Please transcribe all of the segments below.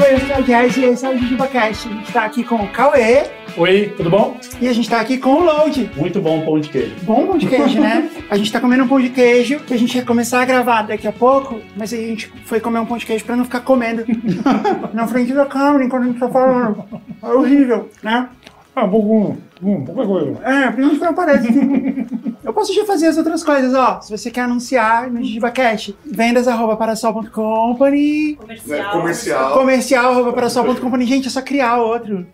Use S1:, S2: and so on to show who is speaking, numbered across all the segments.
S1: Oi, eu sou o Jazz e esse é o JujubaCast. A gente tá aqui com o Cauê
S2: Oi, tudo bom?
S1: e a gente tá aqui com o Load.
S2: Muito bom o pão de queijo.
S1: Bom pão de queijo, né? A gente tá comendo um pão de queijo que a gente ia começar a gravar daqui a pouco, mas aí a gente foi comer um pão de queijo pra não ficar comendo na frente da câmera enquanto a gente tá falando. É horrível, né?
S2: Ah, bom, bom, pouca coisa.
S1: É, pelo menos não aparece. Eu posso já fazer as outras coisas, ó. Se você quer anunciar no JujubaCast, vendas arroba parasol.company,
S3: Comercial.
S4: comercial.
S1: comercial arroba parasol.company. Gente, é só criar outro.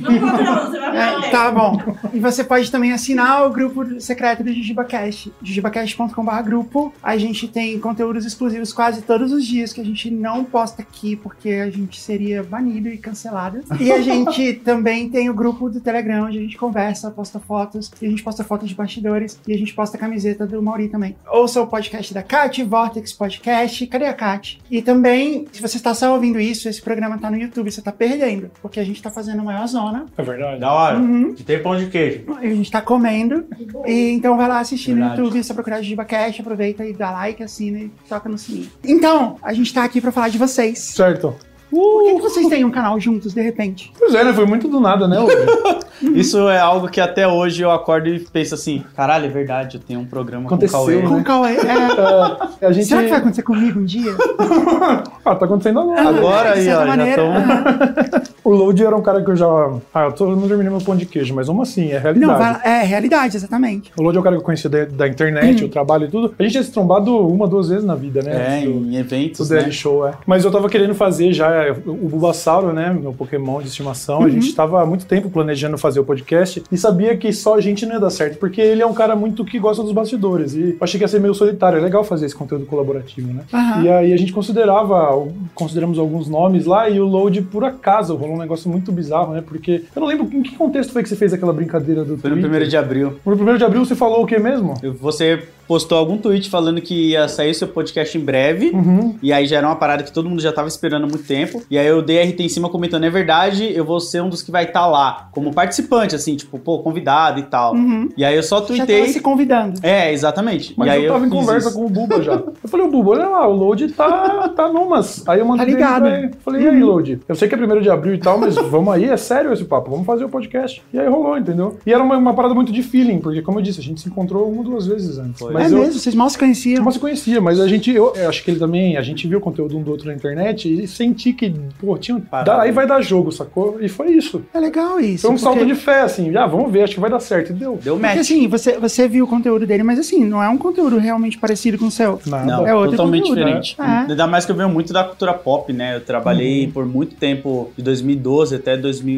S3: Não procura, você vai
S1: É,
S3: aprender.
S1: tá bom. E você pode também assinar o grupo secreto do JujubaCast. jujubacast.com.br grupo. A gente tem conteúdos exclusivos quase todos os dias que a gente não posta aqui porque a gente seria banido e cancelado. E a gente também tem o grupo do Telegram onde a gente conversa, posta fotos, e a gente posta fotos de bastidores e a gente posta a camiseta do Mauri também. Ouça o podcast da Cat, Vortex Podcast. Cadê a Cat? E também, se você está só ouvindo isso, esse programa tá no YouTube, você tá perdendo, porque a gente tá fazendo a maior zona.
S2: É verdade.
S5: Da hora.
S1: Uhum.
S5: E tem pão de queijo.
S1: A gente tá comendo. E, então vai lá assistir
S5: Verdade.
S1: no YouTube, só procurar Giba Cash, aproveita e dá like, assina e toca no sininho. Então, a gente tá aqui pra falar de vocês.
S2: Certo.
S1: Por que, que vocês têm um canal juntos, de repente?
S2: Pois é, né? Foi muito do nada, né? Hugo?
S5: Isso é algo que até hoje eu acordo e penso assim: caralho, é verdade, eu tenho um programa
S2: Aconteceu,
S5: com o Cauê.
S2: né?
S1: Com o Cauê. É,
S2: É, a gente...
S1: Será que vai acontecer comigo um dia?
S2: Ah, tá acontecendo agora.
S5: Agora
S1: De
S5: aí,
S1: certa
S5: ó, já
S1: maneira,
S5: estamos.
S1: ah,
S2: O Load era um cara que eu já... Ah, eu tô, eu não terminei meu pão de queijo, mas uma sim, é realidade.
S1: Não, vai lá- é realidade, exatamente.
S2: O Load é um cara que eu conheci da, da internet, o trabalho e tudo. A gente tinha se trombado uma, duas vezes na vida, né?
S5: É,
S2: Isso-
S5: em eventos.
S2: Tudo é
S5: Né?
S2: show, é. Mas eu tava querendo fazer já é, o Bulbasauro, né? Meu Pokémon de estimação. A
S5: Uhum.
S2: gente tava há muito tempo planejando fazer o podcast e sabia que só a gente não ia dar certo, porque ele é um cara muito que gosta dos bastidores. E eu achei que ia ser meio solitário. É legal fazer esse conteúdo colaborativo, né?
S1: Aham.
S2: E aí a gente considerava, consideramos alguns nomes lá e o Load, por acaso, rolou um negócio muito bizarro, né? Porque eu não lembro em que contexto foi que você fez aquela brincadeira do
S5: Foi no
S2: Twitter.
S5: primeiro de abril.
S2: No primeiro de abril você falou o que mesmo?
S5: Eu- Você postou algum tweet falando que ia sair seu podcast em breve.
S2: Uhum.
S5: E aí já era uma parada que todo mundo já tava esperando há muito tempo. E aí eu dei RT em cima comentando, é verdade, eu vou ser um dos que vai estar lá. Como participante, assim, tipo, pô, convidado e tal.
S1: Uhum.
S5: E aí eu só
S1: Já tava se
S5: tuitei.
S1: convidando.
S5: É, exatamente.
S2: Mas
S5: e aí
S2: eu tava em
S5: fiz
S2: conversa
S5: isso.
S2: com o Buba já. Eu falei, o Buba, olha lá, o Load tá, tá numas. Aí eu mandei
S1: Tá ligado.
S2: pra ele. Falei, e
S5: Uhum.
S2: aí, Load? Eu sei que é primeiro de abril e tal, mas vamos aí, é sério esse papo, vamos fazer o podcast. E aí rolou, entendeu? E era uma, uma parada muito de feeling, porque, como eu disse, a gente se encontrou uma ou duas vezes antes.
S5: Foi.
S1: é
S2: eu,
S1: mesmo, vocês mal se conheciam.
S2: Mal se conhecia, mas a gente, eu, eu acho que ele também, a gente viu o conteúdo um do outro na internet e senti que, pô, tinha. um
S5: Parada.
S2: dá- aí vai dar jogo, sacou? E foi isso.
S1: É legal isso.
S2: Foi um salto
S1: porque-
S2: de fé, assim, ah, vamos ver, acho que vai dar certo. E deu.
S5: Deu
S1: Porque
S5: match.
S1: assim, você, você viu o conteúdo dele, mas assim, não é um conteúdo realmente parecido com o seu.
S2: Nada.
S5: Não,
S1: É outro
S5: totalmente
S1: conteúdo,
S5: diferente.
S1: né? É.
S5: Tá Ainda mais que eu venho muito da cultura pop, né? Eu trabalhei
S2: Uhum.
S5: por muito tempo, de 2012 até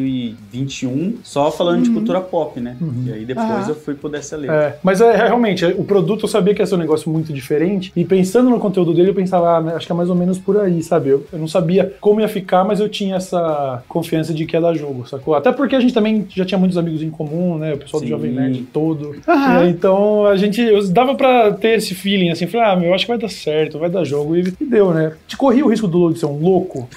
S5: 2021, só falando de cultura pop, né? E aí depois
S1: Uhum. Aham.
S5: eu fui por dessa letra.
S2: Uhum. É, mas é, é, realmente, é, o produto eu sabia que ia ser um negócio muito diferente. E pensando no conteúdo dele, eu pensava, ah, né, acho que é mais ou menos por aí, sabe? Eu, eu não sabia como ia ficar, mas eu tinha essa confiança de que ia dar jogo, sacou? Até porque a gente também já tinha muitos amigos em comum, né? O pessoal
S5: Sim.
S2: do Jovem Nerd todo.
S1: Aham.
S2: E aí, então a gente eu dava pra ter esse feeling assim, falei, ah, meu, acho que vai dar certo, vai dar jogo. E, e deu, né? Te corria o risco do Lodi ser um louco.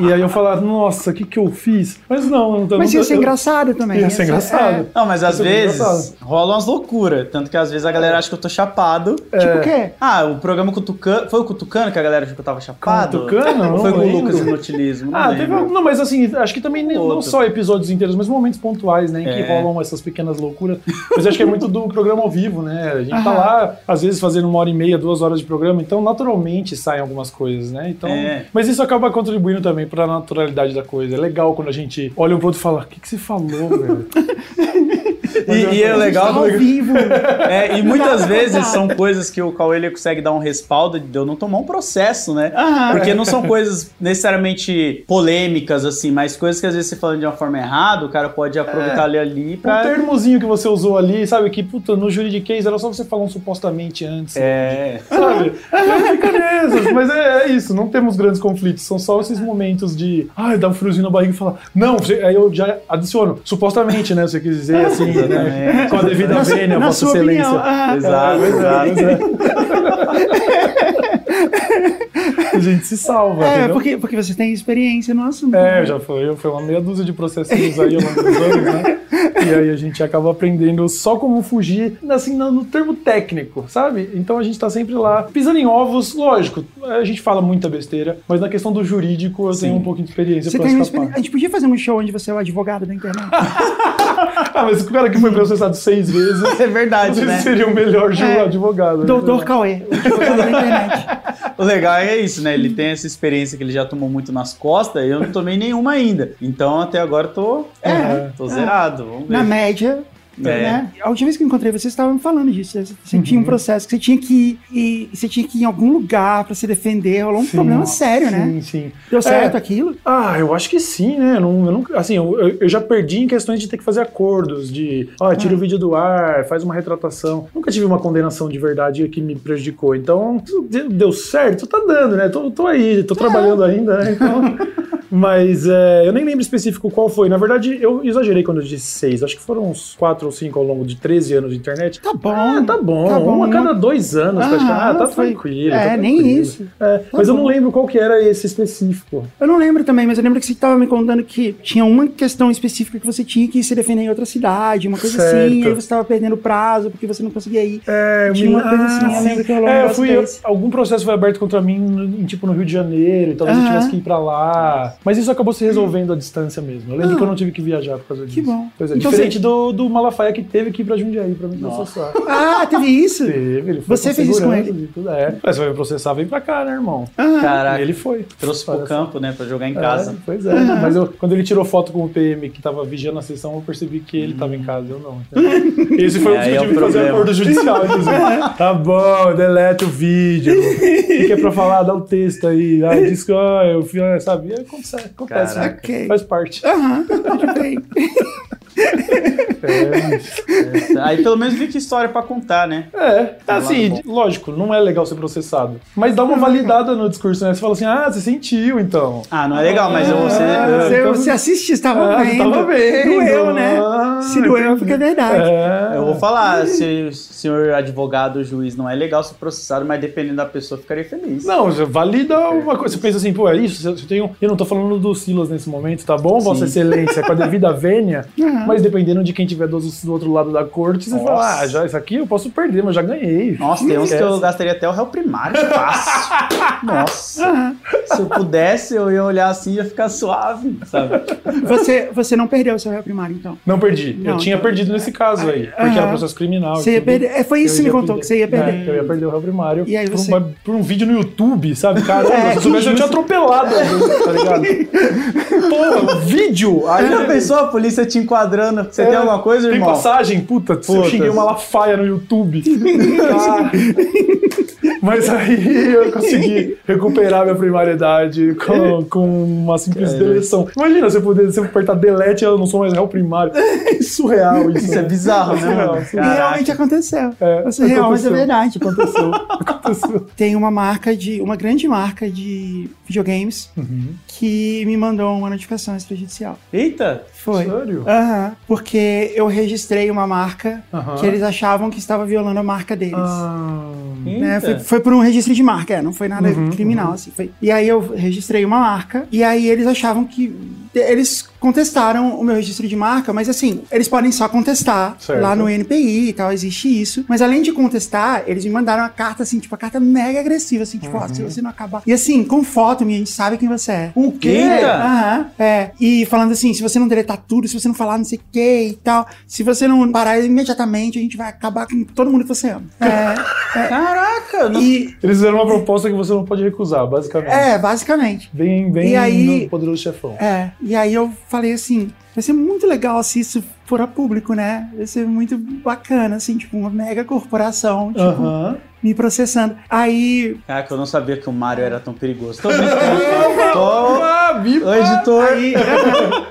S2: E aí eu falava, nossa, o que que eu fiz? Mas não, não
S1: Mas
S2: não,
S1: ia ser
S2: eu-
S1: engraçado também. né?
S2: Ia ser
S1: Essa-
S2: engraçado.
S5: Não, mas às
S2: Isso é
S5: vezes
S2: engraçado.
S5: rola umas loucuras. Tanto que às vezes a galera acha que eu tô chapado.
S1: É, tipo o quê?
S5: Ah, o programa Cutucano. Foi o Cutucano que a galera achou que eu tava chapado?
S2: Cutucano?
S5: Ou Foi
S2: Não
S5: com o
S2: lembro.
S5: Lucas Inutilismo. Não
S2: Ah,
S5: lembro.
S2: teve algum. Não, mas assim, acho que também nem- não
S5: Outro.
S2: só episódios inteiros, mas momentos pontuais, né? Em que
S5: É.
S2: rolam essas pequenas loucuras. Mas acho que é muito do programa ao vivo, né? A gente tá
S1: Aham.
S2: lá, às vezes, fazendo uma hora e meia, duas horas de programa, então naturalmente saem algumas coisas, né? Então.
S5: É.
S2: Mas isso acaba contribuindo também pra naturalidade da coisa. É legal quando a gente olha um pro outro e fala: o que, que você falou, velho?
S5: E, e é legal.
S1: Ao vivo.
S5: É, e muitas
S1: Nada
S5: vezes
S1: contado.
S5: são coisas que o Cauê ele consegue dar um respaldo de eu não tomar um processo, né?
S1: Aham.
S5: Porque não são coisas necessariamente polêmicas, assim, mas coisas que às vezes você falando de uma forma errada, o cara pode aproveitar ali ali
S2: Um
S5: pra.
S2: termozinho que você usou ali, sabe? Que, puta, no juridiquês era só você falar um supostamente antes. né?
S5: É.
S2: sabe? Não fica nessas, mas é, é isso, não temos grandes conflitos, são só
S1: É.
S2: esses momentos de, ai, dá um friozinho na barriga e falar, não, você- aí eu já adiciono, supostamente, né, você quis dizer assim, né,
S5: Exatamente.
S2: com a devida
S1: Na su-
S2: vênia,
S1: na
S2: vossa
S1: sua
S2: excelência.
S1: É. opinião, ah.
S5: Exato,
S2: É,
S5: exato.
S2: pois é, pois é. gente se salva.
S1: É,
S2: entendeu?
S1: porque, porque você tem experiência no assunto.
S2: É,
S1: né?
S2: já foi, eu- foi uma meia dúzia de processinhos aí ao longo dos anos, né? E aí a gente acaba aprendendo só como fugir, assim, no, no termo técnico, sabe? Então a gente tá sempre lá pisando em ovos, lógico, a gente fala muita besteira, mas na questão do jurídico eu tenho um pouquinho de experiência
S1: Você
S2: pra
S1: tem uma
S2: escapar.
S1: experiência. A gente podia fazer um show onde você é o advogado da internet.
S2: Ah, mas o cara que foi processado seis vezes,
S5: É verdade,
S2: você
S5: né?
S2: seria o melhor ju-
S1: É.
S2: advogado. né?
S1: Doutor Cauê, o advogado da internet.
S5: O legal é isso, né? Ele tem essa experiência que ele já tomou muito nas costas e eu não tomei nenhuma ainda. Então até agora eu tô. É,
S1: É,
S5: tô zerado. Vamos
S1: Na
S5: ver.
S1: média,
S5: É.
S1: né? A última vez que eu encontrei você, vocês estavam falando disso. Você você tinha
S2: Uhum.
S1: um processo que você tinha que ir, e você tinha que ir em algum lugar pra se defender. Rolou um
S2: Sim.
S1: problema sério, né?
S2: Sim, sim.
S1: Deu certo aquilo?
S2: Ah, eu acho que sim, né? Eu não, eu não- assim, eu, eu- eu já perdi em questões de ter que fazer acordos, de,
S1: Ah.
S2: ó, tira o vídeo do ar, faz uma retratação. Nunca tive uma condenação de verdade que me prejudicou. Então, de- deu certo, tá dando, né? Tô, tô aí,
S1: É.
S2: tô trabalhando ainda, né? Então, mas é, eu nem lembro específico qual foi. Na verdade, eu exagerei quando eu disse seis. Acho que foram uns quatro ou cinco ao longo de 13 anos de internet.
S1: Tá bom.
S2: Ah, tá bom.
S1: tá bom,
S2: uma a
S1: não-
S2: cada dois anos,
S1: Ah,
S2: praticamente. Ah, tá
S1: foi-
S2: tranquilo.
S1: é,
S2: tá
S1: nem
S2: tranquilo.
S1: isso. Tá
S2: É, mas eu não
S1: bom.
S2: lembro qual que era esse específico.
S1: Eu não lembro também, mas eu lembro que você tava me contando que tinha uma questão específica que você tinha que se defender em outra cidade, uma coisa assim,
S2: Certo.
S1: e aí você tava perdendo prazo porque você não conseguia ir.
S2: É,
S1: Tinha uma coisa assim, eu lembro que rolou um
S2: é, eu
S1: negócio
S2: fui, eu-
S1: desse.
S2: algum processo foi aberto contra mim, no- em, tipo, no Rio de Janeiro, e talvez eu
S1: Aham.
S2: tivesse que ir pra lá. Mas isso acabou se resolvendo à distância mesmo. Eu lembro
S1: Ah.
S2: que eu não tive que viajar por causa disso.
S1: Que bom.
S2: Pois é,
S1: Então
S2: diferente do, do Malafaia que teve que ir pra Jundiaí pra me
S5: Nossa.
S2: processar.
S1: Ah, teve isso?
S2: Teve, ele foi
S1: Você
S2: com
S1: fez isso com
S2: seguranças e tudo, É, mas vai me processar, vem pra cá, né, irmão?
S1: Ah,
S5: Caraca,
S2: E
S5: ele
S2: ele foi.
S5: trouxe pro
S2: Olha só.
S5: campo, né? Pra jogar em
S2: É,
S5: casa.
S2: pois é, mas eu- quando ele tirou foto com o PM que tava vigiando a sessão, eu percebi que ele tava em casa, eu não. entendeu? Esse foi
S5: É,
S2: o
S5: Hum. aí
S2: que
S5: é
S2: eu
S5: o
S2: tive que fazer
S5: problema.
S2: acordo judicial, inclusive. tá bom, deleta o vídeo. O que que é pra falar? Dá o texto aí. Aí diz que, ó, eu fui, ó, sabe? Acontece, acontece né?
S5: Caraca. Ah.
S1: ok.
S2: Faz parte.
S1: Aham, tudo bem.
S2: É,
S5: Aí pelo menos vi que história pra contar, né?
S2: é.
S5: bom.
S2: assim, lógico, não é legal ser processado. Mas dá uma validada no discurso, né? Você fala assim, ah, você sentiu, então.
S5: Ah, não é legal, mas eu vou ser.
S2: Ah,
S5: eu-
S1: Você,
S2: então-
S1: você assiste, estava
S2: Ah,
S1: vendo.
S2: tava vendo.
S1: Doeu, né?
S2: Ah,
S1: Se doeu, fica verdade.
S2: É.
S1: Ah.
S5: Eu vou falar, se o senhor advogado, juiz, não é legal ser processado, mas dependendo da pessoa, eu ficaria feliz.
S2: Não, já valida uma coisa. Você pensa assim, pô, é isso? Eu, tenho, eu não tô falando do Silas nesse momento, tá bom, Vossa
S5: Sim.
S2: Excelência? Com a devida vênia.
S1: Aham.
S2: Mas dependendo de quem tiver do, do outro lado da corte, você
S5: Nossa.
S2: fala, ah, já, isso aqui eu posso perder, mas já ganhei.
S5: Nossa, tem uns que eu
S2: Esquece.
S5: gastaria até o réu primário fácil. Nossa,
S1: Aham.
S5: se eu pudesse, eu ia olhar assim e ia ficar suave, sabe?
S1: Você, você não perdeu o seu réu primário, então.
S2: Não perdi. eu
S1: Não,
S2: tinha
S1: então-
S2: perdido nesse caso aí, porque era um
S1: Aham.
S2: processo
S5: Ah,
S2: criminal.
S1: Você
S2: e
S1: ia
S2: tudo.
S1: perder. é, foi isso que
S2: Eu
S1: me
S2: ia
S1: contou que você ia perder.
S2: É, eu ia perder o réu primário
S1: E aí
S2: por,
S1: você-
S2: uma- por um vídeo no YouTube, sabe? Caramba,
S1: É,
S2: se eu
S1: que
S2: soubesse, eu tinha
S1: injusto.
S2: atropelado, às vezes, tá ligado? Pô, vídeo?
S1: É,
S2: Aí
S5: Aí já pensou a polícia te enquadrando? Você
S2: É,
S5: tem alguma coisa,
S2: Tem
S5: irmão?
S2: passagem? Puta, se eu
S5: Puta.
S2: xinguei uma lafaia no YouTube. Ah. Mas aí eu consegui recuperar minha primariedade com, com uma simples
S5: Cara.
S2: deleção. Imagina se eu pudesse se eu apertar delete eu não sou mais réu primário. É surreal isso.
S5: Isso é
S2: né?
S5: bizarro, né?
S2: Surreal,
S5: mano?
S1: E
S2: surreal.
S5: Caraca.
S1: Realmente aconteceu.
S2: É,
S1: Você realmente é
S2: aconteceu.
S1: verdade.
S2: Aconteceu. Aconteceu.
S1: Tem uma marca de. uma grande marca de videogames
S2: Uhum.
S1: que me mandou uma notificação extrajudicial.
S5: Eita!
S1: Foi. É
S2: Sério?
S1: Aham. Porque eu registrei uma marca
S2: Aham.
S1: que eles achavam que estava violando a marca deles.
S2: Ah,
S1: né? Foi,
S5: Eita.
S1: foi por um registro de marca, é, não foi nada
S2: Uhum,
S1: criminal, assim. Foi. E aí eu registrei uma marca, e aí eles achavam que. Eles contestaram o meu registro de marca, mas assim, eles podem só contestar
S2: Certo.
S1: lá no NPI e tal, existe isso. Mas além de contestar, eles me mandaram uma carta, assim, tipo, uma carta mega agressiva, assim, tipo, ó, se você não acabar. E assim, com foto, minha, a gente sabe quem você é.
S2: o
S5: Eita!
S1: Aham, é. E falando assim, se você não deletar tudo, se você não falar não sei o que e tal, se você não parar imediatamente, a gente vai acabar com todo mundo que você ama. É,
S5: Caraca! Não...
S1: e
S2: Eles fizeram uma proposta que você não pode recusar, basicamente.
S1: É, basicamente.
S2: Bem, bem
S1: E aí-
S2: no poderoso chefão.
S1: É. E aí eu falei assim, vai ser muito legal se isso for a público, né? Vai ser muito bacana, assim, tipo, uma mega corporação, tipo,
S2: Aham.
S1: me processando. Aí,
S5: Caraca, eu não sabia que o Mario era tão perigoso. Tô brincando. tá? Tô...
S2: Ah, bipa!
S5: Ô, editor!
S1: aí,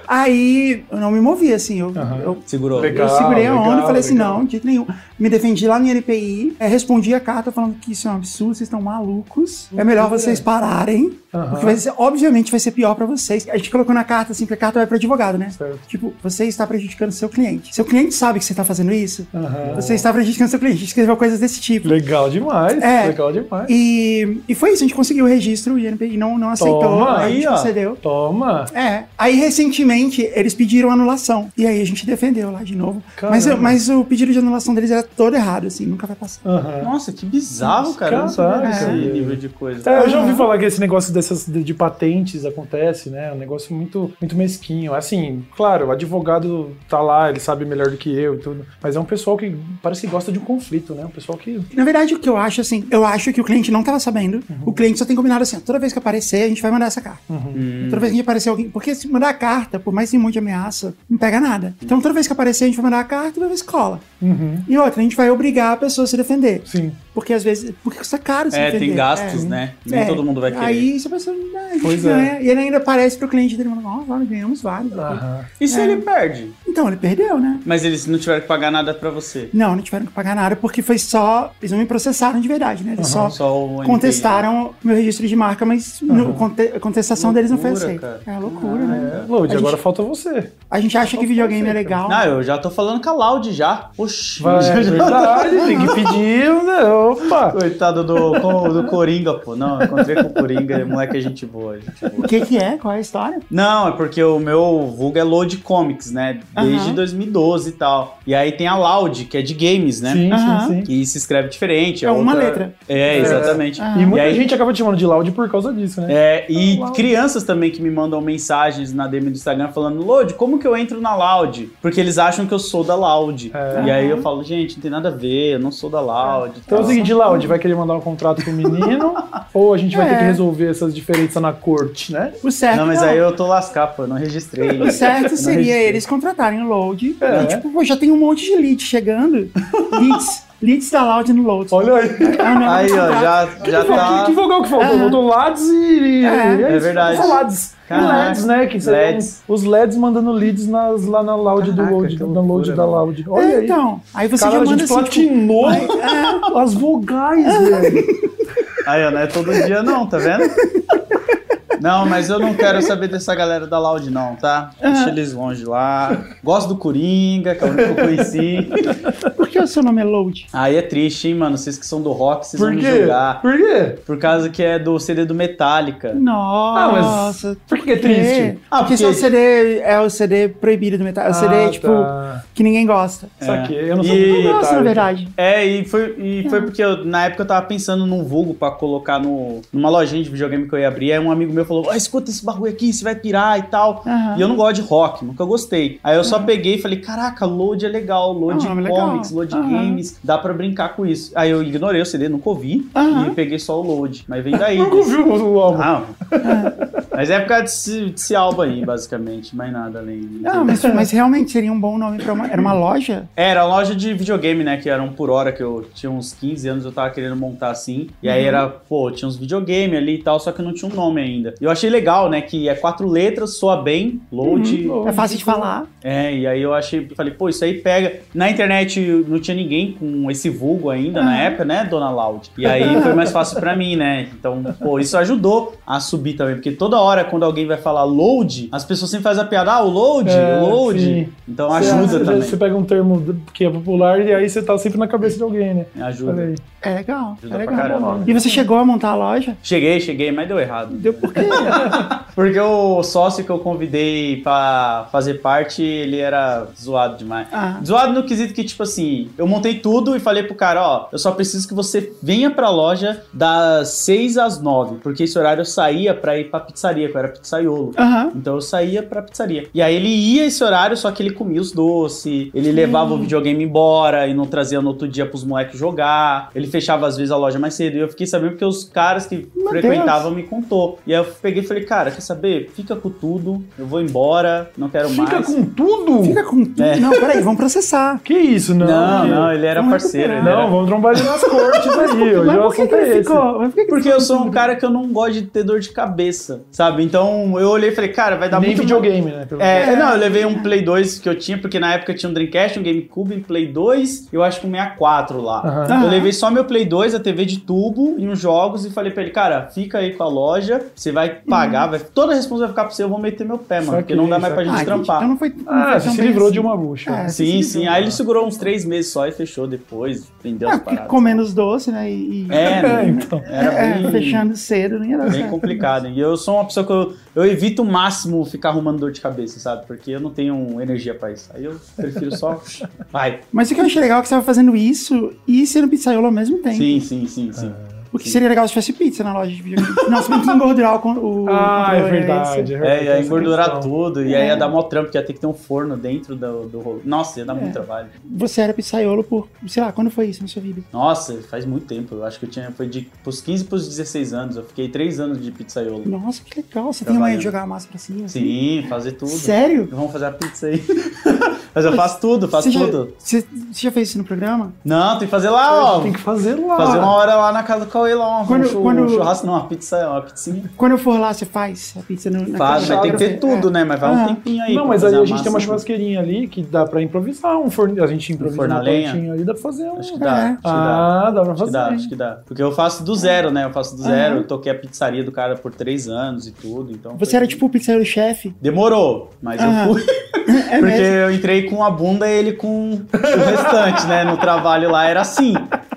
S1: aí eu não me movi, assim, eu,
S2: Aham.
S1: eu,
S5: Segurou.
S2: Legal.
S1: eu segurei a
S2: legal,
S1: onda e falei assim,
S2: legal.
S1: não, de jeito nenhum. me defendi lá no INPI, é, respondi a carta falando que isso é um absurdo, vocês estão malucos. É melhor vocês pararem,
S2: Uhum. Aham.
S1: porque vai ser- obviamente vai ser pior pra vocês. A gente colocou na carta assim, que a carta vai pro advogado, né?
S2: Certo.
S1: Tipo, você está prejudicando seu cliente. Seu cliente sabe que você está fazendo isso,
S2: Aham.
S1: você está prejudicando seu cliente. A gente escreveu coisas desse tipo.
S2: Legal demais,
S1: É.
S2: legal demais.
S1: E, e foi isso, a gente conseguiu o registro, o INPI não, não aceitou, tipo,
S2: Toma,
S1: a gente
S5: aí, ó.
S1: concedeu.
S2: Toma!
S1: É, aí recentemente eles pediram anulação. E aí a gente defendeu lá de novo.
S2: Caramba.
S1: Mas, eu- mas o pedido de anulação deles era todo errado, assim, nunca vai passar.
S2: Aham.
S5: Nossa, que bizarro, cara. Eu não sabia
S2: Caraca,
S5: desse
S2: cara.
S5: nível de coisa.
S1: Tá
S2: É, eu já ouvi falar que esse negócio dessas de, de patentes acontece, né? É um negócio muito, muito mesquinho. Assim, claro, o advogado tá lá, ele sabe melhor do que eu e tudo. Mas é um pessoal que parece que gosta de um conflito, né? Um pessoal que.
S1: Na verdade, o que eu acho, assim, eu acho que o cliente não tava sabendo.
S5: Uhum.
S1: O cliente só tem combinado assim, ó, toda vez que aparecer, a gente vai mandar essa carta.
S2: uhum,
S5: Hum.
S1: Toda vez que aparecer alguém. Porque se mandar a carta, por mais que tenha um monte de ameaça, não pega nada. Então toda vez que aparecer, a gente vai mandar a carta e vai ver se cola.
S2: Uhum.
S1: E outra, a gente vai obrigar a pessoa a se defender.
S2: Sim.
S1: Porque às vezes. Porque custa caro se
S5: É,
S1: defender.
S5: tem gastos,
S1: É.
S5: né? Nem
S1: É.
S5: todo mundo vai querer.
S1: Aí você pensa, ah, a gente
S2: Pois é.
S1: ganha. E ele ainda aparece pro cliente dele, ó, oh, ganhamos vários.
S2: Aham.
S5: E
S1: é.
S5: se ele perde?
S1: Então, ele perdeu, né?
S5: Mas eles não tiveram que pagar nada pra você.
S1: Não, não tiveram que pagar nada porque foi só. Eles não me processaram de verdade, né? Eles só,
S5: Só o NPI.
S1: contestaram meu registro de marca, mas no- conte- a contestação deles não foi
S5: Loucura,
S1: aceita.
S5: cara. Ah,
S1: É loucura, né?
S2: É, Load,
S1: A gente-
S2: agora falta você.
S1: A gente acha que videogame é legal.
S5: Não, eu já tô falando com a Laude já. Oxi.
S2: Vai,
S5: já,
S2: é
S5: já-
S2: verdade, tem que pedir. né? Opa!
S5: Coitado do, com- do Coringa, pô. Não, eu encontrei com o Coringa, moleque é gente boa, gente boa.
S1: O que que é? Qual é a história?
S5: Não, é porque o meu vulgo é Load Comics, né? Desde
S1: Aham.
S5: 2012 e tal. E aí tem a Loud, que é de games, né?
S2: Sim,
S1: Aham.
S2: sim, sim.
S5: Que se escreve diferente.
S1: É uma
S5: outra-
S1: letra.
S5: É, exatamente.
S1: Ah.
S2: E muita
S5: E aí-
S2: gente acaba te chamando de Loud por causa disso, né?
S5: É, e
S2: Loud.
S5: crianças também que me mandam mensagens na DM do Instagram falando, Load, como que eu entro na Loud? Porque eles acham que eu sou da Loud.
S2: É.
S5: E aí eu falo, gente, não tem nada a ver, eu não sou da Loud.
S2: Então é o
S5: tal."
S2: seguinte, Laude, vai querer mandar um contrato com o menino ou a gente vai ter que
S1: É.
S2: resolver essas diferenças na corte, né?
S1: O certo. é
S5: Não, mas é aí eu tô lascar, pô, eu não registrei.
S1: O certo
S5: Não
S1: seria
S5: registrei.
S1: eles contratarem o Load.
S2: É.
S1: E, tipo, pô, já tem um monte de lead chegando. Leads. Leads da Loud no Load.
S2: Olha aí.
S1: É um negócio
S5: Aí, ó, já, já
S2: que, que,
S5: tá.
S2: que vogal que faltou?
S1: Aham.
S2: Faltou LADs e.
S1: É.
S5: É verdade.
S2: Faltou LADs. E
S5: Caraca.
S2: LEDs, né? Que seriam
S5: LEDs.
S2: Os LEDs mandando leads nas, lá na Loud do
S5: Caraca,
S2: Load,
S5: que
S2: da
S5: loucura,
S2: Load da
S5: mano.
S2: Loud. Olha
S1: É,
S2: aí.
S1: então. Aí você
S2: Cara,
S1: já
S2: a
S1: manda
S2: gente
S1: assim, tipo,
S2: platinou as vogais, né? velho.
S5: Aí, ó, não é todo dia, não, tá vendo? Não, mas eu não quero saber dessa galera da Loud, não, tá? Deixa eles longe lá. Gosto do Coringa, que é o único que eu conheci.
S1: por que o seu nome é Load?
S5: Aí é triste, hein, mano? Vocês que são do rock, vocês
S2: Por
S5: vão me
S2: quê?
S5: julgar.
S2: Por quê?
S5: Por causa que é do CD do Metallica.
S1: Nossa.
S2: Por que que Ah, é triste?
S5: Ah,
S1: Ah, porque esse é o
S5: porque-
S1: CD, é o CD proibido do metal. É o CD,
S2: Ah,
S1: tipo,
S2: tá. então.
S1: que ninguém gosta.
S2: Saquei. Eu não sou
S5: E-
S2: muito
S1: Eu gosto, na
S2: detalhe.
S1: verdade.
S5: É, e foi, e foi porque eu- na época eu tava pensando num vulgo pra colocar no, numa lojinha de videogame que eu ia abrir. Aí um amigo meu falou: ah, escuta esse bagulho aqui, você vai pirar e tal.
S1: Aham.
S5: E eu não gosto de rock, nunca gostei. Aí eu só peguei e falei: caraca, load é legal, load
S1: Ah, é legal.
S5: comics, load
S1: Aham.
S5: games, dá pra brincar com isso. Aí eu ignorei o CD, nunca ouvi,
S1: Aham.
S5: e peguei só o load. Mas vem daí.
S2: Nunca ouviu o álbum.
S5: Ah, mas é por causa desse, desse álbum aí, basicamente. Mais nada além.
S1: Não, mas, mas realmente seria um bom nome pra uma. Era uma loja?
S5: É, Era a loja de videogame, né? Que eram por hora, que eu tinha uns 15 anos, eu tava querendo montar assim. E
S2: Uhum.
S5: aí era, pô, tinha uns videogame ali e tal, só que não tinha um nome ainda. E eu achei legal, né? Que é quatro letras, soa bem, load.
S2: Uhum.
S1: É fácil de falar.
S5: É, e aí eu achei, falei, pô, isso aí pega. Na internet não tinha ninguém com esse vulgo ainda
S2: Uhum.
S5: na época, né, Dona Loud? E aí foi mais fácil pra mim, né? Então, pô, isso ajudou a subir também, porque toda hora quando alguém vai falar load, as pessoas sempre fazem a piada, ah, o load,
S2: É,
S5: o load.
S2: sim.
S5: Então
S2: Você-
S5: ajuda
S2: você-
S5: também.
S2: Você pega um termo do- que é popular e aí você tá sempre na cabeça de alguém, né?
S5: Ajuda.
S2: Olha aí.
S1: É legal.
S5: Ajuda
S1: é
S5: pra
S1: legal.
S5: caramba.
S1: E você chegou a montar a loja?
S5: Cheguei, cheguei, mas deu errado.
S1: Deu por quê?
S5: Porque o sócio que eu convidei pra fazer parte, ele era zoado demais.
S1: Ah.
S5: Zoado no quesito que, tipo assim, eu montei tudo e falei pro cara, ó, eu só preciso que você venha pra loja das 6 às 9, porque esse horário eu saía pra ir pra pizzaria, que eu era pizzaiolo.
S1: Aham.
S5: Então eu saía pra pizzaria. E aí ele ia esse horário, só que ele comia os doces, ele levava o videogame embora e não trazia no outro dia pros moleques jogar. Ele fechava às vezes a loja mais cedo. E eu fiquei sabendo porque os caras que frequentavam me contou. E aí eu peguei e falei, cara, quer saber? Fica com tudo, eu vou embora, não quero
S2: Fica
S5: mais.
S2: com tudo?
S1: Fica com tudo.
S5: É.
S1: Não, peraí, vamos processar.
S2: Que isso, não.
S5: Não, não, é. ele era
S1: Não
S5: parceiro. ele
S2: Não,
S5: era-
S2: vamos trombar ele nas cortes aí. Hoje
S1: Mas por que,
S2: o assunto
S1: que
S2: é
S1: ele
S2: esse.
S1: ficou? Mas por que que
S5: Porque
S1: ele ficou
S5: eu sou
S1: com
S5: um
S1: tudo?
S5: cara que eu não gosto de ter dor de cabeça, Sabe? Então eu olhei e falei, cara, vai dar
S2: Nem
S5: muito.
S2: videogame, né? Pelo-
S5: É,
S1: É.
S5: não, eu levei um Play 2 que eu tinha, porque na época tinha um Dreamcast, um GameCube, um Play 2, eu acho que um 64 lá.
S2: Aham.
S5: Eu levei só meu Play 2, a TV de tubo e uns jogos e falei pra ele, cara, fica aí com a loja, você
S1: Uhum.
S5: vai pagar, vai- toda a responsa vai ficar pra você, eu vou meter meu pé, mano, porque não dá mais pra gente
S1: Ah,
S5: trampar.
S1: então não foi. não
S2: Ah,
S1: foi
S2: você
S1: tão
S2: se
S1: bem
S2: livrou
S1: assim.
S2: de uma bucha. Ah,
S1: É.
S5: Sim,
S1: Sim,
S5: sim. Aí ele segurou uns três meses só e fechou depois, vendeu
S1: Ah,
S5: as
S1: porque
S5: paradas.
S1: comendo os doces, né? E, e-
S5: É,
S2: É,
S5: né?
S2: então.
S5: Era
S1: é,
S5: bem-
S1: fechando cedo, não ia dar
S5: Bem
S1: certo.
S5: complicado. E eu sou uma pessoa que eu, eu evito o máximo ficar arrumando dor de cabeça, sabe? Porque eu não tenho energia pra isso. Aí eu prefiro só. Vai.
S1: Mas o que eu achei legal é que você tava fazendo isso e sendo pizzaiolo ao mesmo tempo.
S5: Sim, sim, sim, sim.
S2: Ah.
S1: O que
S5: sim.
S1: seria legal se tivesse pizza na loja de videogame. Nossa, mas precisa engordurar o, con- o
S2: Ah, é
S1: controle, né? isso.
S2: verdade.
S5: então É,
S2: verdade,
S5: ia
S2: essa
S5: engordurar
S2: questão.
S5: tudo, e aí ia
S1: É.
S5: dar mó trampo, porque ia ter que ter um forno dentro do, do rolo. Nossa, ia dar muito
S1: É.
S5: trabalho.
S1: Você era pizzaiolo por, sei lá, quando foi isso na sua vida?
S5: Nossa, faz muito tempo. Eu acho que eu tinha. Foi de pros 15 pros 16 anos. Eu fiquei 3 anos de pizzaiolo.
S1: Nossa, que legal. Você tem
S5: Trabalhando.
S1: manhã de jogar a massa pra cima? assim?
S5: Sim, fazer tudo.
S1: Sério?
S5: Vamos fazer a pizza aí. Mas eu faço tudo, faço
S1: Você já-
S5: tudo.
S1: Você, você já fez isso no programa?
S5: Não, tem que fazer lá, ó.
S2: Tem que fazer lá.
S5: Fazer uma hora lá na casa do Cauê, lá um,
S1: Quando-
S5: chu- um
S1: quando-
S5: churrasco, não, uma pizza, uma pizzinha.
S1: Quando eu for lá, você faz a pizza no, na
S5: Faz,
S1: casa
S5: mas
S1: da
S5: tem que ter
S1: outra?
S5: tudo, né? Mas vai um
S1: Ah.
S5: tempinho aí.
S2: não,
S5: pra
S2: mas aí
S5: fazer
S2: a
S5: a
S2: gente tem uma
S5: massa.
S2: churrasqueirinha ali que dá pra improvisar. Um forno, a gente improvisa
S5: forno a
S2: uma
S5: lenha?
S2: tortinha ali, dá pra fazer um.
S5: Acho que
S1: É.
S5: dá, acho que dá.
S2: Ah, dá pra
S5: Acho que
S2: fazer.
S5: dá, acho que dá. Porque eu faço do zero, né? Eu faço do zero.
S1: Aham.
S5: Eu toquei a pizzaria do cara por três anos e tudo, então...
S1: Você
S5: foi-
S1: era tipo o pizzaiolo chefe?
S5: Demorou, mas
S1: Aham.
S5: eu fui.
S1: É
S5: Porque
S1: mesmo?
S5: eu entrei com a bunda e ele com o restante, né? No trabalho lá era assim.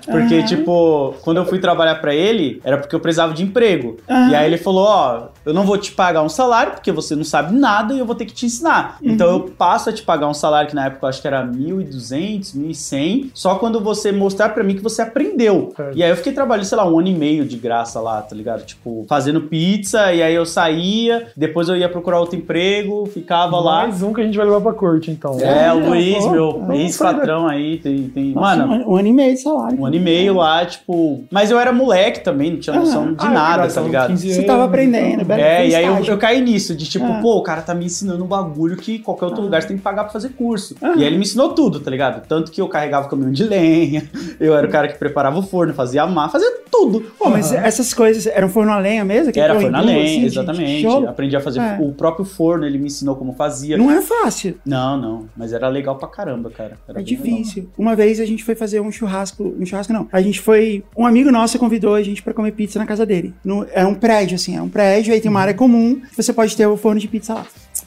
S5: Porque,
S1: Aham.
S5: tipo, quando eu fui trabalhar pra ele, era porque eu precisava de emprego.
S1: Aham.
S5: E aí ele falou: Ó, eu não vou te pagar um salário, porque você não sabe nada e eu vou ter que te ensinar. Então eu passo a te pagar um salário que na época eu acho que era 1.200, 1.100, só quando você mostrar pra mim que você aprendeu.
S2: Certo.
S5: E aí eu fiquei trabalhando, sei lá, um ano e meio de graça lá, tá ligado? Tipo, fazendo pizza, e aí eu saía, depois eu ia procurar outro emprego, ficava lá.
S2: Mais um que a gente vai levar pra corte, então.
S5: É, o
S1: Olha,
S5: Luiz,
S1: ó,
S5: meu
S1: ó,
S5: ex-patrão aí, tem. tem...
S1: Nossa,
S5: Mano,
S1: um, um ano e meio de salário.
S5: um ano e meio lá, tipo. Mas eu era moleque também, não tinha noção de
S2: Ah, é
S5: nada,
S2: verdade,
S5: tá
S2: tava com
S5: ligado?
S2: 15
S1: Você tava
S2: anos,
S1: aprendendo,
S2: então.
S1: bem.
S5: É,
S1: Tem
S5: e aí eu,
S1: estágio.
S5: eu caí nisso, de tipo,
S1: Ah.
S5: pô, o cara tá me ensinando um bagulho que qualquer outro
S1: Ah.
S5: lugar você tem que pagar pra fazer curso.
S1: Ah.
S5: E aí ele me ensinou tudo, tá ligado? Tanto que eu carregava caminhão de lenha, eu era o cara que preparava o forno, fazia a massa, fazia tudo.
S1: Pô, mas
S2: Aham.
S1: essas coisas eram forno a lenha mesmo? Aquele
S5: Era
S1: forno
S5: forno a
S1: hindu,
S5: lenha,
S1: assim, de- de
S5: exatamente.
S1: tijolo?
S5: Aprendi a fazer
S1: É.
S5: o próprio forno, ele me ensinou como fazia.
S1: Não é fácil,
S5: Não, não, mas era legal pra caramba, cara. Era
S1: é
S5: bem legal.
S1: difícil. Uma vez a gente foi fazer um churrasco, um churrasco não, a gente foi, um amigo nosso convidou a gente pra comer pizza na casa dele. No, era um prédio, assim, era um prédio, aí tem
S5: Uhum.
S1: uma área comum, você pode ter o forno de pizza lá.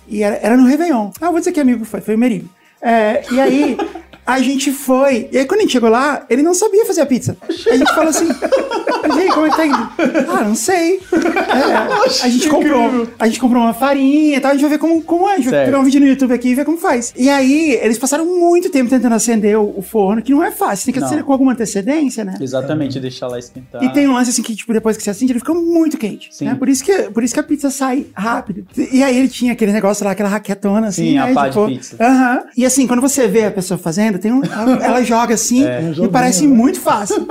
S1: E era, era no Réveillon. Ah, eu vou dizer que amigo foi, foi o Merigo. É, e aí... A gente foi, e aí quando a gente chegou lá, ele não sabia fazer a pizza. Aí A gente falou assim: "E aí, como é que tá indo? Ah, não sei. É, a, gente comprou, a gente comprou uma farinha e tal, a gente vai ver como, como é. A gente vai
S5: Certo.
S1: pegar um vídeo no YouTube aqui e ver como faz. E aí, eles passaram muito tempo tentando acender o, o forno, que não é fácil, tem que
S5: Não.
S1: acender com alguma antecedência, né?
S5: Exatamente, deixar lá esquentar.
S1: E tem um lance assim que, tipo, depois que você acende, ele fica muito quente.
S5: Sim.
S1: Né? Por, isso que, por isso que a pizza sai rápido. E aí ele tinha aquele negócio lá, aquela raquetona, assim.
S5: Sim, a
S1: né?
S5: pá de
S1: tipo,
S5: pizza.
S1: Aham. E assim, quando você vê a pessoa fazendo, tem um, ela, ela joga assim
S2: um
S5: É,
S1: e
S2: joguinho,
S1: parece
S2: né?
S1: muito fácil.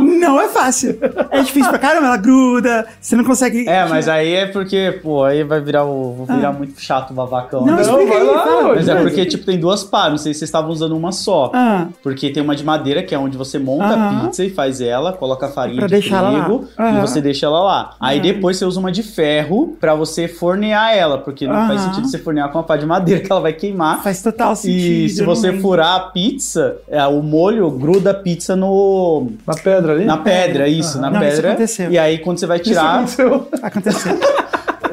S1: não é fácil. É difícil pra caramba, ela gruda, você não consegue.
S5: É, mas aí é porque, pô, aí vai virar o. Vou virar
S1: Ah.
S5: muito chato o babacão.
S1: Não, é
S5: né?
S2: mas-
S1: explica
S2: vai
S1: aí,
S2: lá,
S1: fala.
S5: Mas
S2: hoje.
S5: é porque, tipo, tem duas pá, não sei se vocês estavam usando uma só.
S1: Ah,
S5: Porque tem uma de madeira, que é onde você monta a
S1: Aham.
S5: pizza e faz ela, coloca a farinha
S1: Pra
S5: de
S1: deixar ela lá.
S5: trigo e
S1: Aham.
S5: você deixa ela lá. Aí depois você usa uma de ferro pra você fornear ela, porque não faz
S1: Aham.
S5: sentido você fornear com uma pá de madeira que ela vai queimar.
S1: faz total sentido.
S5: e se
S1: eu não é
S5: você
S1: lembro.
S5: furar a pizza, é, o molho gruda a pizza no,
S2: Na pedra ali?
S5: na pedra, isso, na
S1: Não, isso
S5: pedra.
S1: aconteceu.
S5: E aí quando você vai
S2: Isso
S5: tirar,
S2: aconteceu.
S1: Aconteceu.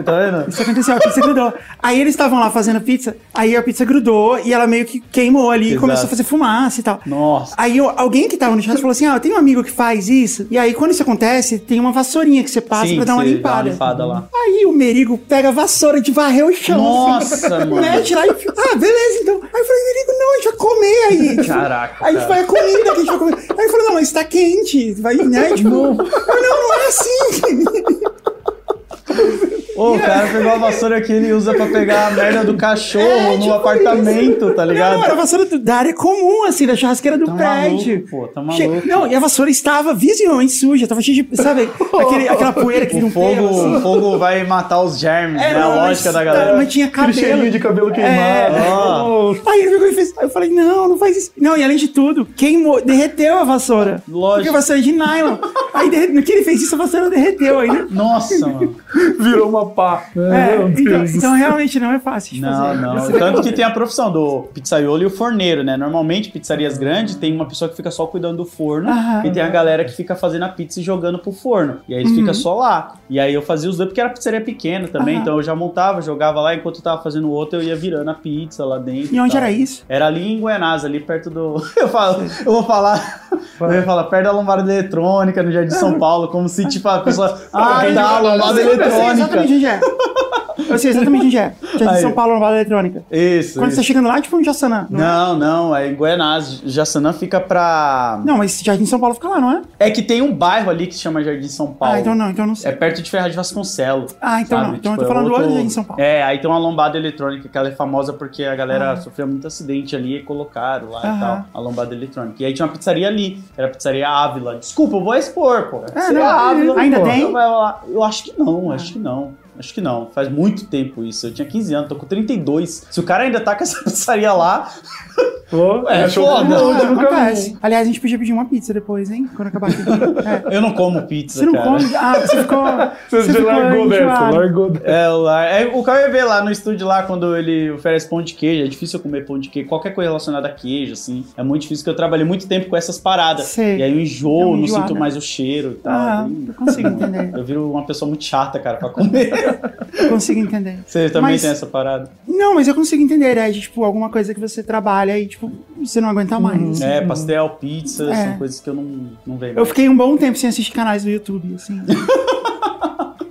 S5: tá vendo?
S1: Isso aconteceu, a pizza grudou. Aí eles estavam lá fazendo pizza, aí a pizza grudou e ela meio que queimou ali e
S5: Exato.
S1: começou a fazer fumaça e tal.
S5: Nossa.
S1: Aí eu- alguém que tava no chat falou assim: Ah, eu tenho um amigo que faz isso. E aí, quando isso acontece, tem uma vassourinha que você passa
S5: Sim,
S1: pra dar uma
S5: você dá
S1: limpada.
S5: limpada lá.
S1: Aí o Merigo pega a vassoura de varrer o chão.
S5: Nossa,
S1: assim,
S5: mano.
S1: Mete lá e. Ah, beleza, então. Aí eu falei, Merigo, não, a gente vai comer aí.
S5: Caraca.
S1: Aí a gente
S5: cara.
S1: vai a comida que a gente vai comer. Aí ele falou, não, mas tá quente. Vai, né? Tipo, eu, não, não é assim.
S5: Ô, o cara pegou a vassoura que ele usa pra pegar a merda do cachorro no apartamento, tá
S1: É,
S5: ligado?
S1: tipo Não, era a vassoura do- da área comum, assim, da churrasqueira do
S5: Tá
S1: prédio.
S5: maluco, pô, tá
S1: Che-
S5: maluco.
S1: Não, e a vassoura estava visivelmente suja, tava cheia de. Sabe, aquele- aquela poeira que vira
S5: O
S1: um pelo, assim.
S5: fogo, o fogo vai matar os germes, né? A
S1: não,
S5: lógica
S1: mas- tá,
S5: da galera.
S1: Mas tinha
S2: Aquele cheirinho
S1: cabelo.
S2: de cabelo queimado.
S1: É.
S5: Ó.
S1: Aí ele pegou e fez. Aí eu falei, não, não faz isso. Não, e além de tudo, queimou, derreteu a vassoura.
S5: Lógico.
S1: Porque a vassoura é de nylon. Aí derre- no que ele fez isso, você não derreteu ainda.
S5: Nossa, mano.
S2: Virou uma pá.
S1: É,
S2: Meu
S1: então,
S2: Deus do
S1: então
S2: céu.
S1: realmente não é fácil de
S5: Não,
S1: fazer.
S5: não.
S1: Você-
S5: Tanto que tem a profissão do pizzaiolo e o forneiro, né? Normalmente, pizzarias grandes, tem uma pessoa que fica só cuidando do forno
S1: Aham.
S5: e tem a galera que fica fazendo a pizza e jogando pro forno. E aí eles
S1: Uhum.
S5: ficam só lá. E aí eu fazia os dois porque era pizzaria pequena também,
S1: Aham.
S5: então eu já montava, jogava lá, enquanto eu tava fazendo o outro, eu ia virando a pizza lá dentro.
S1: E onde
S5: tal.
S1: era isso?
S5: Era ali em Guianás, ali perto do. Eu falo, eu vou falar. Eu ia falar, perto da lombada eletrônica, no Jardim São Paulo, como se tipo a pessoa. Ah,
S2: Alguém
S5: tá,
S2: jogou lá,
S5: lombada
S1: Eu
S2: né?
S1: sei
S5: eletrônica.
S1: exatamente onde é. Eu sei exatamente onde é. Já de
S5: Aí.
S1: São Paulo, no Vale Eletrônica.
S5: Isso.
S1: Quando
S5: isso.
S1: você tá chegando lá, é tipo um Jassanã. não é?
S5: Não, não, é em Guianás. Jaçanã fica pra.
S1: Não, mas Jardim São Paulo fica lá, não é?
S5: É que tem um bairro ali que se chama Jardim São Paulo.
S1: Ah, então não, então não
S5: É
S1: sei.
S5: perto de Ferraz de Vasconcelos.
S1: Ah, então
S5: sabe?
S1: não. Então
S5: Tipo,
S1: eu
S5: é
S1: tô falando
S5: outro-
S1: hoje em São Paulo. Ah.
S5: É, aí tem uma lombada eletrônica que ela é famosa porque a galera sofreu muito acidente ali e colocaram lá e
S1: Aham.
S5: tal, a lombada eletrônica. E aí tinha uma pizzaria ali, era a pizzaria Ávila. Desculpa, eu vou expor, pô.
S1: É,
S5: Seria
S1: não,
S5: a Ávila,
S1: ainda
S5: pô.
S1: tem? Ah.
S5: Eu, vai lá. Eu acho que não, acho que não. Acho que não, faz muito tempo isso. Eu tinha 15 anos, tô com 32. Se o cara ainda tá com essa pizzaria lá,
S2: Pô,
S5: É
S2: achou
S5: foda.
S2: que não, tipo,
S1: Ah,
S2: eu nunca
S1: acontece. Aliás, a gente podia pedir uma pizza depois, hein? Quando acabar aqui. É.
S5: eu não como pizza,
S1: Você não
S5: cara.
S1: come? Ah, você ficou.
S2: Você, já
S1: ficou
S2: largou dessa,
S1: enjoado.
S2: largou dessa.
S5: É, o lar- é, o Caio vê lá no estúdio lá quando ele oferece pão de queijo, é difícil eu comer pão de queijo, qualquer coisa relacionada a queijo, assim, é muito difícil porque eu trabalhei muito tempo com essas paradas.
S1: Sei. É
S5: E aí eu
S1: Deu
S5: enjoo,
S1: uma
S5: não
S1: enjoada.
S5: sinto mais o cheiro e tal.
S1: né? Ah,
S5: Aí-
S1: eu consigo entender.
S5: Eu viro uma pessoa muito chata, cara, pra comer.
S1: Eu consigo entender.
S5: Você também
S1: Mas-
S5: tem essa parada?
S1: Não, mas eu consigo entender, é de, tipo, alguma coisa que você trabalha e, tipo, você não aguenta mais. assim.
S5: É, pastel, pizza,
S1: É.
S5: são coisas que eu não, não vejo.
S1: Eu fiquei um bom tempo sem assistir canais do YouTube, assim.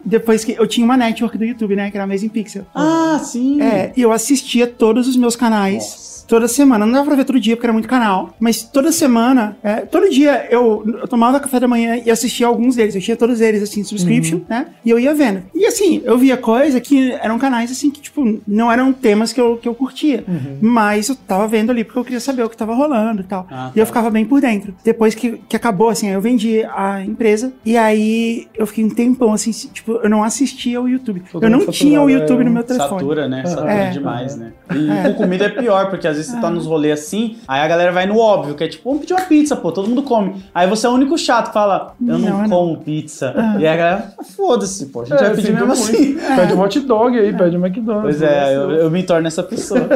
S1: Depois que eu tinha uma network do YouTube, né? Que era a Amazing Pixel.
S5: Ah, sim!
S1: É, e eu assistia todos os meus canais.
S5: Nossa.
S1: Toda semana, não dava pra ver todo dia porque era muito canal, mas toda semana, é, todo dia eu, eu tomava café da manhã e assistia alguns deles, eu tinha todos eles, assim, subscription,
S5: Uhum.
S1: né? E eu ia vendo. E assim, eu via coisa que eram canais, assim, que tipo, não eram temas que eu, que eu curtia, mas eu tava vendo ali porque eu queria saber o que tava rolando e tal.
S5: Ah,
S1: E eu
S5: tá.
S1: ficava bem por dentro. Depois que, que acabou, assim, aí eu vendi a empresa e aí eu fiquei um tempão, assim, tipo, eu não assistia o YouTube.
S2: Todo
S1: eu não
S2: mundo
S1: tinha o
S2: saturado,
S1: YouTube
S2: é,
S1: no meu telefone.
S5: Satura, né? Satura
S1: É.
S5: demais, né? E com comida é pior, porque às vezes você tá nos rolês assim, aí a galera vai no óbvio, que é tipo, vamos pedir uma pizza, pô, todo mundo come. Aí você é o único chato que fala, eu
S1: Não,
S5: não,
S1: eu não.
S5: como pizza.
S1: Ah.
S5: E aí a galera, foda-se, pô, a gente
S2: É,
S5: vai pedir
S2: sinto
S5: mesmo
S2: muito.
S5: assim.
S2: Pede um hot dog aí, pede um McDonald's.
S5: Pois é, eu,
S2: Nossa.
S5: eu me torno essa pessoa.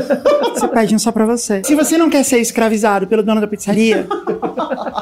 S1: Você pede um só pra você. Se você não quer ser escravizado pelo dono da pizzaria,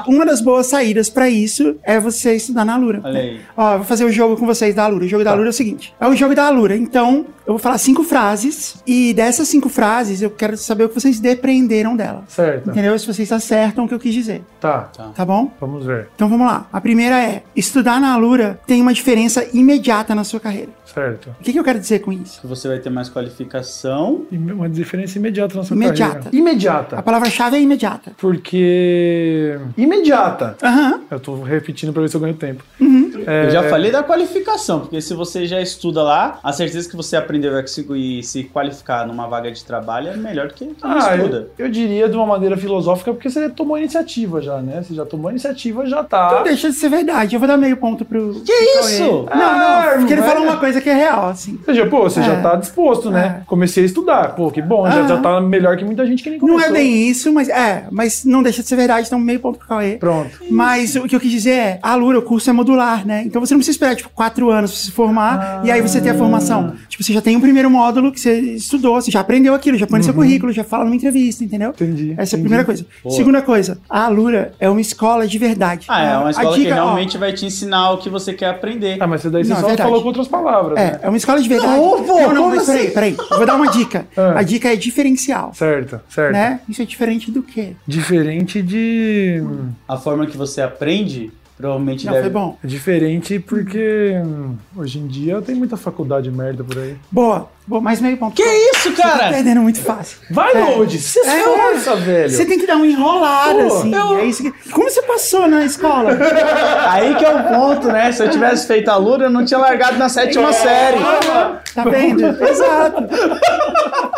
S1: uma das boas saídas pra isso é você estudar na Alura.
S5: Olha aí. Tá.
S1: Ó, eu vou fazer o jogo com vocês da Alura. O jogo da Alura é o seguinte: é o jogo da Alura. Então, eu vou falar cinco frases e dessas cinco frases eu quero saber o que vocês depreenderam dela.
S5: Tá.
S2: Certo,
S1: Entendeu? Se vocês acertam o que eu quis dizer,
S2: tá.
S1: tá bom?
S2: Vamos ver.
S1: Então vamos lá. A primeira é: estudar na Alura tem uma diferença imediata na sua carreira.
S2: Certo.
S1: O que, que eu quero dizer com isso?
S5: Que você vai ter mais qualificação.
S2: E Uma diferença imediata na sua
S1: Imediata.
S2: carreira. Imediata.
S1: A palavra-chave é imediata.
S2: Porque. Imediata.
S1: Aham.
S2: Eu tô repetindo pra ver se eu ganho tempo.
S5: Eu já falei da qualificação, porque se você já estuda lá, a certeza que você aprendeu a se, se qualificar numa vaga de trabalho é melhor do que quem não
S2: Ah,
S5: estuda.
S2: eu, eu diria de uma maneira filosófica, porque você tomou a iniciativa já, né? Você já tomou a iniciativa, já tá.
S1: Não Então deixa de ser verdade. Eu vou dar meio ponto pro.
S5: Que isso?
S1: Não, não, porque ele
S2: vai-
S1: falou uma coisa que é real, assim.
S2: Ou seja, pô, você
S1: É.
S2: já tá disposto, né? Comecei a estudar. Pô, que bom, já,
S1: Ah.
S2: já tá melhor que muita gente que nem
S1: Não
S2: começou.
S1: é bem isso, mas é, mas não deixa de ser verdade, então meio ponto pro Cauê.
S2: Pronto.
S1: Mas o que eu quis dizer é, a Lura, o curso é modular, né? Então você não precisa esperar, tipo, quatro anos pra se formar e aí você ter a formação. Tipo, você já tem um primeiro módulo que você estudou, você já aprendeu aquilo, já põe no seu currículo, já fala numa entrevista, entendeu?
S2: Entendi.
S1: Essa é a
S2: entendi.
S1: primeira coisa.
S5: Boa.
S1: Segunda coisa, a Alura é uma escola de verdade.
S5: Ah, é uma
S1: A
S5: escola que
S1: dica, ó,
S5: realmente vai te ensinar o que você quer aprender.
S2: Ah, mas você daí você
S1: Não, é
S2: só
S1: verdade.
S2: falou com outras palavras, né?
S1: É, é uma escola de verdade.
S5: Não, pô,
S1: não, não
S5: como
S1: mas peraí,
S5: assim?
S1: peraí. Eu Vou dar uma dica.
S2: Ah.
S1: A dica é diferencial.
S2: Certo, certo.
S1: Né? Isso é diferente do quê?
S2: Diferente de.
S5: A forma que você aprende provavelmente
S1: Não,
S5: deve.
S1: foi bom.
S2: é Diferente porque hum, hoje em dia tem muita faculdade merda por aí.
S1: Boa. Boa, mais meio ponto.
S5: Que isso,
S1: Tá
S5: cara?
S1: perdendo muito fácil.
S2: Vai,
S1: É.
S2: Load! Se
S1: É.
S2: esforça, velho!
S1: Você tem que dar uma enrolada,
S2: Pô,
S1: assim.
S5: eu-
S1: É isso que... Como você passou na escola?
S5: Aí que é o ponto, né? Se eu tivesse feito a Lura, eu não tinha largado na
S1: É.
S5: sétima É série.
S1: tá vendo? Exato.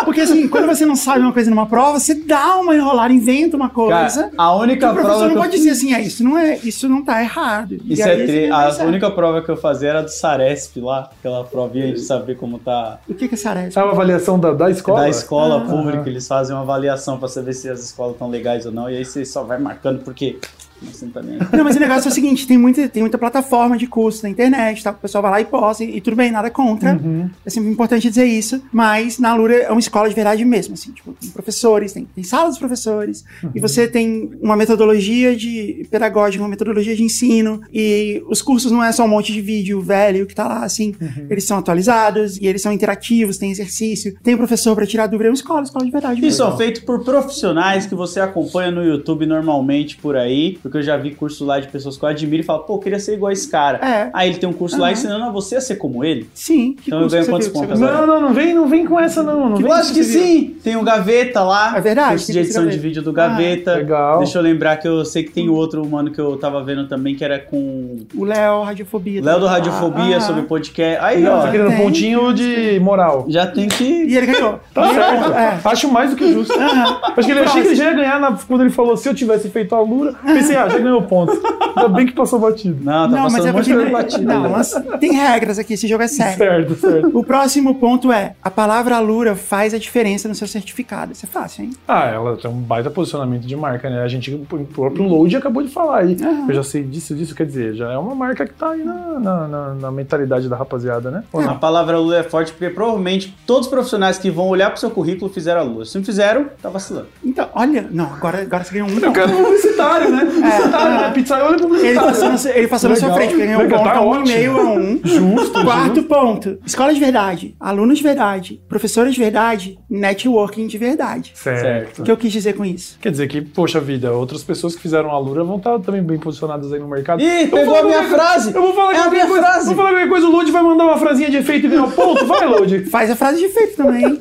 S1: Porque assim, quando você não sabe uma coisa numa prova, você dá uma enrolada, inventa uma coisa.
S5: Cara, a única
S1: o professor
S5: prova
S1: não
S5: que eu
S1: pode dizer assim, é isso, não é, isso não tá errado. E
S5: Isso
S1: aí
S5: é
S1: você
S5: tri...
S1: não
S5: A
S1: pensa,
S5: única prova que eu fazia era do Saresp lá, aquela provinha de saber como tá
S1: O que que é Sarés?
S2: É uma avaliação da, da escola?
S5: da
S1: Ah.
S5: escola pública, eles fazem uma avaliação pra saber se as escolas estão legais ou não, e aí você só vai marcando porque Você não tá nem aí.
S1: Não, mas o negócio é o seguinte: tem muita, tem muita plataforma de curso na internet, tá? o pessoal vai lá e posta, e, e tudo bem, nada contra.
S5: Uhum.
S1: É sempre importante dizer isso. Mas na Lura é uma escola de verdade mesmo, assim, tipo, tem professores, tem, tem sala dos professores,
S5: Uhum.
S1: e você tem uma metodologia de pedagógica, uma metodologia de ensino, e os cursos não é só um monte de vídeo velho que tá lá, assim,
S5: Uhum.
S1: eles são atualizados e eles são interativos, tem exercício, tem professor pra tirar dúvida, é uma escola, escola de verdade.
S5: E
S1: mesmo.
S5: são feitos é um por profissionais que você acompanha no YouTube normalmente por aí, porque eu já vi curso lá de pessoas que eu admiro e falo, pô, eu queria ser igual a esse cara.
S1: É.
S5: Aí ele tem um curso
S1: Aham.
S5: lá ensinando a você a ser como ele.
S1: Sim. que
S5: Então eu
S1: curso
S5: ganho
S1: que você
S5: quantos
S1: viu, que você
S5: pontos
S1: viu?
S5: agora?
S2: Não, não, não vem, não vem com essa, não. não vem
S5: eu acho
S2: com
S5: que
S2: essa ideia.
S5: sim! Tem o Gaveta lá.
S1: É verdade,
S5: Curso de
S1: tem Ah,
S5: edição
S1: esse
S5: de
S1: Gaveta.
S5: vídeo do Gaveta.
S2: Legal.
S5: Deixa eu lembrar que eu sei que tem outro, mano, que eu tava vendo também, que era com
S1: O Léo, Radiofobia.
S5: Léo do Radiofobia
S1: Ah,
S5: sobre podcast. Aí,
S2: Não, tá
S5: ó,
S2: querendo
S1: Tem.
S2: pontinho de moral.
S5: já tem que.
S1: E ele ganhou.
S2: Tá
S1: E ele-
S2: certo.
S1: É.
S2: Acho mais do que justo. Acho que ele achei que ele já ia ganhar na- quando ele falou se eu tivesse feito a Lura. Pensei, ah, já ganhou ponto. Ainda bem que passou batido.
S5: Não, tá
S1: não, mas
S5: passando
S1: é
S5: um monte
S1: porque...
S5: de coisa batida.
S1: Não, mas tem regras aqui, esse jogo é sério.
S2: Certo, certo.
S1: O próximo ponto é, a palavra Alura faz a diferença no seu certificado. Isso é fácil, hein?
S2: Ah, ela tem um baita posicionamento de marca, né? A gente, o próprio Load acabou de falar aí. Eu já sei disso, disso, quer dizer, já é uma marca que tá aí na, na, na- na mentalidade da rapaziada, né? Ou
S5: A
S2: não?
S5: palavra Lula é forte porque provavelmente todos os profissionais que vão olhar pro seu currículo fizeram a Lula. Se não fizeram, tá vacilando.
S1: Então, olha... Não, agora, agora você ganhou um.
S2: O cara é publicitário, né? Publicitário, né? Pizzaiolo é
S1: Ele
S2: publicitário.
S1: passou, na, ele passou na sua
S2: Legal.
S1: frente, porque ganhou um
S2: Legal,
S1: ponto,
S2: tá
S1: a um e
S2: ótimo.
S1: meio a um.
S2: Justo,
S1: Quarto ponto. Escola de verdade, alunos de verdade, professores de verdade, networking de verdade.
S2: Certo.
S1: O que eu quis dizer com isso?
S2: Quer dizer que, poxa vida, outras pessoas que fizeram a Lura vão estar também bem posicionadas aí no mercado.
S5: Ih,
S2: Eu vou
S5: pegou
S2: falar
S5: a minha
S2: qualquer-
S5: frase!
S2: Eu vou falar
S5: é a
S2: qualquer
S5: minha
S2: coisa-
S5: frase!
S2: Vou falar qualquer coisa, o Load vai mandar uma frasinha de efeito e ganhar um ponto. Vai, Load.
S1: Faz a frase de efeito também. hein?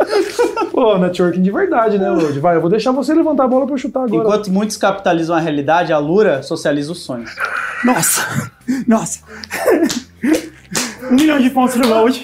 S2: Pô, networking de verdade, né, Load? Vai, eu vou deixar você levantar a bola pra eu chutar agora.
S5: Enquanto muitos capitalizam a realidade, a Lura socializa os sonhos.
S1: Nossa! Nossa! um milhão de pontos pro Load.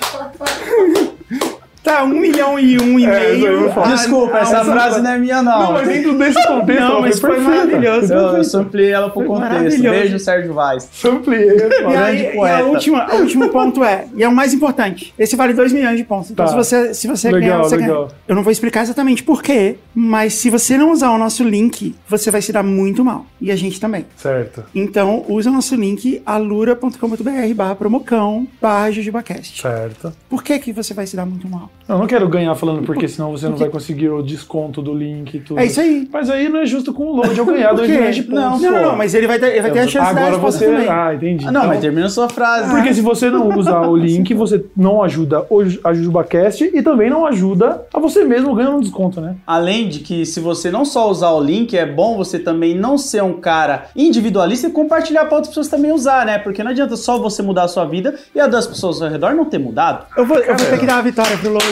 S1: Tá, um milhão e um e
S2: É, isso aí eu
S1: meio.
S2: vou falar.
S1: Ah,
S5: Desculpa, essa
S1: ah,
S5: frase não é minha, não.
S2: Não, mas dentro desse contexto,
S1: Não,
S2: ela
S1: mas foi
S2: perfeita. é
S1: maravilhoso.
S5: eu, eu sampliei ela pro contexto.
S1: Maravilhoso.
S5: Beijo, Sérgio Vaz.
S2: Eu Ampliei.
S1: E,
S5: Grande
S1: aí, e a
S5: poeta.
S1: última, o último ponto é, e é o mais importante, esse vale 2 milhões de pontos. Então
S2: Tá.
S1: se você, se você
S2: Legal,
S1: ganhar, você
S2: legal.
S1: ganha. Eu não vou explicar exatamente por quê, mas se você não usar o nosso link, você vai se dar muito mal. E a gente também.
S2: Certo,
S1: Então, usa o nosso link alura.com.br barra promocão barra jujubacast.
S2: certo.
S1: Por que que você vai se dar muito mal?
S2: Eu não quero ganhar falando porque senão você não vai conseguir o desconto do link e tudo.
S1: É isso aí.
S2: Mas aí não é justo com o Load eu
S1: Por
S2: ganhar Tá dois
S1: quê?
S2: milhões de pontos.
S1: não, não, não, mas ele vai ter, ele vai ter a chance da
S2: Agora
S1: resposta
S2: você.
S1: também.
S2: Ah, entendi.
S5: Ah, não,
S2: Então-
S5: mas termina sua frase.
S2: Porque se você não usar o link, você não ajuda o Ju- a JujubaCast e também não ajuda a você mesmo ganhando um desconto, né?
S5: Além de que, se você não só usar o link, é bom você também não ser um cara individualista e compartilhar para outras pessoas também usar, né? Porque não adianta só você mudar a sua vida e a das pessoas ao redor não ter mudado.
S1: Eu vou, eu vou ter que dar a vitória pro Load.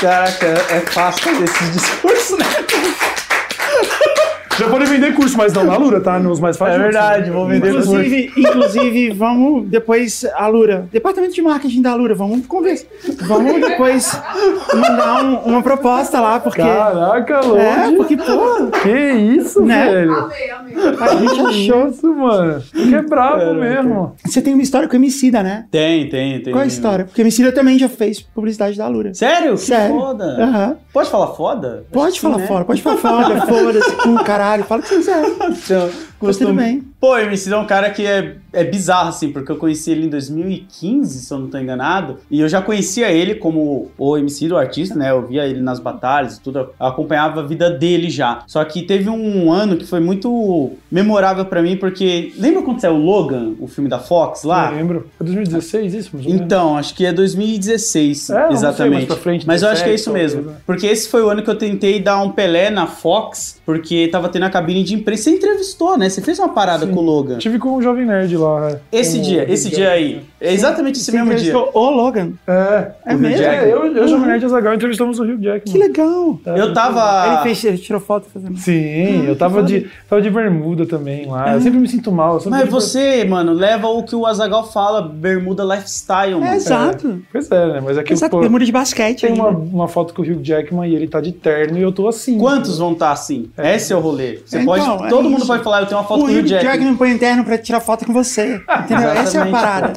S5: Caraca, é fácil fazer esses discursos, né?
S2: Já pode vender curso, mas não na Lura, tá? Nos mais assim,
S5: É
S2: fáceis.
S5: verdade, vou vender curso.
S1: Inclusive, inclusive, vamos depois, a Lura, departamento de marketing da Lura, vamos conversar. Vamos depois mandar um- uma proposta lá, porque.
S2: Caraca,
S1: É,
S2: Load.
S1: porque, pô,
S2: Que isso,
S1: Né?
S2: velho?
S3: Amei, amei.
S1: a gente achou.
S2: Isso, mano. Que é brabo mesmo.
S1: Você tem uma história com o Emicida, né?
S5: Tem, tem, tem.
S1: Qual é a história? Porque o Emicida também já fez publicidade da Lura.
S5: Sério? Que
S1: Sério.
S2: É.
S5: foda.
S1: Aham.
S5: Pode falar foda?
S1: Pode falar fora, pode falar fora, né? foda-se, cu, caralho, fala o que você quiser.
S5: Então,
S1: Mas tudo
S5: costumo...
S1: bem.
S5: Pô, o MC é um cara que é, é bizarro, assim, porque eu conheci ele em 2015, se eu não tô enganado, e eu já conhecia ele como o MC do artista, né? Eu via ele nas batalhas e tudo, eu acompanhava a vida dele já. Só que teve um ano que foi muito memorável pra mim, porque lembra quando saiu o Logan, o filme da Fox lá?
S2: Não lembro. É 2016 isso? mais ou menos?
S5: Então, acho que é 2016,
S2: É, não sei, mais
S5: exatamente.
S2: pra frente,
S5: Mas eu acho que é isso
S2: 17,
S5: mesmo.
S2: talvez, né?
S5: Porque esse foi o ano que eu tentei dar um Pelé na Fox, porque tava tendo a cabine de imprensa. Você entrevistou, né? Você fez uma parada
S2: Sim.
S5: com o Logan.
S2: Tive com um Jovem Nerd lá.
S5: Esse
S2: Com o
S5: dia, esse
S2: Jovem
S5: dia
S2: Nerd.
S5: aí. É exatamente esse
S1: Você
S5: mesmo dia.
S1: entrevistou O Logan.
S2: É.
S1: É
S5: O Hugh
S1: mesmo?
S5: Jackman.
S2: É, eu, eu Jovem Nerd e Azaghal entrevistamos o Rio Jack. É,
S1: Que legal.
S5: Eu
S1: Ele
S5: tava.
S1: fez, ele tirou foto fazendo. Ah,
S2: Sim, eu tava de, tava de bermuda também lá. Eu sempre me sinto mal. eu sempre
S5: Mas
S2: fico-
S5: você, mano, leva o que o Azagal fala, bermuda lifestyle,
S1: É,
S5: mano.
S1: exato.
S2: Pois é, né? Mas aqui
S1: Exato,
S2: pô,
S1: bermuda de basquete.
S2: tem uma,
S1: ainda.
S2: uma foto com o Hugh Jackman e ele tá de terno e eu tô assim.
S5: Quantos vão estar assim? Esse é o rolê. Você
S1: Então,
S5: pode.
S1: é
S5: todo mundo
S1: isso.
S5: pode falar, eu tenho uma foto
S1: o
S5: com o
S1: Hugh
S5: Jack.
S1: Jackman põe o terno pra tirar foto com você. Entendeu? Essa é a
S5: Exatamente.
S1: parada.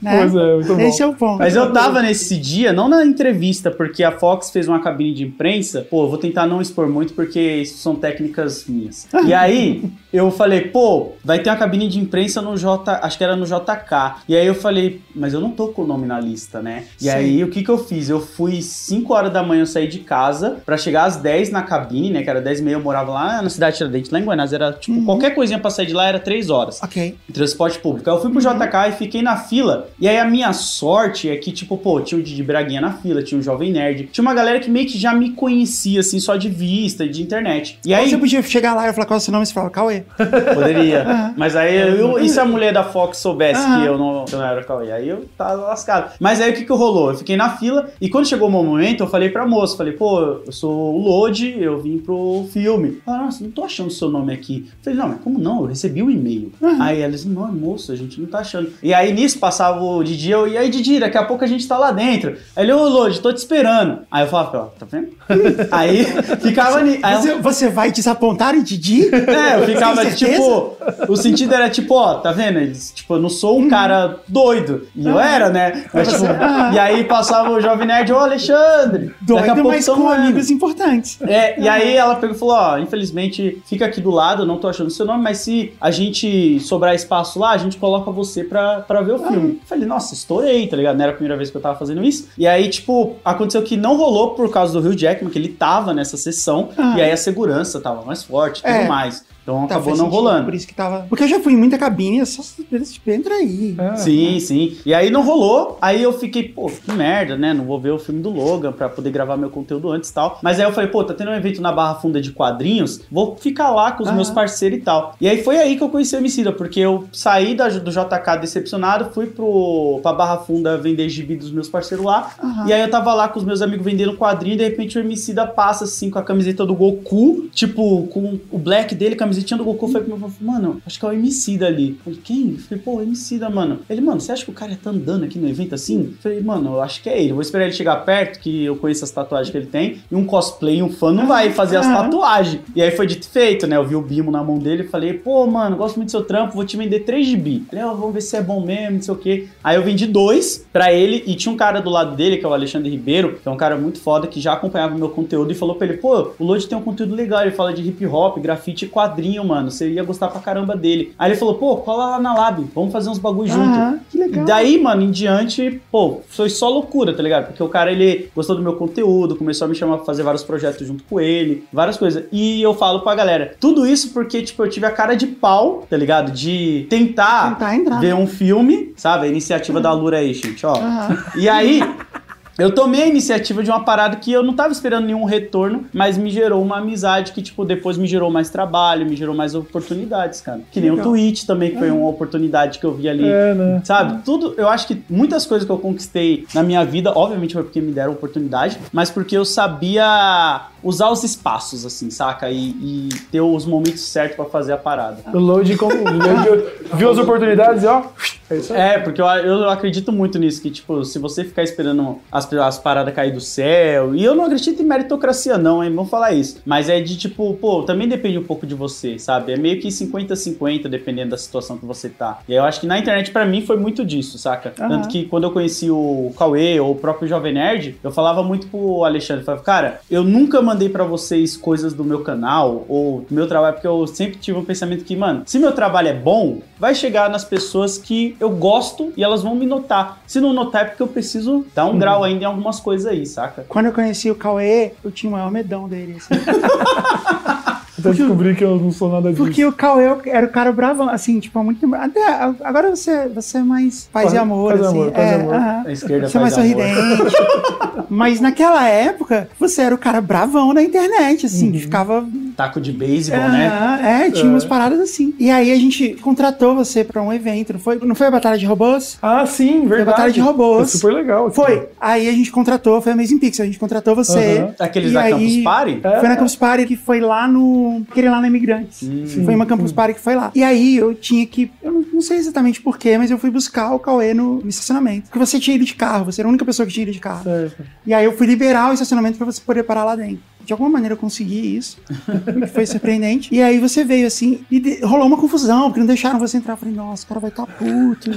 S1: né?
S2: Pois é, muito bom.
S1: Esse é o ponto.
S5: Mas eu tava nesse dia, não na entrevista, porque a Fox fez uma cabine de imprensa. Pô, eu vou tentar não expor muito, porque isso são técnicas minhas. E aí, eu falei, pô, vai ter uma cabine de imprensa no J. Acho que era no JK. E aí eu falei, mas eu não tô com o nome na lista, né? E
S1: Sim.
S5: aí, o que que eu fiz? Eu fui 5 horas da manhã, eu saí de casa pra chegar às 10 na cabine, né? Que era 10 e meia, eu morava lá na cidade de Tiradentes, lá em Guanás. Era, tipo,
S1: Uhum.
S5: qualquer coisinha pra sair de lá era 3 horas
S1: Ok.
S5: em transporte público. Aí eu fui pro JK e fiquei na fila. E aí a minha sorte é que, tipo, pô, tinha o Didi Braguinha na fila, tinha o Jovem Nerd, tinha uma galera que meio que já me conhecia, assim, só de vista e de internet. E
S1: Ou
S5: aí
S1: você podia chegar lá e falar qual é o seu nome e você fala, Cauê.
S5: poderia. Mas aí, eu, e se a mulher da Fox soubesse
S1: Aham.
S5: que eu não, que eu não era Cauê? Aí eu tava lascado. Mas aí o que que rolou? Eu fiquei na fila e quando chegou o meu momento, eu falei pra moça, falei, pô, eu sou o Lodi, eu vim pro filme. Ela, nossa, não tô achando o seu nome aqui. Eu falei, não, mas como não? Eu recebi o e-mail. Aí ela disse, não, é moça, a gente não tá achando. E aí nisso passava o Didi, eu, e aí Didi, daqui a pouco a gente tá lá dentro. Aí ele, ô Lodi, tô te esperando. Aí eu falava, ó, tá vendo? aí ficava... ni- Aí ela-
S1: Você, você vai desapontar o Didi?
S5: é, eu ficava
S1: Tem certeza? Uhum.
S5: tipo. O sentido era tipo, ó, tá vendo? Eles, tipo, eu não sou um cara doido. E eu era, né? Mas, tipo, e aí passava o Jovem Nerd, ô Alexandre! daqui a
S1: Doido,
S5: pouco
S1: mas
S5: tamo
S1: com
S5: indo."
S1: amigos importantes.
S5: É, e aí ela pegou e falou: ó, infelizmente fica aqui do lado, eu não tô achando seu nome, mas se a gente sobrar espaço lá, a gente coloca você pra, pra ver o filme. Falei, nossa, estourei, tá ligado? Não era a primeira vez que eu tava fazendo isso. E aí, tipo, aconteceu que não rolou por causa do Rio Jackman, que ele tava nessa sessão,
S1: Ah.
S5: e aí a segurança tava mais forte e tudo
S1: É.
S5: mais. Então
S1: Tá,
S5: acabou
S1: faz
S5: não
S1: sentido,
S5: rolando.
S1: Por isso que tava. Porque eu já fui em muita cabine, é só eles tipo, entra aí.
S2: É.
S5: Sim, sim. E aí não rolou. Aí eu fiquei, pô, que merda, né? Não vou ver o filme do Logan pra poder gravar meu conteúdo antes e tal. Mas aí eu falei, pô, tá tendo um evento na Barra Funda de quadrinhos, vou ficar lá com os
S1: Aham.
S5: meus parceiros e tal. E aí foi aí que eu conheci o Emicida, porque eu saí da- do JK decepcionado, fui pro, pra Barra Funda vender gibi dos meus parceiros lá.
S1: Aham.
S5: E aí eu tava lá com os meus amigos vendendo quadrinho, e de repente o Emicida passa assim com a camiseta do Goku, tipo, com o black dele, camisetinha do Goku. Eu falei pro meu irmão, mano, acho que é o Emicida ali. Eu falei, quem? Eu falei, pô, o Emicida, mano. Ele, mano, você acha que o cara tá andando aqui no evento assim? Eu falei, mano, eu acho que é ele. Eu Vou esperar ele chegar perto, que eu conheço as tatuagens que ele tem. E um cosplay, um fã, não vai fazer as
S1: Aham.
S5: tatuagens. E aí foi dito e feito, né? Eu vi o Bimo na mão dele e falei, pô, mano, gosto muito do seu trampo, vou te vender 3 gibi. Falei, ó, vamos ver se é bom mesmo, não sei o quê. Aí eu vendi dois pra ele e tinha um cara do lado dele, que é o Alexandre Ribeiro, que é um cara muito foda, que já acompanhava o meu conteúdo e falou pra ele, pô, o Lodi tem um conteúdo legal, ele fala de hip hop, grafite e quadrinho, mano, você ia gostar pra caramba dele. Aí ele falou, pô, cola lá na Lab, vamos fazer uns bagulho junto.
S1: Aham, que legal.
S5: E daí, mano, em diante, pô, foi só loucura, tá ligado? Porque o cara, ele gostou do meu conteúdo, começou a me chamar pra fazer vários projetos junto com ele, várias coisas. E eu falo pra galera, tudo isso porque, tipo, eu tive a cara de pau, tá ligado? De tentar,
S1: Tentar Ah. entrar. né?
S5: ver um filme, sabe? A iniciativa da Lura aí, gente, ó.
S1: Aham.
S5: E aí, eu tomei a iniciativa de uma parada que eu não tava esperando nenhum retorno, mas me gerou uma amizade que, tipo, depois me gerou mais trabalho, me gerou mais oportunidades, cara. Que nem
S1: Legal. Ah.
S5: o Twitch também, que foi uma oportunidade que eu vi ali.
S2: É, né?
S5: Sabe? Tudo, eu acho que muitas coisas que eu conquistei na minha vida, obviamente foi porque me deram oportunidade, mas porque eu sabia usar os espaços, assim, saca? E, e ter os momentos certos pra fazer a parada.
S2: O Load, como, o Load viu as oportunidades e ó. É isso aí.
S5: É, porque eu, eu acredito muito nisso, que, tipo, se você ficar esperando as, as paradas cair do céu, e eu não acredito em meritocracia, não, hein? Vamos falar isso. Mas é de tipo, pô, também depende um pouco de você, sabe? É meio que 50-50, dependendo da situação que você tá. E eu acho que na internet, pra mim, foi muito disso, saca?
S1: Aham.
S5: Tanto que quando eu conheci o Cauê ou o próprio Jovem Nerd, eu falava muito pro Alexandre, eu falava, cara, eu nunca mandei pra vocês coisas do meu canal ou do meu trabalho, porque eu sempre tive um pensamento que, mano, se meu trabalho é bom, vai chegar nas pessoas que eu gosto e elas vão me notar. Se não notar é porque eu preciso dar
S1: Uhum.
S5: um grau ainda em algumas coisas aí, saca?
S1: Quando eu conheci o Cauê, eu tinha o maior medão dele. assim.
S2: Até descobri que eu não sou nada disso.
S1: Porque o Cauê era o cara bravão, assim, tipo, há muito tempo. Até agora você, você é mais paz e
S2: Faz-
S1: amor,
S2: faz
S1: assim.
S2: amor, paz e
S1: é,
S2: amor.
S1: aham.
S5: A esquerda
S1: Você é mais
S5: faz amor.
S1: sorridente. Mas naquela época, você era o cara bravão na internet, assim, que ficava
S5: Taco de beisebol, né?
S1: Ah, É, tinha
S2: É.
S1: umas paradas assim. E aí a gente contratou você pra um evento, não foi? Não foi a Batalha de Robôs?
S2: Ah, sim,
S1: Foi a
S2: verdade.
S1: Batalha de
S2: Foi
S1: Robôs.
S2: super legal. assim.
S1: Foi. Aí a gente contratou, foi a Amazing Pixel, a gente contratou você.
S2: Aham.
S5: Aqueles
S1: E
S5: da
S1: aí-
S5: Campus Party?
S2: É.
S1: Foi na Campus Party que foi lá no. Aquele lá no Imigrantes.
S5: Hum.
S2: Sim,
S1: foi uma
S2: sim.
S1: Campus Party que foi lá. E aí eu tinha que. Eu não, não sei exatamente porquê, mas eu fui buscar o Cauê no, no estacionamento. Porque você tinha ido de carro, você era a única pessoa que tinha ido de carro.
S2: Certo.
S1: E aí eu fui liberar o estacionamento pra você poder parar lá dentro. De alguma maneira eu consegui isso, o que foi surpreendente. E aí você veio assim, e de- rolou uma confusão, porque não deixaram você entrar. tá Eu falei, nossa, o cara vai estar puto.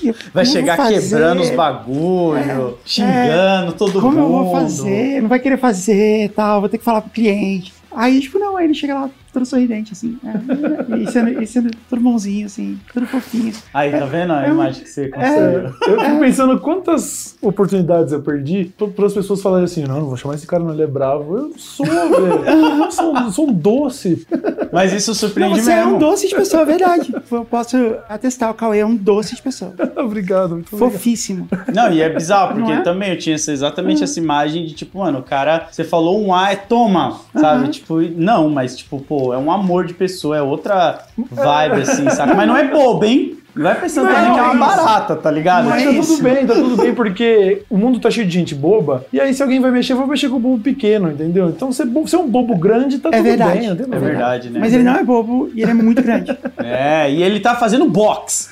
S1: eu
S5: Vai
S1: como
S5: chegar
S1: fazer? É.
S5: quebrando os bagulho, xingando todo
S1: Como
S5: mundo.
S1: eu vou fazer? Não vai querer fazer tal, vou ter que falar pro cliente. Aí, tipo, não, aí ele chega lá todo sorridente, assim. é, e, sendo, e sendo todo bonzinho, assim, todo fofinho.
S5: Aí, tá vendo a
S1: É,
S5: imagem que você conseguiu?
S2: Eu fico pensando quantas oportunidades eu perdi para as pessoas falarem assim: não, não vou chamar esse cara, não, ele é bravo. Eu sou, velho. Eu sou, sou um doce.
S5: Mas isso surpreende
S1: Não, você é
S5: mesmo.
S1: um doce de pessoa, é verdade. Eu posso atestar, o Cauê é um doce de pessoa.
S2: obrigado, muito obrigado.
S1: Fofíssimo.
S5: Não, e é bizarro, porque
S1: Não é?
S5: também eu tinha essa- exatamente essa imagem de tipo, mano, o cara, você falou um A, é toma, sabe? Tipo, não, mas tipo, pô, é um amor de pessoa, é outra vibe assim, sabe? Mas não é bobo, hein? Não vai pensando
S2: Não,
S5: também que é uma
S2: é isso.
S5: barata, tá ligado?
S1: Não
S2: Mas
S1: é
S2: tá
S1: isso.
S2: tudo bem, tá tudo bem, porque o mundo tá cheio de gente boba, e aí se alguém vai mexer, vai mexer com o bobo pequeno, entendeu? Então ser, bo- ser um bobo grande tá
S1: É
S2: tudo
S1: verdade.
S2: bem, não tem
S5: É
S2: problema.
S5: verdade, né?
S1: Mas ele não é bobo e ele é muito grande.
S5: É, e ele tá fazendo box.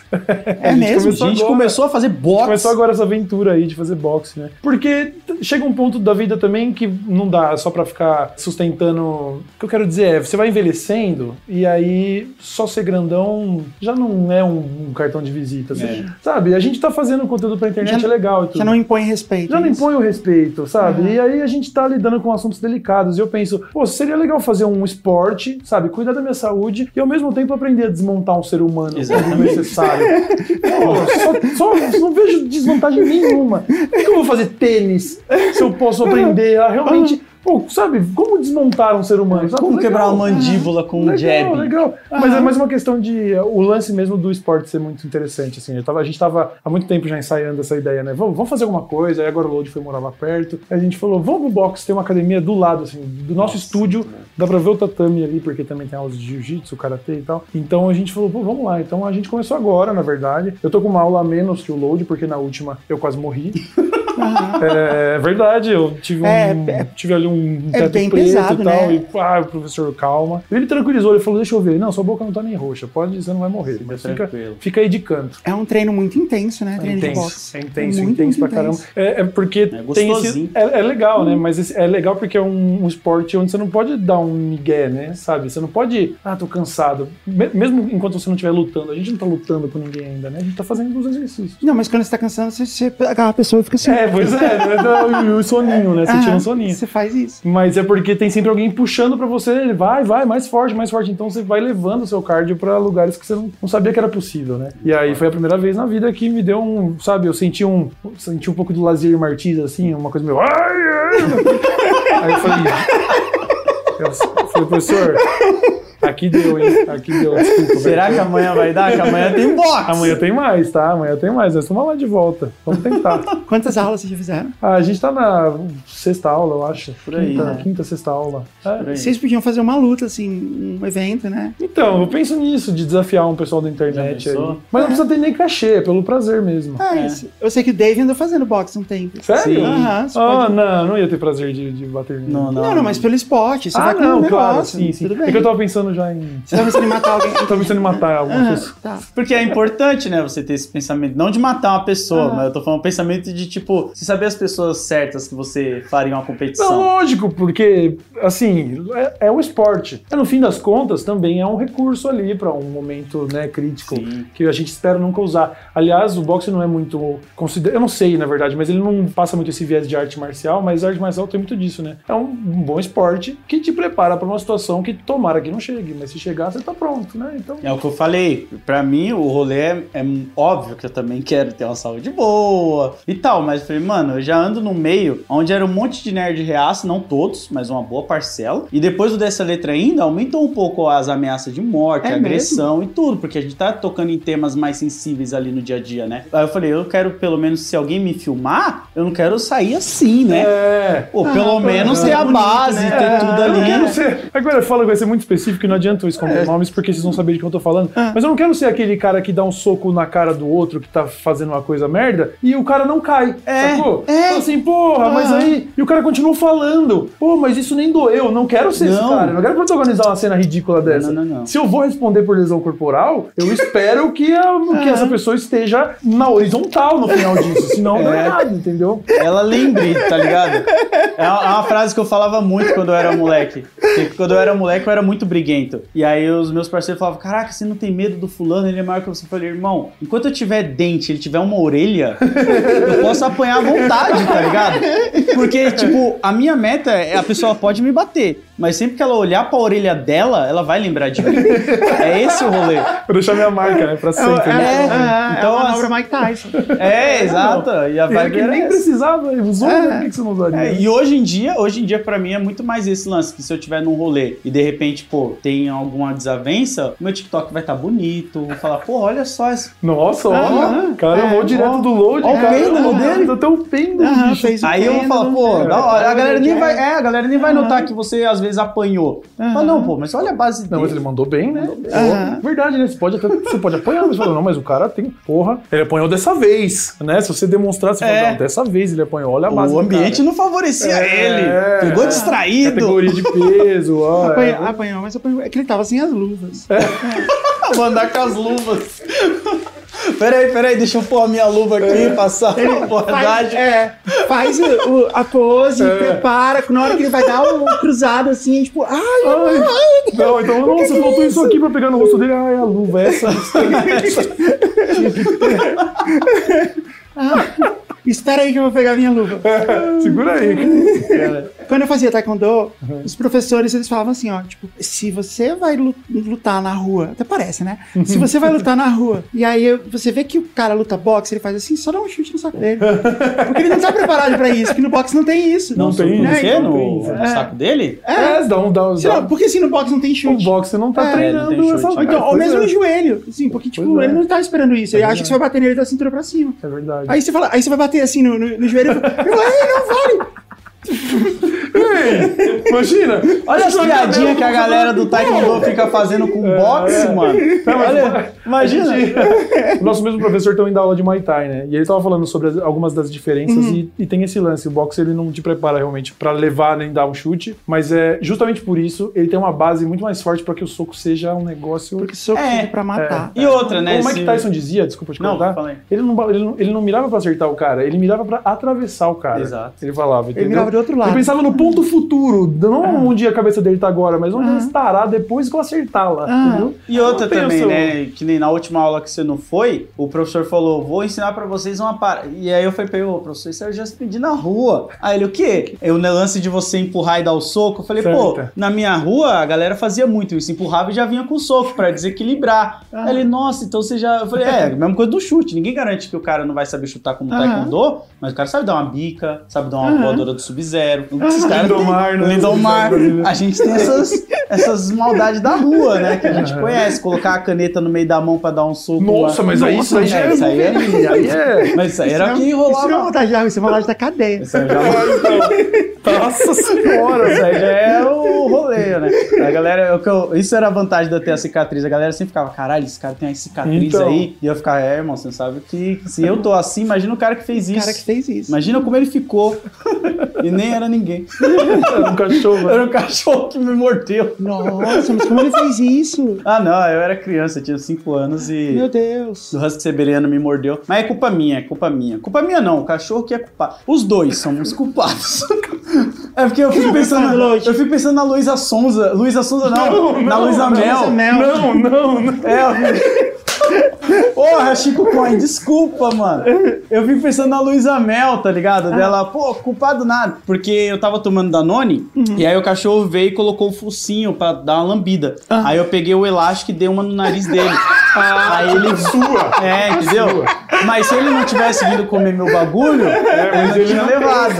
S1: É
S5: a gente,
S1: mesmo?
S5: começou, a gente
S2: agora.
S5: começou a fazer box.
S2: Começou agora essa aventura aí de fazer boxe, né? Porque t- chega um ponto da vida também que não dá só pra ficar sustentando. O que eu quero dizer é, você vai envelhecendo e aí só ser grandão já não é um, um cartão de visita. assim.
S5: É.
S2: Sabe? A gente tá fazendo conteúdo pra internet,
S1: Já-
S2: é legal. e tudo.
S1: Já não impõe respeito.
S2: Já não
S1: isso.
S2: impõe o respeito, sabe?
S1: Uhum.
S2: E aí a gente tá lidando com assuntos delicados. E eu penso, pô, seria legal fazer um esporte, sabe? Cuidar da minha saúde e ao mesmo tempo aprender a desmontar um ser humano quando
S5: Exatamente.
S2: necessário. pô, só, só- não vejo desvantagem nenhuma. Por que eu vou fazer tênis se eu posso aprender a realmente. Pô, sabe, como desmontar um ser humano? sabe?
S5: Como
S2: Legal.
S5: quebrar a mandíbula com um
S2: Legal,
S5: jab?
S2: legal. Mas
S1: Aham.
S2: é mais uma questão de. é, O lance mesmo do esporte ser muito interessante, assim. Eu tava, a gente tava há muito tempo já ensaiando essa ideia, né? Vamos, vamos fazer alguma coisa. Aí agora o Load foi morar lá perto. Aí a gente falou, vamos pro box, tem uma academia do lado, assim, do nosso estúdio. Dá pra ver o tatame ali, porque também tem aulas de jiu-jitsu, karatê e tal. Então a gente falou, pô, vamos lá. Então a gente começou agora, na verdade. Eu tô com uma aula a menos que o Load, porque na última eu quase morri.
S1: Aham.
S2: É verdade, eu tive, um,
S1: É,
S2: tive ali um
S1: é
S2: teto
S1: bem
S2: preto
S1: pesado,
S2: e tal,
S1: né?
S2: e pá, o professor calma. Ele me tranquilizou, ele falou, deixa eu ver, não, sua boca não tá nem roxa, pode, você não vai morrer,
S5: Fica
S2: mas fica,
S5: é tranquilo.
S2: fica aí de canto.
S1: É um treino muito intenso, né? Treino de boxe.
S2: é intenso,
S1: Muito,
S2: intenso pra
S1: muito
S2: caramba.
S1: intenso. Uhum.
S2: É, é porque
S5: É
S2: tem
S5: gostosinho.
S2: esse, é, é legal, né? Mas esse- é legal porque é um, um esporte onde você não pode dar um migué, né? Sabe? Você não pode, ah, tô cansado. Me- mesmo enquanto você não estiver lutando, a gente não tá lutando com ninguém ainda, né? A gente tá fazendo os exercícios.
S1: Não, mas quando você tá cansando, você, você agarra a pessoa e fica assim.
S2: É, pois é, e o soninho, né? Você tira
S1: Aham,
S2: um soninho.
S1: Você faz isso.
S2: Mas é porque tem sempre alguém puxando pra você, ele vai, vai, mais forte, mais forte. Então você vai levando o seu cardio pra lugares que você não, não sabia que era possível, né? E aí foi a primeira vez na vida que me deu um, sabe, eu senti um, senti um pouco do Lazier Martins, assim, uma coisa meio. Ai, ai. Aí eu falei. Eu falei, professor, aqui deu, hein? Aqui deu, desculpa.
S5: Será que é amanhã vai dar? Que amanhã tem box.
S2: Amanhã tem mais, tá? Amanhã tem mais. Nós estamos lá de volta. Vamos tentar.
S1: Quantas aulas vocês já fizeram?
S2: Ah, a gente tá na sexta aula, eu acho.
S5: Por aí,
S2: Quinta,
S5: né?
S2: quinta sexta aula. É.
S5: Peraí.
S1: Vocês podiam fazer uma luta, assim, um evento, né?
S2: Então, eu penso nisso, de desafiar um pessoal da internet
S5: Já
S2: aí.
S5: pensou?
S2: Mas não precisa ter nem cachê, é pelo prazer mesmo.
S1: Ah,
S5: É.
S1: isso. Eu sei que o Dave andou fazendo boxe um tempo.
S5: Sim.
S2: Sério?
S1: Aham, você
S2: Ah,
S1: pode-
S2: não, não ia ter prazer de, de bater nele.
S5: Não, não.
S1: Não, não, mas pelo esporte. Você
S2: Ah,
S1: vai com um
S2: não,
S1: negócio.
S2: claro, sim, sim.
S1: Tudo bem.
S2: É que eu tava pensando já em...
S1: Você tá pensando em matar alguém?
S2: Eu tava pensando em matar alguma
S1: Aham,
S2: pessoa.
S1: tá.
S5: Porque é importante, né, você ter esse pensamento. Não de matar uma pessoa,
S1: Ah.
S5: mas eu tô falando um pensamento de, tipo, você saber as pessoas certas que você faria uma
S2: Não,
S5: competição.
S2: lógico, porque, assim, é, é o esporte. É, no fim das contas, também é um recurso ali pra um momento, né, crítico.
S5: Sim.
S2: Que a gente espera nunca usar. Aliás, o boxe não é muito considerado. Eu não sei, na verdade, mas ele não passa muito esse viés de arte marcial, mas a arte marcial tem muito disso, né? É um um bom esporte que te prepara pra uma situação que tomara que não chegue, mas se chegar, você tá pronto, né? Então.
S5: É o que eu falei. Pra mim, o rolê é, é óbvio que eu também quero ter uma saúde boa e tal. Mas eu falei, mano, eu já ando no meio onde era um monte de nerd reaça, não todos, mas uma boa parcela. E depois do dessa letra ainda, aumentou um pouco as ameaças de morte,
S1: É
S5: agressão e tudo, porque a gente tá tocando em temas mais sensíveis ali no dia a dia, né? Aí eu falei, eu quero pelo menos, se alguém me filmar, eu não quero sair assim, né?
S2: É.
S5: Pô, pelo menos
S1: tá
S5: ter a
S1: bonito,
S5: base,
S1: né?
S5: ter
S2: É,
S5: tudo
S2: Eu não
S5: ali. É.
S2: quero ser. Agora eu falo que vai ser muito específico e não adianta eu esconder nomes porque vocês vão saber de que eu tô falando.
S1: Ah.
S2: Mas eu não quero ser aquele cara que dá um soco na cara do outro que tá fazendo uma coisa merda e o cara não cai.
S5: É,
S2: Sacou?
S5: é.
S2: Fala assim, porra, mas
S1: Ah.
S2: aí. E o cara continua falando. Pô, mas isso nem doeu. Não quero ser esse
S5: Não.
S2: cara. Não quero protagonizar uma cena ridícula dessa.
S5: Não, não, não.
S2: Se eu vou responder por lesão corporal, eu espero que, a- que
S5: Ah.
S2: essa pessoa esteja na horizontal no final disso. Senão não é
S5: É.
S2: errado, entendeu?
S5: Ela lembre, tá ligado? É uma, é uma frase que eu falava muito quando eu era moleque. Porque quando eu era moleque, eu era muito briguento. E aí os meus parceiros falavam: Caraca, você não tem medo do fulano, ele é maior que você. Eu falei, irmão, enquanto eu tiver dente, ele tiver uma orelha, eu posso apanhar à vontade, tá ligado? Porque, tipo, a minha meta é a pessoa pode me bater. Mas sempre que ela olhar pra orelha dela, ela vai lembrar de mim. É esse o rolê.
S2: Pra deixar minha marca, né? Pra sempre.
S1: É,
S2: né?
S1: é, é,
S5: Então,
S1: é uma
S5: assim-
S1: obra Mike Tyson.
S5: É, exato. E a
S2: Ele
S5: vibe
S2: que
S5: era
S2: nem
S5: essa.
S2: precisava, ele usou,
S1: É.
S2: né? por que que você não usaria?
S5: É, e hoje em dia, hoje em dia pra mim é muito mais esse lance que se eu tiver num rolê e de repente, pô, tem alguma desavença, meu TikTok vai estar bonito, vou falar, pô, olha só esse
S2: Nossa,
S1: Aham.
S2: olha, cara, eu
S1: É,
S2: vou
S1: ó.
S2: direto do load,
S5: Ó o
S2: cara.
S5: pêndulo
S2: Ó,
S5: dele.
S2: Até o pêndulo,
S1: Aham,
S2: bicho.
S1: fez o
S5: Aí eu vou
S1: pêndulo,
S5: falar, pô,
S1: né?
S5: da hora. A galera nem
S1: É.
S5: vai, é, a galera nem vai
S1: Aham.
S5: notar que você às vezes apanhou.
S1: Aham.
S5: Mas não, pô, mas olha a base
S2: Não, mas ele
S5: dele.
S2: mandou bem, né?
S1: Aham.
S2: Verdade, né? Você pode, até, você pode apanhar, mas você fala, não, mas o cara tem porra. Ele apanhou dessa vez, né? Se você demonstrar, você
S5: É.
S2: fala, não, dessa vez ele apanhou, olha a base.
S5: O
S2: do
S5: ambiente não favorecia
S2: É.
S5: ele. Pegou
S2: É. cara.
S5: distraído.
S2: Categoria de peso, ó. é.
S1: Apanhou, apanhou, mas apanhou. É que ele tava sem as luvas.
S5: Mandar com as luvas. Peraí, peraí, deixa eu pôr a minha luva aqui, passar a
S1: É. Faz,
S5: bordagem.
S1: é, faz o- o- a pose,
S2: É.
S1: prepara. Na hora que ele vai dar o cruzado assim, tipo, ai,
S2: Ai, não, então, nossa, faltou isso aqui pra pegar no rosto dele. Ai, a luva, essa.
S1: espera aí que eu vou pegar minha luva.
S2: Segura aí. cara.
S1: Quando eu fazia taekwondo, os professores eles falavam assim, ó, tipo, se você vai lu- lutar na rua, até parece, né? Se você vai lutar na rua, e aí eu- você vê que o cara luta boxe, ele faz assim, só dá um chute no saco dele. Porque ele não tá preparado pra isso, porque no boxe não tem isso.
S5: Não,
S2: Não
S5: tem,
S2: tem,
S5: não
S1: né?
S5: tem
S1: Então,
S5: no, no
S1: é.
S5: saco dele?
S2: É, dá um. Dá, um-
S1: Sei lá,
S2: dá,
S1: porque assim, no boxe não tem
S2: um- o
S1: chute.
S2: boxe não tá
S1: É,
S5: não
S2: treinando
S5: tem chute,
S2: essa
S5: né?
S1: Ou então, ou
S2: Pois
S1: mesmo
S2: é.
S1: no joelho, assim, porque, tipo,
S2: Pois é.
S1: ele não tá esperando isso. Ele
S2: Pois
S1: acha
S2: é.
S1: que você vai bater nele da cintura pra cima.
S2: É verdade.
S1: Aí você fala, aí você vai bater assim no, no, no joelho e fala, ei, não vale!
S2: Ei, imagina!
S5: Olha as piadinhas que a galera é do É. Taekwondo fica fazendo com boxe, mano. Olha, imagina.
S2: O Nosso mesmo professor também dá aula de Muay Thai, né? E ele tava falando sobre as- algumas das diferenças
S5: Uhum.
S2: e, e tem esse lance. O boxe ele não te prepara realmente pra levar nem dar um chute, mas é justamente por isso ele tem uma base muito mais forte pra que o soco seja um negócio.
S1: Porque soco
S5: É.
S1: é. pra matar.
S5: E outra, né?
S2: Como o Mike
S5: se-
S2: Tyson dizia, desculpa te
S5: Não,
S2: cortar,
S5: fala aí.
S2: ele não, ba- ele, não, ele não mirava pra acertar o cara, ele mirava pra atravessar o cara.
S5: Exato.
S2: Ele falava, entendeu?
S1: Ele mirava do outro
S2: Eu
S1: lado.
S2: pensava no ponto futuro, não onde a cabeça dele tá agora, mas onde
S1: Ah.
S2: ele estará depois que eu acertá-la,
S1: Ah.
S2: entendeu?
S5: E outra
S2: Eu penso-
S5: também, né? Que nem na última aula que você não foi, o professor falou: vou ensinar pra vocês uma parada. E aí eu falei pra ele, ô, professor, isso eu já pedi na rua. Aí ele, o quê? Eu, no lance de você empurrar e dar o soco, eu falei, pô,
S2: Certo.
S5: na minha rua a galera fazia muito isso, empurrava e já vinha com soco pra desequilibrar.
S1: Ah.
S5: Aí ele, nossa, então você já. Eu falei, é, a mesma coisa do chute. Ninguém garante que o cara não vai saber chutar como
S1: Aham.
S5: taekwondo, mas o cara sabe dar uma bica, sabe dar uma
S1: Aham.
S5: voadora do sub-zero. Esses caras têm-
S2: Lindomar, né?
S5: Lindomar.
S2: Brasileiro.
S5: A gente tem essas, essas maldades da rua, né? Que a gente conhece. Colocar a caneta no meio da mão pra dar um soco.
S2: Nossa,
S5: lá.
S2: mas aí isso aí já
S5: É, isso aí é-
S2: é. Aí é.
S5: Mas isso aí
S1: Isso
S5: era o
S1: não-
S5: que
S1: Isso não é
S5: rolava.
S1: vontade de água, isso é vontade da cadeia.
S5: Isso aí já
S2: Nossa senhora!
S5: Isso aí já é o rolê, né? A galera, o que eu- isso era a vantagem de eu ter a cicatriz. A galera sempre ficava, caralho, esse cara tem uma cicatriz
S2: Então.
S5: aí. E eu ficava, é, irmão, você sabe que se eu tô assim, imagina o cara que fez
S1: O
S5: isso.
S1: cara que fez isso.
S5: Imagina como ele ficou. E nem era ninguém.
S2: Era um cachorro.
S5: Era um cachorro que me mordeu.
S1: Nossa, mas como ele fez isso?
S5: Ah, não, eu era criança, eu tinha 5 anos e.
S1: Meu Deus.
S5: do Husky Siberiano me mordeu. Mas é culpa minha, é culpa minha. Culpa minha não, o cachorro que é culpado. Os dois são os culpados. É porque eu fico pensando,
S1: culpado, Lloyd?
S5: eu fico pensando na Luísa Sonza. Luísa Sonza não, na Luísa
S1: Luísa
S5: Mel.
S1: Mel.
S2: Não, não, não.
S5: É, eu fico- Porra, Chico Coin, desculpa, mano. Eu fico pensando na Luísa Mel, tá ligado?
S1: Ah.
S5: Dela, pô, culpado nada. Porque eu tava tomando Danone,
S1: Uhum.
S5: e aí o cachorro veio e colocou o focinho pra dar uma lambida.
S1: Ah.
S5: Aí eu peguei o elástico e dei uma no nariz dele. aí ele
S2: Sua!
S5: é, entendeu? Mas se ele não tivesse vindo comer meu bagulho, eu não
S2: É, mas ele
S5: tinha
S2: não
S5: levado.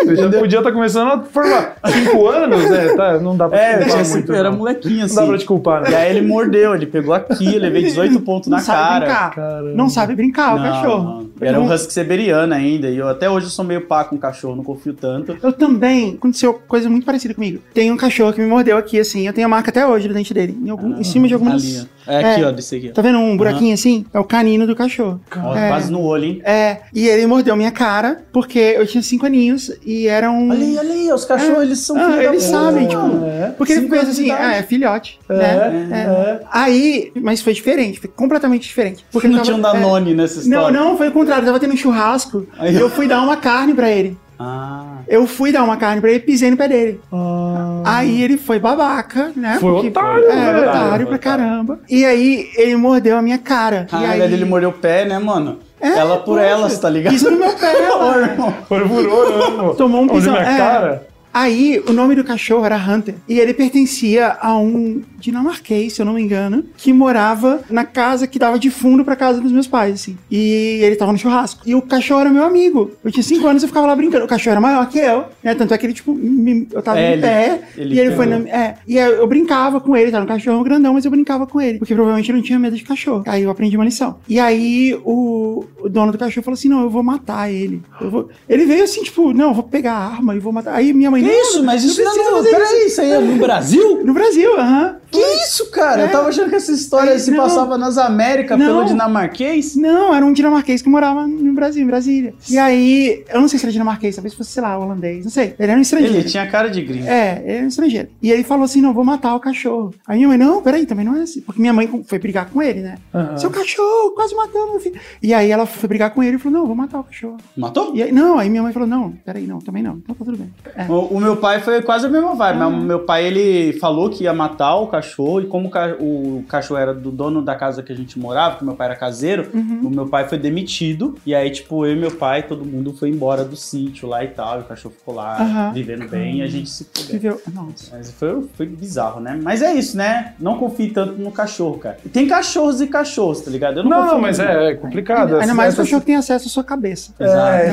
S2: Você já podia estar começando a formar. Cinco anos, né? Tá, não dá pra te
S5: É, eu
S2: culpar
S1: assim,
S5: tinha
S2: muito.
S5: cinco, era
S2: não.
S5: molequinho
S2: Não dá pra
S5: assim.
S2: te culpar,
S5: E
S2: né?
S5: aí ele mordeu, ele pegou aqui, eu levei 18 pontos
S1: Não
S5: na
S1: sabe
S5: cara.
S1: brincar.
S2: Caramba.
S1: Não sabe brincar, Ah, o cachorro.
S5: não. Era um husky siberiano ainda, e eu até hoje eu sou meio pá com cachorro, não confio tanto.
S1: Eu também, aconteceu coisa muito parecida comigo. Tem um cachorro que me mordeu aqui, assim. Eu tenho a marca até hoje do dente dele. Em, algum- em cima de algumas.
S5: Ali, ó. Ah, É aqui,
S1: É.
S5: ó, desse aqui.
S1: Tá vendo um buraquinho assim? É o canino do cachorro.
S5: ó. Ó,
S1: É.
S5: Quase no olho, hein?
S1: É, e ele mordeu minha cara porque eu tinha cinco aninhos e era um.
S5: Olha aí, olha aí, os cachorros, eles são
S1: Ah,
S5: filho da
S1: eles
S5: puta.
S1: sabem, tipo,
S2: É.
S1: Porque ele
S5: Cinco
S1: pensa
S5: anos
S1: assim,
S5: de
S1: ah,
S5: idade.
S1: é filhote, né?
S2: É, é.
S1: Aí, mas foi diferente, foi completamente diferente. Porque
S5: não
S1: eu tava-
S5: tinha um
S1: é.
S5: Danone nessa história.
S1: Não, não, foi o contrário. Eu tava tendo um churrasco
S5: Aí-
S1: e eu fui dar uma carne pra ele.
S5: Ah.
S1: Eu fui dar uma carne pra ele, pisei no pé dele.
S2: Ah.
S1: Aí ele foi babaca, né?
S2: Foi
S1: Porque-
S2: otário,
S1: É, otário
S2: velho.
S5: né? Foi
S1: pra
S5: otário.
S1: caramba. E aí ele mordeu a minha cara. e aí
S5: Caralho, ele mordeu o pé, né, mano?
S1: É,
S5: ela por
S1: poxa.
S5: elas, tá ligado?
S1: Isso é no meu pé,
S5: Ô,
S1: mano.
S5: irmão.
S2: Fervorou, né, mano?
S1: Tomou um
S2: Olha
S1: pisão,
S2: minha
S1: é.
S2: cara.
S1: Aí o nome do cachorro era Hunter. E ele pertencia a um dinamarquês, se eu não me engano, que morava na casa que dava de fundo pra casa dos meus pais, assim. E ele tava no churrasco. E o cachorro era meu amigo. Eu tinha cinco anos e eu ficava lá brincando. O cachorro era maior que eu, né? Tanto é que ele, tipo, me- eu tava
S5: É,
S1: em
S5: ele-
S1: pé.
S5: ele
S1: e ele foi
S5: pegou.
S1: na. É. E eu, eu brincava com ele, tava no cachorro grandão, mas eu brincava com ele. Porque provavelmente eu não tinha medo de cachorro. Aí eu aprendi uma lição. E aí o, o dono do cachorro falou assim: não, eu vou matar ele. Eu vou- Ele veio assim, tipo, não, eu vou pegar a arma e vou matar. Aí minha mãe
S5: Que
S1: não,
S5: isso? Mas isso não,
S1: precisa
S5: não
S1: fazer
S5: peraí, isso aí é no Brasil?
S1: isso. No Brasil, aham.
S5: Que isso, cara? Eu tava achando que essa história
S1: É,
S5: se
S1: não.
S5: passava nas Américas
S1: Não.
S5: pelo dinamarquês.
S1: Não, era um dinamarquês que morava no Brasil, em Brasília. E aí, eu não sei se era dinamarquês, talvez fosse, sei lá, holandês, não sei. Ele era um estrangeiro.
S5: Ele tinha cara de gringo.
S1: É, ele era um estrangeiro. E ele falou assim: não, vou matar o cachorro. Aí minha mãe, não, peraí, também não é assim. Porque minha mãe com- foi brigar com ele, né?
S2: Aham.
S1: Seu cachorro, quase matou meu filho. E aí ela foi brigar com ele e falou: não, vou matar o cachorro.
S5: Matou?
S1: E aí, não, aí minha mãe falou: não, peraí, não, também não. Então tá tudo bem. É.
S5: O, o meu pai foi quase a mesma vibe, mas
S2: Uhum.
S5: o meu pai ele falou que ia matar o cachorro e como o ca- o cachorro era do dono da casa que a gente morava, que meu pai era caseiro,
S2: Uhum.
S5: o meu pai foi demitido e aí tipo eu e meu pai todo mundo foi embora do sítio lá e tal, e o cachorro ficou lá
S1: Aham.
S5: vivendo bem e a gente se fudeu.
S1: Viveu. Nossa.
S5: Mas foi, foi bizarro, né? Mas é isso, né? Não confie tanto no cachorro, cara. E Tem cachorros e cachorros, tá ligado? Eu não,
S2: Não,
S5: confio
S2: mas
S5: muito, não.
S2: é, é complicado.
S1: Ainda mais o
S2: Essas-
S1: cachorro né? que tem acesso à sua cabeça.
S2: É,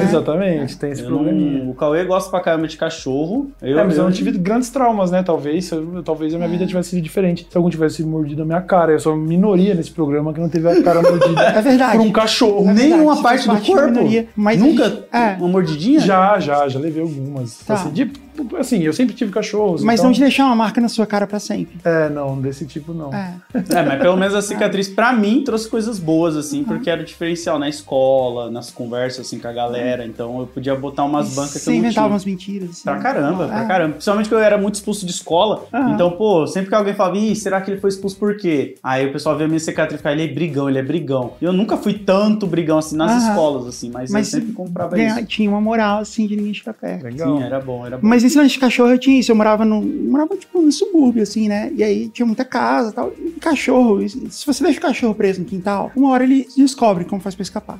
S5: Exato.
S2: exatamente, tem esse
S5: Eu
S2: probleminha.
S5: não, o Cauê gosta pra caramba de cachorro. Eu,
S2: é, mas eu não tive grandes traumas, né? Talvez, se eu- talvez
S1: É.
S2: a minha vida tivesse sido diferente. Se algum tivesse mordido a minha cara, eu sou uma minoria nesse programa que não teve a cara mordida
S1: É verdade.
S2: por um cachorro.
S1: É verdade,
S5: Nenhuma
S1: isso
S5: parte
S1: faz
S5: do
S1: da
S5: corpo?
S1: minoria, mas
S5: Nunca
S1: a gente- é,
S5: uma mordidinha?
S2: Já, já, já levei algumas.
S1: Tá.
S2: Assim, de- assim, eu sempre tive cachorros.
S1: mas
S2: então...
S1: não de deixar uma marca na sua cara pra sempre.
S2: É, não, desse tipo não.
S1: É.
S5: É, mas pelo menos a cicatriz, pra mim, trouxe coisas boas, assim, porque era o diferencial na escola, nas conversas, assim, com a galera. Então eu podia botar umas bancas que
S1: Você
S5: eu não
S1: inventava
S5: tinha.
S1: umas mentiras. assim.
S5: Pra caramba, pra
S1: É.
S5: caramba. Principalmente que eu era muito expulso de escola.
S1: Aham.
S5: Então, pô, sempre que alguém falava, Ih, será que ele foi expulso por quê? Aí o pessoal via a minha cicatriz e ficava, ele é brigão, ele é brigão. E eu nunca fui tanto brigão assim nas
S1: Aham.
S5: escolas, assim, mas,
S1: Mas
S5: eu sempre comprava
S1: Ganhar-
S5: isso.
S1: Tinha uma moral, assim, de ninguém chegar perto.
S2: Legal.
S5: Sim, era bom, era Tá bom.
S1: Mas esse lance de cachorro eu tinha isso. Eu morava num. Morava, tipo, num subúrbio, assim, né? E aí tinha muita casa e tal. E cachorro. e Se você deixa o cachorro preso no quintal, uma hora ele descobre como faz pra escapar.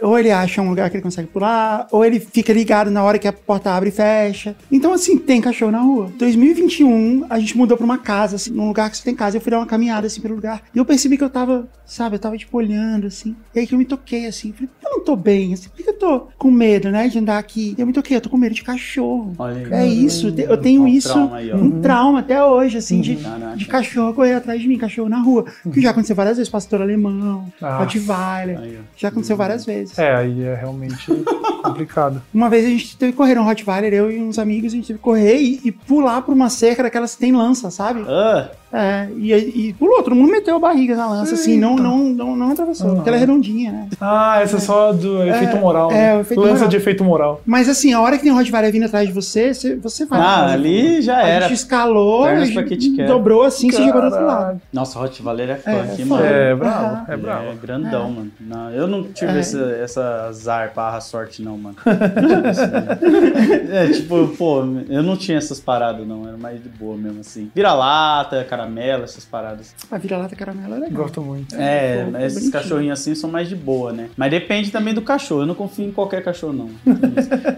S1: Ou ele acha um lugar que ele consegue pular, ou ele fica ligado na hora que a porta abre e fecha. Então, assim, tem cachorro na rua. 2021, a gente mudou pra uma casa, assim, num lugar que você tem casa. Eu fui dar uma caminhada, assim, pelo lugar. E eu percebi que eu tava, sabe, eu tava, tipo, olhando, assim. E aí que eu me toquei, assim. Falei, eu não tô bem, assim. Por que eu tô com medo, né, de andar aqui? E eu me toquei, eu tô com medo de cachorro.
S5: Olha aí.
S1: É isso, te- eu tenho
S5: Ó o
S1: isso,
S5: Hum, trauma aí, ó. Hum.
S1: um trauma até hoje, assim, de,
S5: Caraca.
S1: de cachorro correr atrás de mim, cachorro na rua.
S5: Hum.
S1: Que já aconteceu várias vezes, pastor alemão,
S2: Ah.
S1: Rottweiler,
S5: Aí, ó.
S1: já
S5: Hum.
S1: aconteceu várias vezes.
S2: É, aí é realmente complicado.
S1: Uma vez a gente teve que correr um Rottweiler, eu e uns amigos, a gente teve que correr e, e pular por uma cerca daquelas que tem lança, sabe?
S5: Ah,
S1: É, e, e pulou, todo mundo meteu a barriga na lança, assim, não, não, não, não atravessou,
S2: Aham.
S1: porque ela é redondinha, né?
S2: Ah, essa é só do efeito moral, né?
S1: é, o efeito
S2: Lança
S1: moral.
S2: de efeito moral.
S1: Mas assim, a hora que tem um Rottweiler vindo atrás de você, você, você vai. né?
S5: Ah, ali já
S1: A
S5: era.
S1: gente escalou, a
S5: Pernas pra
S1: gente
S5: Kit Kat.
S1: dobrou assim, se jogou do outro lado.
S2: Caraca.
S5: Nossa, Hot Valer é
S1: É,
S5: fã aqui,
S1: fã.
S5: mano.
S2: É,
S1: Aham.
S2: bravo, é
S5: Ele
S2: bravo.
S5: é grandão, mano. Não, eu não tive
S1: É.
S5: essa, essa azar, barra, sorte, não, mano. Assim, é, tipo, pô, eu não tinha essas paradas, não. Era mais de boa mesmo, assim. Vira-lata, caramelo, essas paradas.
S1: A vira-lata caramelo é legal.
S2: Gosto muito.
S5: É,
S1: Pô,
S5: esses
S1: bonitinho.
S5: cachorrinhos assim são mais de boa, né? Mas depende também do cachorro. Eu não confio em qualquer cachorro, não.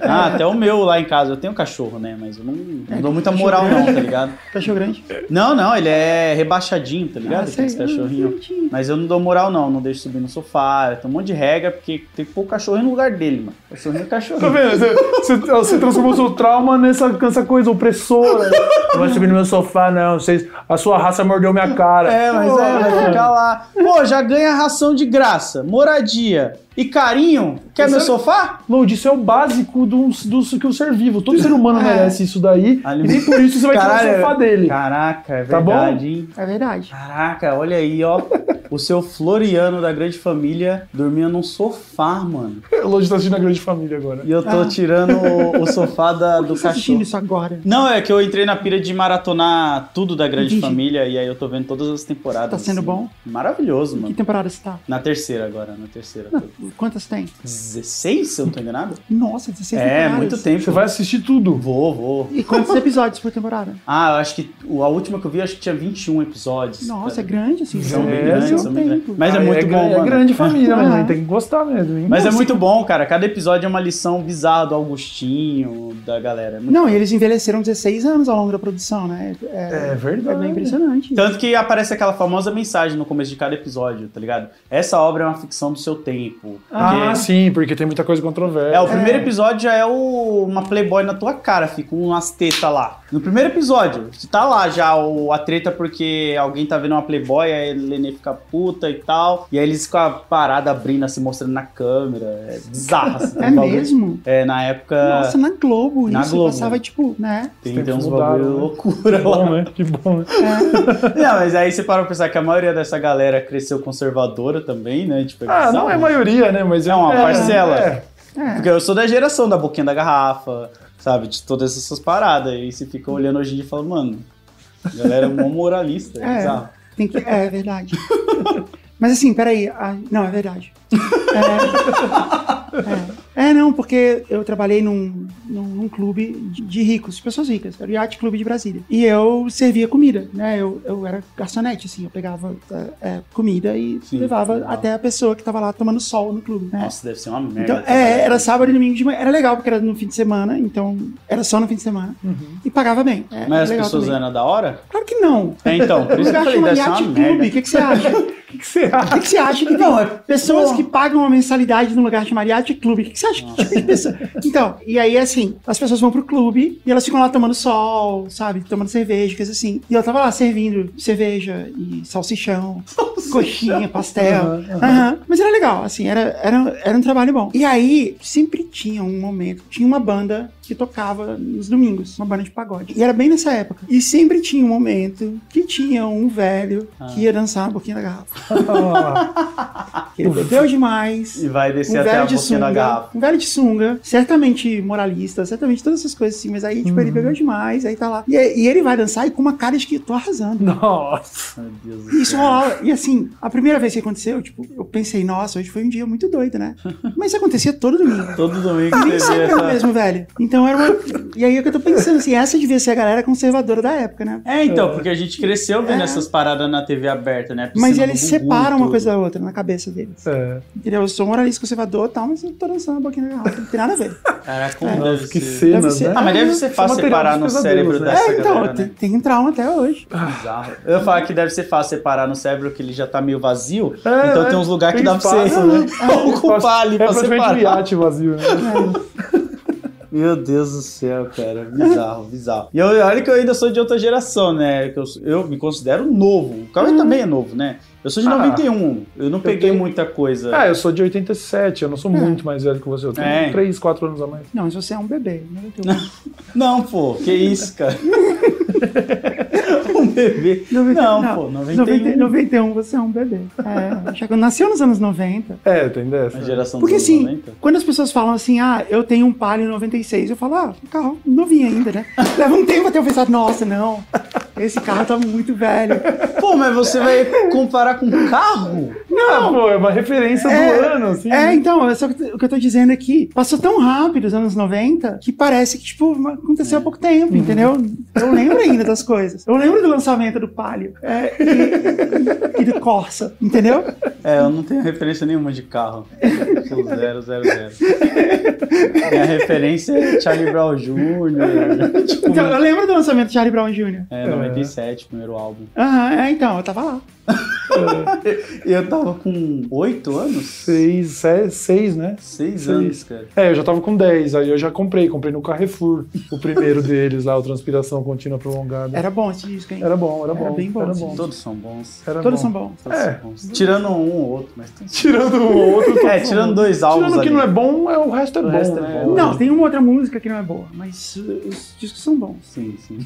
S5: ah, até o meu lá em casa. Eu tenho cachorro, né? Mas eu não, não dou muita moral, não, tá ligado?
S1: Cachorro grande.
S5: Não, não, ele é rebaixadinho, tá ligado?
S1: Ah,
S5: Aqueles
S1: sei.
S5: cachorrinhos. Mas eu não dou moral, não. Não deixo subir no sofá. Tem um monte de regra, porque tem que pôr o cachorrinho no lugar dele, mano. Cachorrinho é
S2: Tá
S5: cachorrinho.
S2: vendo? Você, você- você transformou seu trauma nessa, nessa coisa opressora. Não vai subir no meu sofá, não. Vocês, a sua raça mordeu minha cara.
S5: É, mas
S2: Pô,
S5: é, vai
S2: mano.
S5: ficar lá. Pô, já ganha ração de graça, moradia e carinho. Quer
S2: Isso
S5: meu
S2: é-
S5: sofá?
S2: Lud, isso é o básico do, do que o ser vivo. Todo ser humano
S1: É.
S2: merece isso daí.
S5: Alimento.
S2: E nem por isso você vai tirar o
S5: Caralho.
S2: sofá dele.
S5: Caraca, é
S2: Tá bom?
S5: verdade, hein?
S1: É verdade.
S5: Caraca, olha aí, ó. O seu Floriano da grande família dormia num sofá, mano.
S2: O Lud tá assistindo a grande família agora.
S5: E eu tô
S1: Ah.
S5: tirando o, o sofá da-
S1: Você
S5: do
S1: tá
S5: cachorro.
S1: assistindo isso agora?
S5: Não, é que eu entrei na pira de maratonar tudo da Grande
S1: Entendi.
S5: Família e aí eu tô vendo todas as temporadas. assim.
S1: Tá sendo bom?
S5: Maravilhoso,
S1: Que
S5: mano.
S1: temporada você tá?
S5: Na terceira agora, na terceira.
S1: Quantas tem?
S5: 16, se eu não tô enganado?
S1: Nossa, 16
S5: É,
S1: temporadas.
S5: muito tempo.
S2: Você vai assistir tudo.
S5: Vou, vou.
S1: E quantos episódios por temporada?
S5: Ah, eu acho que o- a última que eu vi, eu acho que tinha 21 episódios.
S1: Nossa, é
S5: cara.
S1: grande assim.
S5: São bem
S2: É,
S5: grandes,
S2: seu
S5: são bem grandes. Mas é
S2: Ah,
S5: muito bom,
S2: gra- É
S5: mano.
S2: grande família, né?
S1: É.
S2: mano? Tem que gostar mesmo. hein?
S5: Mas
S1: assim.
S2: Não,
S5: é muito bom, cara. Cada episódio é uma lição bizarra do Augustinho, da galera. É muito
S1: Não, e eles envelheceram 16 anos ao longo da produção, né? É,
S2: É
S1: é
S2: verdade.
S1: bem impressionante.
S5: Tanto que aparece aquela famosa mensagem no começo de cada episódio, tá ligado? Essa obra é uma ficção do seu tempo.
S2: Ah,
S5: Porque-
S2: sim, porque tem muita coisa controversa.
S5: É, o primeiro episódio já é o- uma playboy na tua cara, fica umas tetas lá. No primeiro episódio, tá lá já o- a treta porque alguém tá vendo uma playboy, aí a Lenê fica puta e tal. E aí eles ficam a parada abrindo, assim, mostrando na câmera. É bizarro. Assim,
S1: É
S5: um bagulho-
S1: mesmo?
S5: É, na época...
S1: Nossa, na Globo
S5: na
S1: isso
S5: Globo.
S1: passava, tipo, né?
S5: Tem,
S2: Os
S5: tem uns
S2: tempos mudaram,
S5: bagulho
S2: né?
S5: loucura
S2: Que
S5: lá.
S2: bom, né? Que bom, né?
S5: Não, mas aí você para pra pensar que a maioria dessa galera cresceu conservadora também, né? Tipo,
S2: Ah,
S5: bizarro.
S2: não é maioria, né? Mas
S5: É uma parcela.
S2: é.
S1: É.
S5: Porque eu sou da geração da boquinha da garrafa, sabe? De todas essas paradas. E você fica olhando hoje em dia e fala, mano, a galera é mó moralista.
S1: É.
S5: É. bizarro.
S1: Tem que... É, é verdade. Mas assim, peraí. ah, Não, é verdade. É, é. É, não, porque eu trabalhei num, num, num clube de, de ricos, de pessoas ricas. Era o Yacht Clube de Brasília. E eu servia comida, né? Eu, eu era garçonete, assim. Eu pegava é, é, comida e
S5: Sim,
S1: levava
S5: legal.
S1: até a pessoa que tava lá tomando sol no clube, né?
S5: Nossa, deve ser uma merda.
S1: Então,
S5: essa
S1: é,
S5: parada.
S1: era sábado e domingo de manhã. Era legal, porque era no fim de semana, então era só no fim de semana. E pagava bem. É,
S5: Uhum. Mas as
S1: legal
S5: pessoas
S1: também.
S5: eram da hora?
S1: Claro que não.
S5: É, então, por
S1: O
S5: isso que eu
S1: lugar
S5: falei,
S1: chama
S5: deve ser
S1: Yacht
S5: uma
S1: Club. O
S5: merda.
S1: que, que você acha? O
S2: O que, que você acha?
S1: que, que você acha que
S5: Não,
S1: tem
S5: é-
S1: pessoas
S5: Pô.
S1: que pagam uma mensalidade num lugar chamado Yacht Club? O que, que você acha? que tipo de pessoa? Então, e aí, assim, as pessoas vão pro clube e elas ficam lá tomando sol, sabe? Tomando cerveja, coisas assim. E eu tava lá servindo cerveja e salsichão, coxinha, pastel. Aham. Mas era legal, assim, era, era, era um trabalho bom. E aí, sempre tinha um momento, tinha uma banda que tocava nos domingos, uma banda de pagode. E era bem nessa época. E sempre tinha um momento que tinha um velho que ia dançar um pouquinho da garrafa.
S2: Ah,
S1: Que Ele bebeu demais.
S5: E vai descer
S1: Um
S5: até a
S1: velho de
S5: boquinha da
S1: sunga,
S5: garrafa.
S1: um velho de sunga, certamente moralista, certamente todas essas coisas assim, mas aí, tipo, ele bebeu demais, aí tá lá. E, e ele vai dançar e com uma cara de que tô arrasando.
S2: nossa.
S5: Meu Deus do
S1: E Isso
S5: céu.
S1: rolava. E assim, a primeira vez que aconteceu, tipo, eu pensei, nossa, hoje foi um dia muito doido, né? Mas isso acontecia todo domingo.
S5: Todo domingo
S1: Nem
S5: você vê
S1: sempre é o
S5: essa...
S1: mesmo, velho. Então era uma. E aí é que eu tô pensando, assim, essa devia ser a galera conservadora da época, né?
S5: É, então, porque a gente cresceu vendo
S1: É.
S5: essas paradas na TV aberta, né? Piscina
S1: Mas
S5: do
S1: eles
S5: Gugu,
S1: separam uma
S5: tudo.
S1: coisa da outra na cabeça deles.
S2: É.
S1: Entendeu? Eu sou um moralista conservador e tal, mas eu tô dançando um pouquinho na garrafa. Não tem nada a ver.
S5: Caraca, como
S1: É.
S5: deve
S2: Nossa, que
S5: ser.
S1: Deve
S2: cenas,
S1: ser-
S2: né?
S5: Ah, mas deve ser
S2: Isso é
S5: fácil
S2: material
S5: separar no
S2: dos
S5: cérebro
S2: pesadelos,
S5: dessa
S1: É, então,
S5: galera, né?
S1: tem, tem um trauma até hoje.
S5: Bizarro. Eu falo que deve ser fácil separar no cérebro, que ele já tá meio vazio.
S2: É,
S5: então
S2: é.
S5: tem uns lugares que
S2: Tem
S5: dá pra você
S2: espaço, né?
S5: ocupar ali
S2: É
S5: pra
S2: praticamente um
S5: separar.
S2: iate vazio, né?
S1: É.
S5: Meu Deus do céu, cara. Bizarro, bizarro. E eu, olha que eu ainda sou de outra geração, né? Que Eu, eu me considero novo. O Cauê também é novo, né? Eu sou de
S2: Hum. Ah.
S5: 91. Eu não peguei
S2: tenho-
S5: muita coisa.
S2: Ah, eu sou de 87, eu não sou muito mais velho que você. Eu
S5: É.
S2: tenho 3, 4 anos a mais.
S1: Não, mas você é um bebê. Né?
S5: Não, pô, que isso, cara. um bebê. Não, pô, 91.
S1: 91 você é um bebê. É, já que nasceu nos anos 90.
S2: É, tem dessa.
S5: A geração
S1: Porque
S5: dos
S1: assim,
S5: 90.
S1: quando as pessoas falam assim, ah, eu tenho um Palio 96, eu falo, ah, um carro novinho ainda, né? Leva um tempo até eu pensar, nossa, não, esse carro tá muito velho.
S5: Pô, mas você vai comparar com um carro?
S2: Não, pô, é uma referência do ano, assim.
S1: É,
S2: né?
S1: então, é só que- o que eu tô dizendo aqui, passou tão rápido os anos 90 que parece que, tipo,
S2: É.
S1: aconteceu há pouco tempo, entendeu?
S2: Uhum.
S1: Eu lembro ainda das coisas. Eu lembro do lançamento do Palio é, e, e do Corsa, entendeu?
S5: É, eu não tenho referência nenhuma de carro. Sou zero, zero, zero. Minha referência é Charlie Brown Jr. Tipo,
S1: Então, eu lembro do lançamento de Charlie Brown Jr.
S5: é, 97, primeiro álbum.
S1: Aham, é, então, eu tava lá.
S5: E eu tava com 8 anos?
S2: Seis, se- seis, né?
S5: 6
S2: Seis.
S5: anos, cara.
S2: É, eu já tava com 10, aí eu já comprei, comprei no Carrefour, o primeiro deles lá, o Transpiração Contínua Prolongada.
S1: Era bom esse disco, hein?
S2: Era bom, era bom.
S1: Era bem bom,
S2: Era
S1: sim.
S2: bom.
S5: Todos são bons.
S2: Era
S1: Todos
S2: bom.
S1: são bons.
S5: Todos
S2: É.
S5: são bons. Tirando um ou outro, mas todos são
S2: Tirando o outro. todos
S5: É,
S2: são
S5: tirando
S2: bons.
S5: dois álbuns
S2: Tirando o que
S5: ali.
S2: não é bom, é, o resto é
S5: O
S2: bom.
S5: resto é
S2: né?
S5: bom.
S1: Não, tem uma outra música que não é boa, mas uh, os discos são bons.
S5: Sim, sim.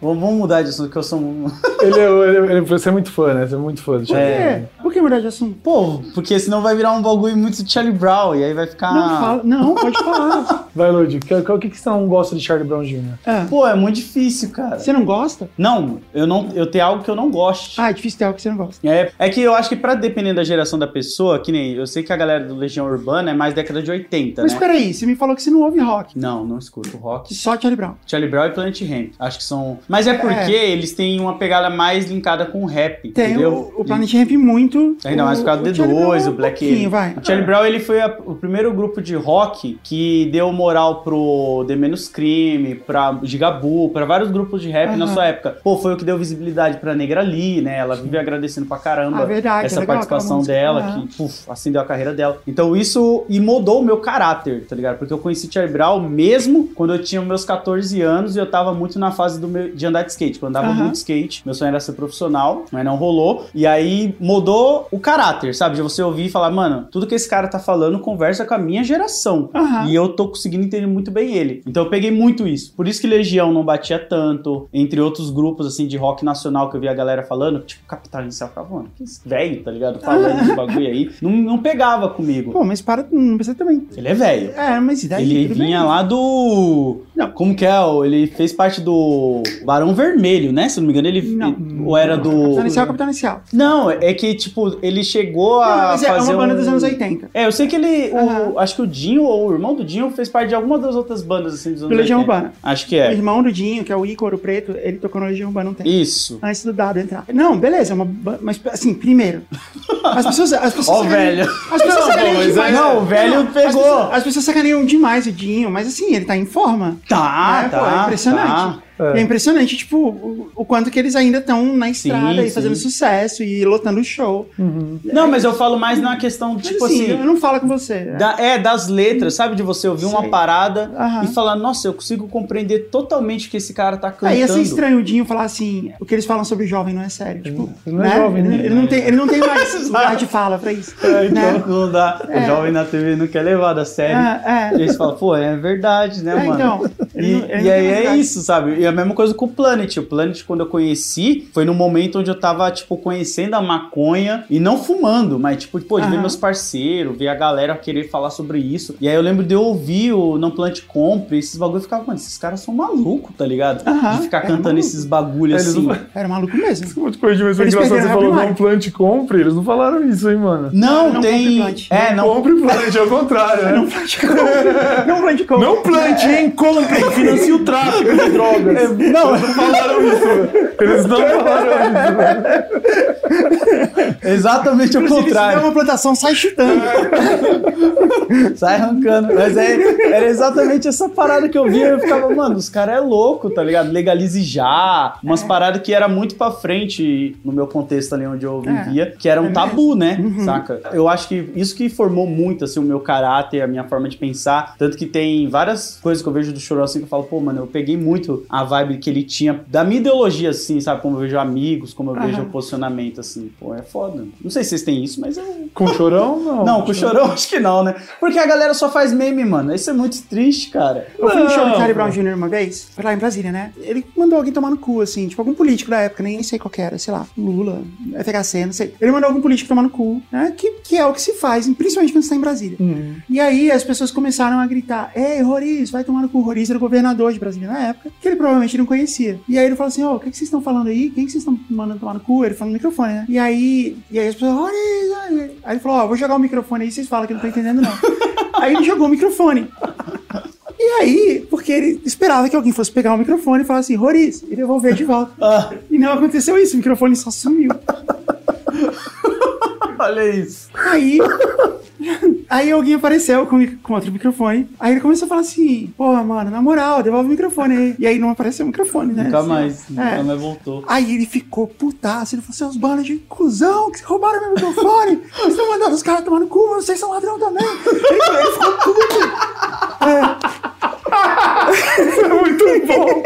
S5: Vamos vamos mudar de assunto, que eu sou um...
S2: Ele, é- ele, ele- você é muito fã, né? Você é muito fã toa. Deixa
S1: Por
S2: eu ver.
S1: quê? Por que mudar de assunto?
S5: Pô, porque senão vai virar um bagulho muito Charlie Brown e aí vai ficar.
S2: Ah.
S1: Não, fala. Não, pode falar.
S2: Vai, Lud, o que, o que que você não gosta de Charlie Brown Jr.?
S1: Ah,
S5: Pô, é muito difícil, cara.
S1: você não gosta?
S5: Não, eu não, eu tenho algo que eu não gosto.
S1: Ah, é difícil ter algo que você não gosta.
S5: É, é que eu acho que pra dependendo da geração da pessoa, que nem eu sei que a galera do Legião Urbana é mais década
S2: Tá,
S5: de 80,
S1: Mas é?
S5: né?
S1: peraí, você me falou que você não ouve rock.
S5: Não, não escuto rock.
S1: Só Charlie Brown.
S5: Charlie Brown e Planet Hemp. Acho que são. Mas é porque eles têm uma pegada mais linkada com rap,
S1: Tem
S5: entendeu?
S1: o, o Planet Ramp muito.
S5: E Ainda mais por causa do
S1: o Charlie
S5: D2,
S1: Brown,
S5: o Black.
S1: Um pouquinho, vai.
S5: O Charlie Brown ele foi a- o primeiro grupo de rock que deu moral pro The Menos Crime, pra Gigabu, pra vários grupos de rap na
S1: Aham.
S5: sua época. Pô, foi o que deu visibilidade pra Negra Lee, né? Ela vive agradecendo pra caramba
S1: Ah, verdade,
S5: essa
S1: é legal aquela
S5: participação
S1: música.
S5: dela,
S1: Aham.
S5: que puf, acendeu a carreira dela. Então isso e mudou o meu caráter, tá ligado? Porque eu conheci Charlie Brown mesmo quando eu tinha meus 14 anos e eu tava muito na fase do meu- de andar de skate. Tipo, eu andava
S1: Aham.
S5: muito de skate, meu sonho era ser profissional, mas não rolou. E aí mudou o caráter, sabe? De você ouvir e falar, mano, tudo que esse cara tá falando conversa com a minha geração.
S1: Aham.
S5: E eu tô conseguindo entender muito bem ele. Então eu peguei muito isso. Por isso que Legião não batia tanto, entre outros grupos assim de rock nacional que eu vi a galera falando, tipo Capital Inicial, eu falava, mano, que esse velho, tá ligado? Falando esse bagulho aí, não, não pegava comigo.
S1: Pô, mas para, não precisa também.
S5: Ele é velho.
S1: É, mas e daí?
S5: Ele
S1: Tudo bem.
S5: vinha lá do.
S1: né? Não.
S5: Como que é? Ele fez parte do Barão Vermelho, né? Se não me engano, ele.
S1: Não.
S5: Ou era do.
S1: Capitão Inicial, Capitão Inicial.
S5: Não, é que, tipo, ele chegou a.
S1: Não, mas é, é
S5: fazer
S1: uma banda dos
S5: um-
S1: anos 80.
S5: é, eu sei que ele. o-
S1: Aham.
S5: acho que o Dinho ou o irmão do Dinho fez parte de alguma das outras bandas assim dos anos
S1: Do Legião
S5: 80.
S1: Urbana.
S5: Acho que
S1: O
S5: é.
S1: irmão do Dinho, que é o Ícaro Preto, ele tocou no Legião Urbana um tempo.
S5: Isso.
S1: Antes do dado entrar. Não, beleza, é uma ba- mas assim, primeiro. As pessoas. As pessoas
S5: Ó, o velho.
S1: As pessoas
S5: Não,
S1: sacaneiam
S5: mas é-
S1: demais.
S5: não, o velho
S1: as
S5: pegou.
S1: pessoas- as pessoas sacaneiam demais o Dinho, mas assim, ele tá em forma.
S5: Tá,
S1: né?
S5: tá.
S1: Pô, é impressionante.
S5: tá.
S1: É. impressionante, tipo, o, o quanto que eles ainda estão na estrada e
S5: sim.
S1: fazendo sucesso e lotando o show.
S5: Não, mas eu falo mais na questão,
S1: Mas
S5: tipo
S1: assim,
S5: assim.
S1: eu não falo com você. né?
S5: da- é, das letras, sabe? De você ouvir uma
S1: Sei.
S5: parada
S1: Aham.
S5: e falar, nossa, eu consigo compreender totalmente o que esse cara tá cantando.
S1: É, Aí ia ser estranho o Dinho falar assim, o que eles falam sobre jovem não é sério. Tipo,
S2: Ele não é
S1: né?
S2: jovem, né?
S1: ele, ele não tem, ele não tem mais lugar de fala pra isso.
S5: É, então,
S1: né?
S5: não dá. O jovem na TV não quer levar da série.
S1: É, é.
S5: E eles falam, pô, é verdade, né,
S1: É,
S5: mano?
S1: então. Ele
S5: E,
S1: não- ele
S5: e
S1: não tem
S5: aí
S1: mais
S5: é
S1: idade.
S5: isso, sabe? E a mesma coisa com o Planet. O Planet, quando eu conheci, foi no momento onde eu tava, tipo, conhecendo a maconha e não fumando, mas, tipo, pô, de ver
S1: Aham.
S5: meus parceiros, ver a galera querer falar sobre isso. E aí eu lembro de eu ouvir o Não Plant Compre, esses bagulho, eu ficava, mano, esses caras são malucos, tá ligado?
S1: Aham,
S5: de ficar
S1: é
S5: cantando
S1: maluco.
S5: esses bagulho
S2: Eles
S5: assim.
S2: não-
S1: Era maluco mesmo.
S2: Muito corrigir, mas foi
S1: Eles
S2: engraçado. Você
S1: perderam a
S2: falou
S1: Happy
S2: não plante e compre. Eles não falaram isso, hein, mano.
S5: Não,
S1: Não compre
S5: tem.
S1: Plant.
S5: É, não.
S2: Compre e plante, é o contrário, né?
S1: Não, Brand Cole.
S2: Não plante,
S5: É.
S2: hein? Compre, financie o tráfico de drogas. não, eles não falaram isso, velho. Eles não falaram isso, né? velho.
S5: Exatamente o
S1: Se der
S5: contrário.
S1: uma plantação, sai chutando.
S5: Sai arrancando. Mas é, era exatamente essa parada que eu via. Eu ficava, mano, os caras é louco, tá ligado? Legalize já. Umas paradas que era muito pra frente no meu contexto ali onde eu vivia, que era um tabu, né? Saca? Eu acho que isso que formou muito, assim, o meu caráter, a minha forma de pensar. Tanto que tem várias coisas que eu vejo do Chorão, assim, que eu falo, pô, mano, eu peguei muito a vibe que ele tinha da minha ideologia, assim, sabe? Como eu vejo amigos, como eu vejo o posicionamento, assim. Pô, é foda. Não sei se vocês têm isso, mas eu
S2: Com chorão, não.
S5: não, com o chorão acho que não, né? Porque a galera só faz meme, mano. Isso é muito triste, cara.
S1: Eu fui no show do
S2: Não,
S1: Charlie
S2: pô.
S1: Brown Jr. uma vez, foi lá em Brasília, né? Ele mandou alguém tomar no cu, assim, tipo algum político da época, nem sei qual que era, sei lá, Lula, FHC, não sei. Ele mandou algum político tomar no cu, né? Que, que é o que se faz, principalmente quando você tá em Brasília.
S2: Hum.
S1: E aí as pessoas começaram a gritar: Ei, Roriz, vai tomar no cu. O Roriz era o governador de Brasília na época, que ele provavelmente não conhecia. E aí ele falou assim: Ó, o que, que vocês estão falando aí? Quem que vocês estão mandando tomar no cu? Ele falou no microfone, né? E aí, e aí as pessoas: Roriz, ai. aí ele falou: Ó, vou jogar o microfone aí, vocês falam que eu não tô entendendo, não. aí ele jogou o microfone. E aí, porque ele esperava que alguém fosse pegar o microfone e falar assim, Roriz, e devolver de volta.
S5: Ah,
S1: E não aconteceu isso, o microfone só sumiu.
S5: olha isso.
S1: Aí. Aí alguém apareceu com, com outro microfone. Aí ele começou a falar assim: pô, mano, na moral, devolve o microfone aí. E aí não apareceu o microfone, né?
S5: Nunca
S1: Assim,
S5: mais. Nunca
S1: É.
S5: mais voltou.
S1: Aí ele ficou putaço. Ele falou: seus bandos de cuzão que roubaram meu microfone. Vocês estão mandando os caras tomar no cu, vocês são ladrão também. Ele, ele ficou puto.
S2: É. Muito bom.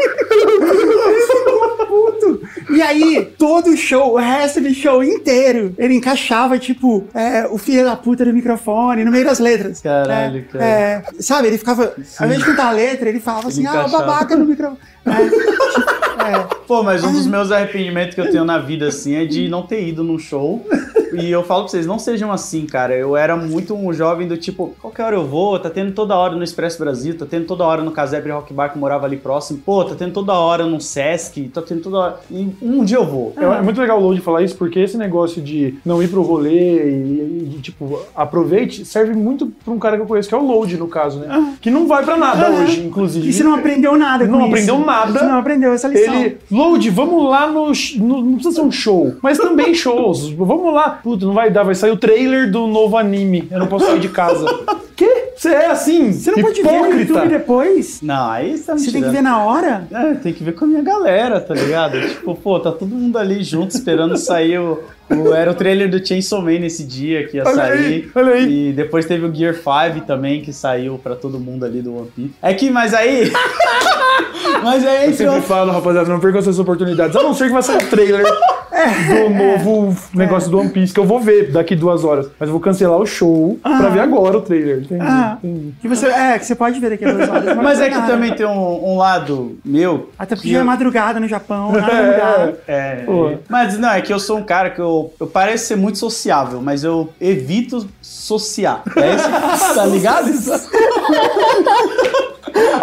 S1: puto. E aí, todo o show, o resto do show inteiro, ele encaixava, tipo, é, o filho da puta do microfone no meio das letras.
S5: Caralho,
S1: É,
S5: cara.
S1: é, sabe, ele ficava. Ao invés de cantar a letra, ele falava assim, ah, o
S5: encaixava.
S1: babaca no microfone. É,
S5: Pô, mas um dos meus arrependimentos que eu tenho na vida, assim, é de não ter ido num show. E eu falo pra vocês, não sejam assim, cara. Eu era muito um jovem do tipo, qualquer hora eu vou, tá tendo toda hora no Expresso Brasil, tá tendo toda hora no Casebre Rock Bar que eu morava ali próximo. Pô, tá tendo toda hora no Sesc, tá tendo toda hora. E um dia eu vou.
S2: É,
S1: Ah.
S2: é muito legal o Load falar isso, porque esse negócio de não ir pro rolê e, e, tipo, aproveite, serve muito pra um cara que eu conheço, que é o Load, no caso, né? Que não vai pra nada
S1: Ah. Aham.
S2: hoje, inclusive.
S1: e você não aprendeu nada com
S2: Não
S1: isso.
S2: aprendeu nada.
S1: Você não aprendeu essa lição.
S2: Ele, load, vamos lá no, sh- no- Não precisa ser um show, mas também shows. Vamos lá. Puta, não vai dar, vai sair o trailer do novo anime. Eu não posso sair de casa. Quê? Você é assim?
S1: Você não pode ver no YouTube depois?
S5: Não, aí você tá me
S1: Você tem que
S5: tirando.
S1: ver na hora?
S5: É, tem que ver com a minha galera, tá ligado? tipo, pô, tá todo mundo ali junto esperando sair o, o- Era o trailer do Chainsaw Man nesse dia que ia
S2: Olha
S5: sair.
S2: aí, olha aí.
S5: E depois teve o Gear 5 também, que saiu pra todo mundo ali do One Piece. É que, mas aí. mas aí é
S2: Eu
S5: entre
S2: sempre
S5: outros.
S2: falo, rapaziada, não percam essas oportunidades. A não ser que vai sair o trailer do novo negócio do One Piece, que eu vou ver daqui duas horas. Mas eu vou cancelar o show pra ver agora o trailer. Entendi.
S1: Ah.
S2: entendi.
S1: Que você, é, que você pode ver daqui a duas horas. não
S5: Mas é
S1: vai
S5: que
S1: nada.
S5: também tem um, um lado meu.
S1: Até porque
S5: que
S1: já é
S5: eu-
S1: madrugada no Japão, nada
S2: É.
S1: é. mudado.
S5: É,
S2: Pô.
S5: mas não, é que eu sou um cara que eu, eu pareço ser muito sociável, mas eu evito sociar. É isso? Tá ligado?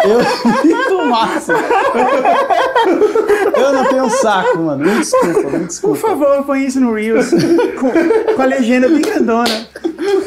S5: Eu evito o máximo. Eu não tenho um saco, mano. Me desculpa, me
S1: Por
S5: desculpa.
S1: favor, põe isso no Reels. com, com a legenda bem grandona.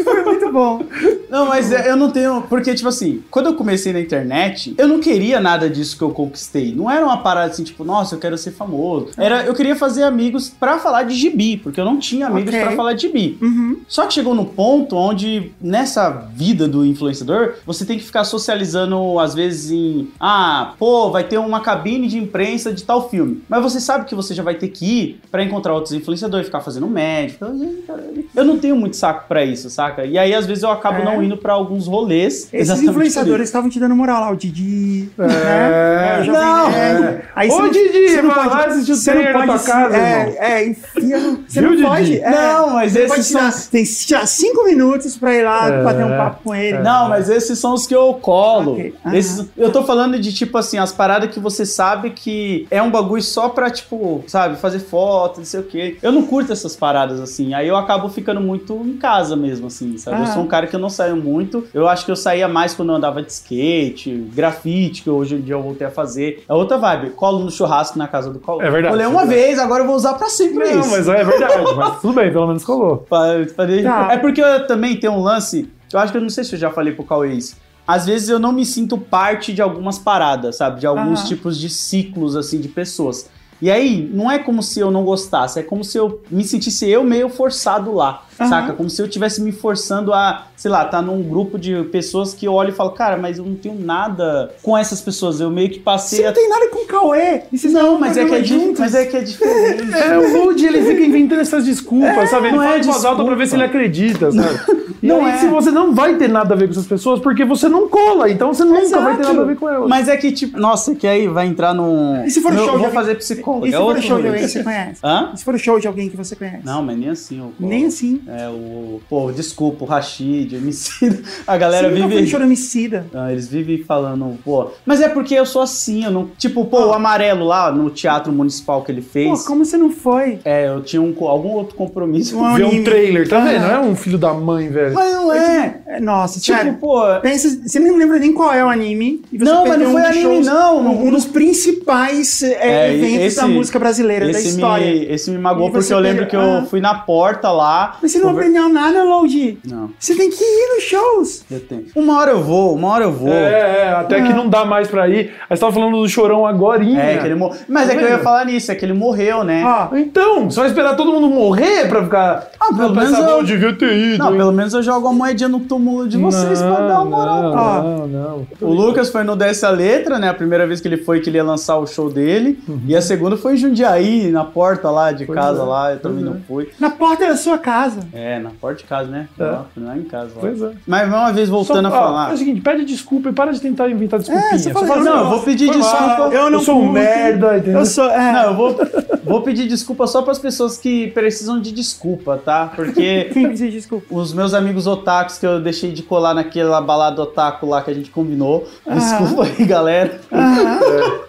S1: Foi muito bom.
S5: Não, mas é, eu não tenho. Porque, tipo assim, quando eu comecei na internet, eu não queria nada disso que eu conquistei. Não era uma parada assim, tipo, nossa, eu quero ser famoso. Era, eu queria fazer amigos pra falar de gibi, porque eu não tinha amigos
S1: Ok.
S5: pra falar de gibi.
S1: Uhum.
S5: Só que chegou no ponto onde, nessa vida do influenciador, você tem que ficar socializando, às vezes, em. Ah, pô, vai ter uma cabine de imprensa de tal filme. Mas você sabe que você já vai ter que ir pra encontrar outros influenciadores, ficar fazendo médico. Então, e aí, cara, Eu não tenho muito saco pra isso, saca? E aí, às vezes, eu acabo
S1: É.
S5: não indo pra alguns rolês.
S1: Esses
S5: exatamente por isso.
S1: influenciadores estavam te dando moral lá, o Didi.
S2: É.
S1: Né? O Jovem
S5: Não.
S1: Nerd. Aí
S2: Ô,
S1: você não-
S2: Didi,
S1: você não
S2: vai
S1: pode-
S2: lá assistir o
S1: você não
S2: trailer da
S1: pode
S2: tua
S1: se-
S2: casa,
S1: É,
S2: irmão.
S1: é enfia no- Você
S2: Viu,
S1: não
S2: Didi?
S1: pode. é,
S5: Não, mas
S1: você
S5: esses
S1: pode
S5: são.
S1: tirar, Tem que tirar cinco minutos pra ir lá
S2: É.
S1: bater um papo com ele.
S5: Não, mas esses são os que eu colo.
S1: Ok. Aham.
S5: Esses- eu tô falando de, tipo assim, as paradas que você sabe que é um bagulho só pra, tipo, sabe, fazer foto, não sei o quê. Eu não curto essas paradas, assim. Aí eu acabo ficando muito em casa mesmo, assim, sabe? Eu
S1: Ah.
S5: sou um cara que eu não saio muito. Eu acho que eu saía mais quando eu andava de skate, grafite, que hoje em dia eu voltei a fazer. É outra vibe. Colo no churrasco na casa do colo.
S2: É verdade,
S5: Colei
S2: é
S5: uma
S2: verdade.
S5: vez, agora eu vou usar pra sempre
S2: Não,
S5: isso.
S2: mas é verdade. Mas tudo bem, pelo menos colou.
S5: Pra- pra deixar-
S1: Tá.
S5: É porque eu também tenho um lance. Eu acho que eu não sei se eu já falei pro Cauê isso. Às vezes eu não me sinto parte de algumas paradas, sabe? De alguns
S1: Aham.
S5: tipos de ciclos, assim, de pessoas. E aí, não é como se eu não gostasse, é como se eu me sentisse eu meio forçado lá,
S1: Aham.
S5: saca? Como se eu estivesse me forçando a, sei lá, tá num grupo de pessoas que eu olho e falo, cara, mas eu não tenho nada com essas pessoas. Eu meio que passei
S1: Você
S5: a.
S1: não tem nada com o Cauê. E vocês não,
S5: Mas é, que é di- mas é que é diferente.
S2: É, o Load, ele fica inventando essas desculpas, sabe? Ele
S5: não
S2: fala
S5: é
S2: em voz alta pra
S5: desculpa.
S2: ver se ele acredita, sabe? E
S5: Não
S2: aí,
S5: é.
S2: se você não vai ter nada a ver com essas pessoas, porque você não cola, então você nunca vai ter
S1: Exato.
S2: nada a ver com elas.
S5: Mas é que, tipo, nossa, que aí vai entrar num.
S1: E se for
S5: eu
S1: show de
S5: vou
S1: alguém-
S5: fazer psicólogo.
S1: E se
S5: é
S1: for
S5: outro
S1: show de
S5: rolê.
S1: alguém que você conhece?
S5: Hã?
S1: E se for show de alguém que você conhece?
S5: Não, mas nem assim. Eu,
S1: Nem assim.
S5: É o. Pô, desculpa, o Rashid, o MC. A galera
S1: Você nunca foi
S5: vive.
S1: em show do homicida.
S5: Ah, eles vivem falando, pô. Mas é porque eu sou assim, eu não. Tipo, pô, o amarelo lá no teatro municipal que ele fez.
S1: Ah. Pô, como você não foi?
S5: É, eu tinha um, co- algum outro compromisso.
S1: Uma-
S2: Vê um
S1: anime.
S2: trailer, tá vendo?
S1: Ah.
S2: Não é um filho da mãe, velho.
S5: Mas não é.
S1: É, Nossa, sério.
S5: Tipo, pô.
S1: Pensa, você nem lembra nem qual é o anime. e você
S5: Não, mas
S1: perdeu
S5: não
S1: um
S5: foi
S1: dos
S5: anime,
S1: shows-
S5: não. Não-
S1: Um, dos principais é,
S5: É,
S1: eventos
S5: esse-
S1: da música brasileira, da
S5: Esse
S1: história.
S5: me, esse me magoou
S1: E
S5: porque
S1: você
S5: eu lembro
S1: perdeu-
S5: que eu
S1: Ah.
S5: fui na porta lá.
S1: Mas você não
S5: conver-
S1: aprendeu nada, Load.
S5: Não,
S1: Você tem que ir nos shows.
S5: eu tenho. Uma hora eu vou, uma hora eu vou.
S2: É, é, até que não dá mais pra ir. Aí você tava falando do chorão agorinha.
S5: É, que ele mor... Mas é
S2: Tá
S5: que eu ia falar nisso, é que ele morreu, né?
S1: Ó,
S2: Então, você vai esperar todo mundo morrer pra ficar.
S5: Ah, pelo
S2: pra
S5: menos
S2: saber
S5: eu-
S2: onde devia ter ido.
S5: não,
S2: hein?
S5: pelo menos eu jogo a moedinha no túmulo de vocês pra dar uma moral.
S2: Não,
S1: Ó.
S2: não, não.
S5: O Lucas foi no Dessa Letra, né? A primeira vez que ele foi, que ele ia lançar o show dele.
S2: Uhum.
S5: E a segunda foi em Jundiaí, na porta lá de
S2: Pois
S5: casa
S2: é,
S5: lá. Eu
S2: pois
S5: também
S2: é.
S5: não fui.
S1: na porta da sua casa.
S5: É, na porta de casa, né?
S2: É.
S5: Lá, lá em casa. Lá.
S2: Pois é.
S5: Mas uma vez voltando
S2: Só-
S5: a
S2: ó,
S5: falar. É,
S2: É o seguinte, pede desculpa e para de tentar inventar desculpinha.
S1: você fala,
S2: Só fala,
S1: eu
S5: Não, eu
S1: não-
S5: vou pedir
S2: foi mal,
S5: desculpa.
S1: eu não
S2: eu sou um
S1: curto.
S2: merda, entendeu?
S1: Eu sou. É,
S5: Não, eu vou, vou pedir desculpa só pras pessoas que precisam de desculpa, tá? Porque
S1: quem precisa de desculpa?
S5: os meus amigos otakus que eu deixei de colar naquela balada otaku lá que a gente combinou.
S1: Ah.
S5: Desculpa aí, galera.
S1: Aham.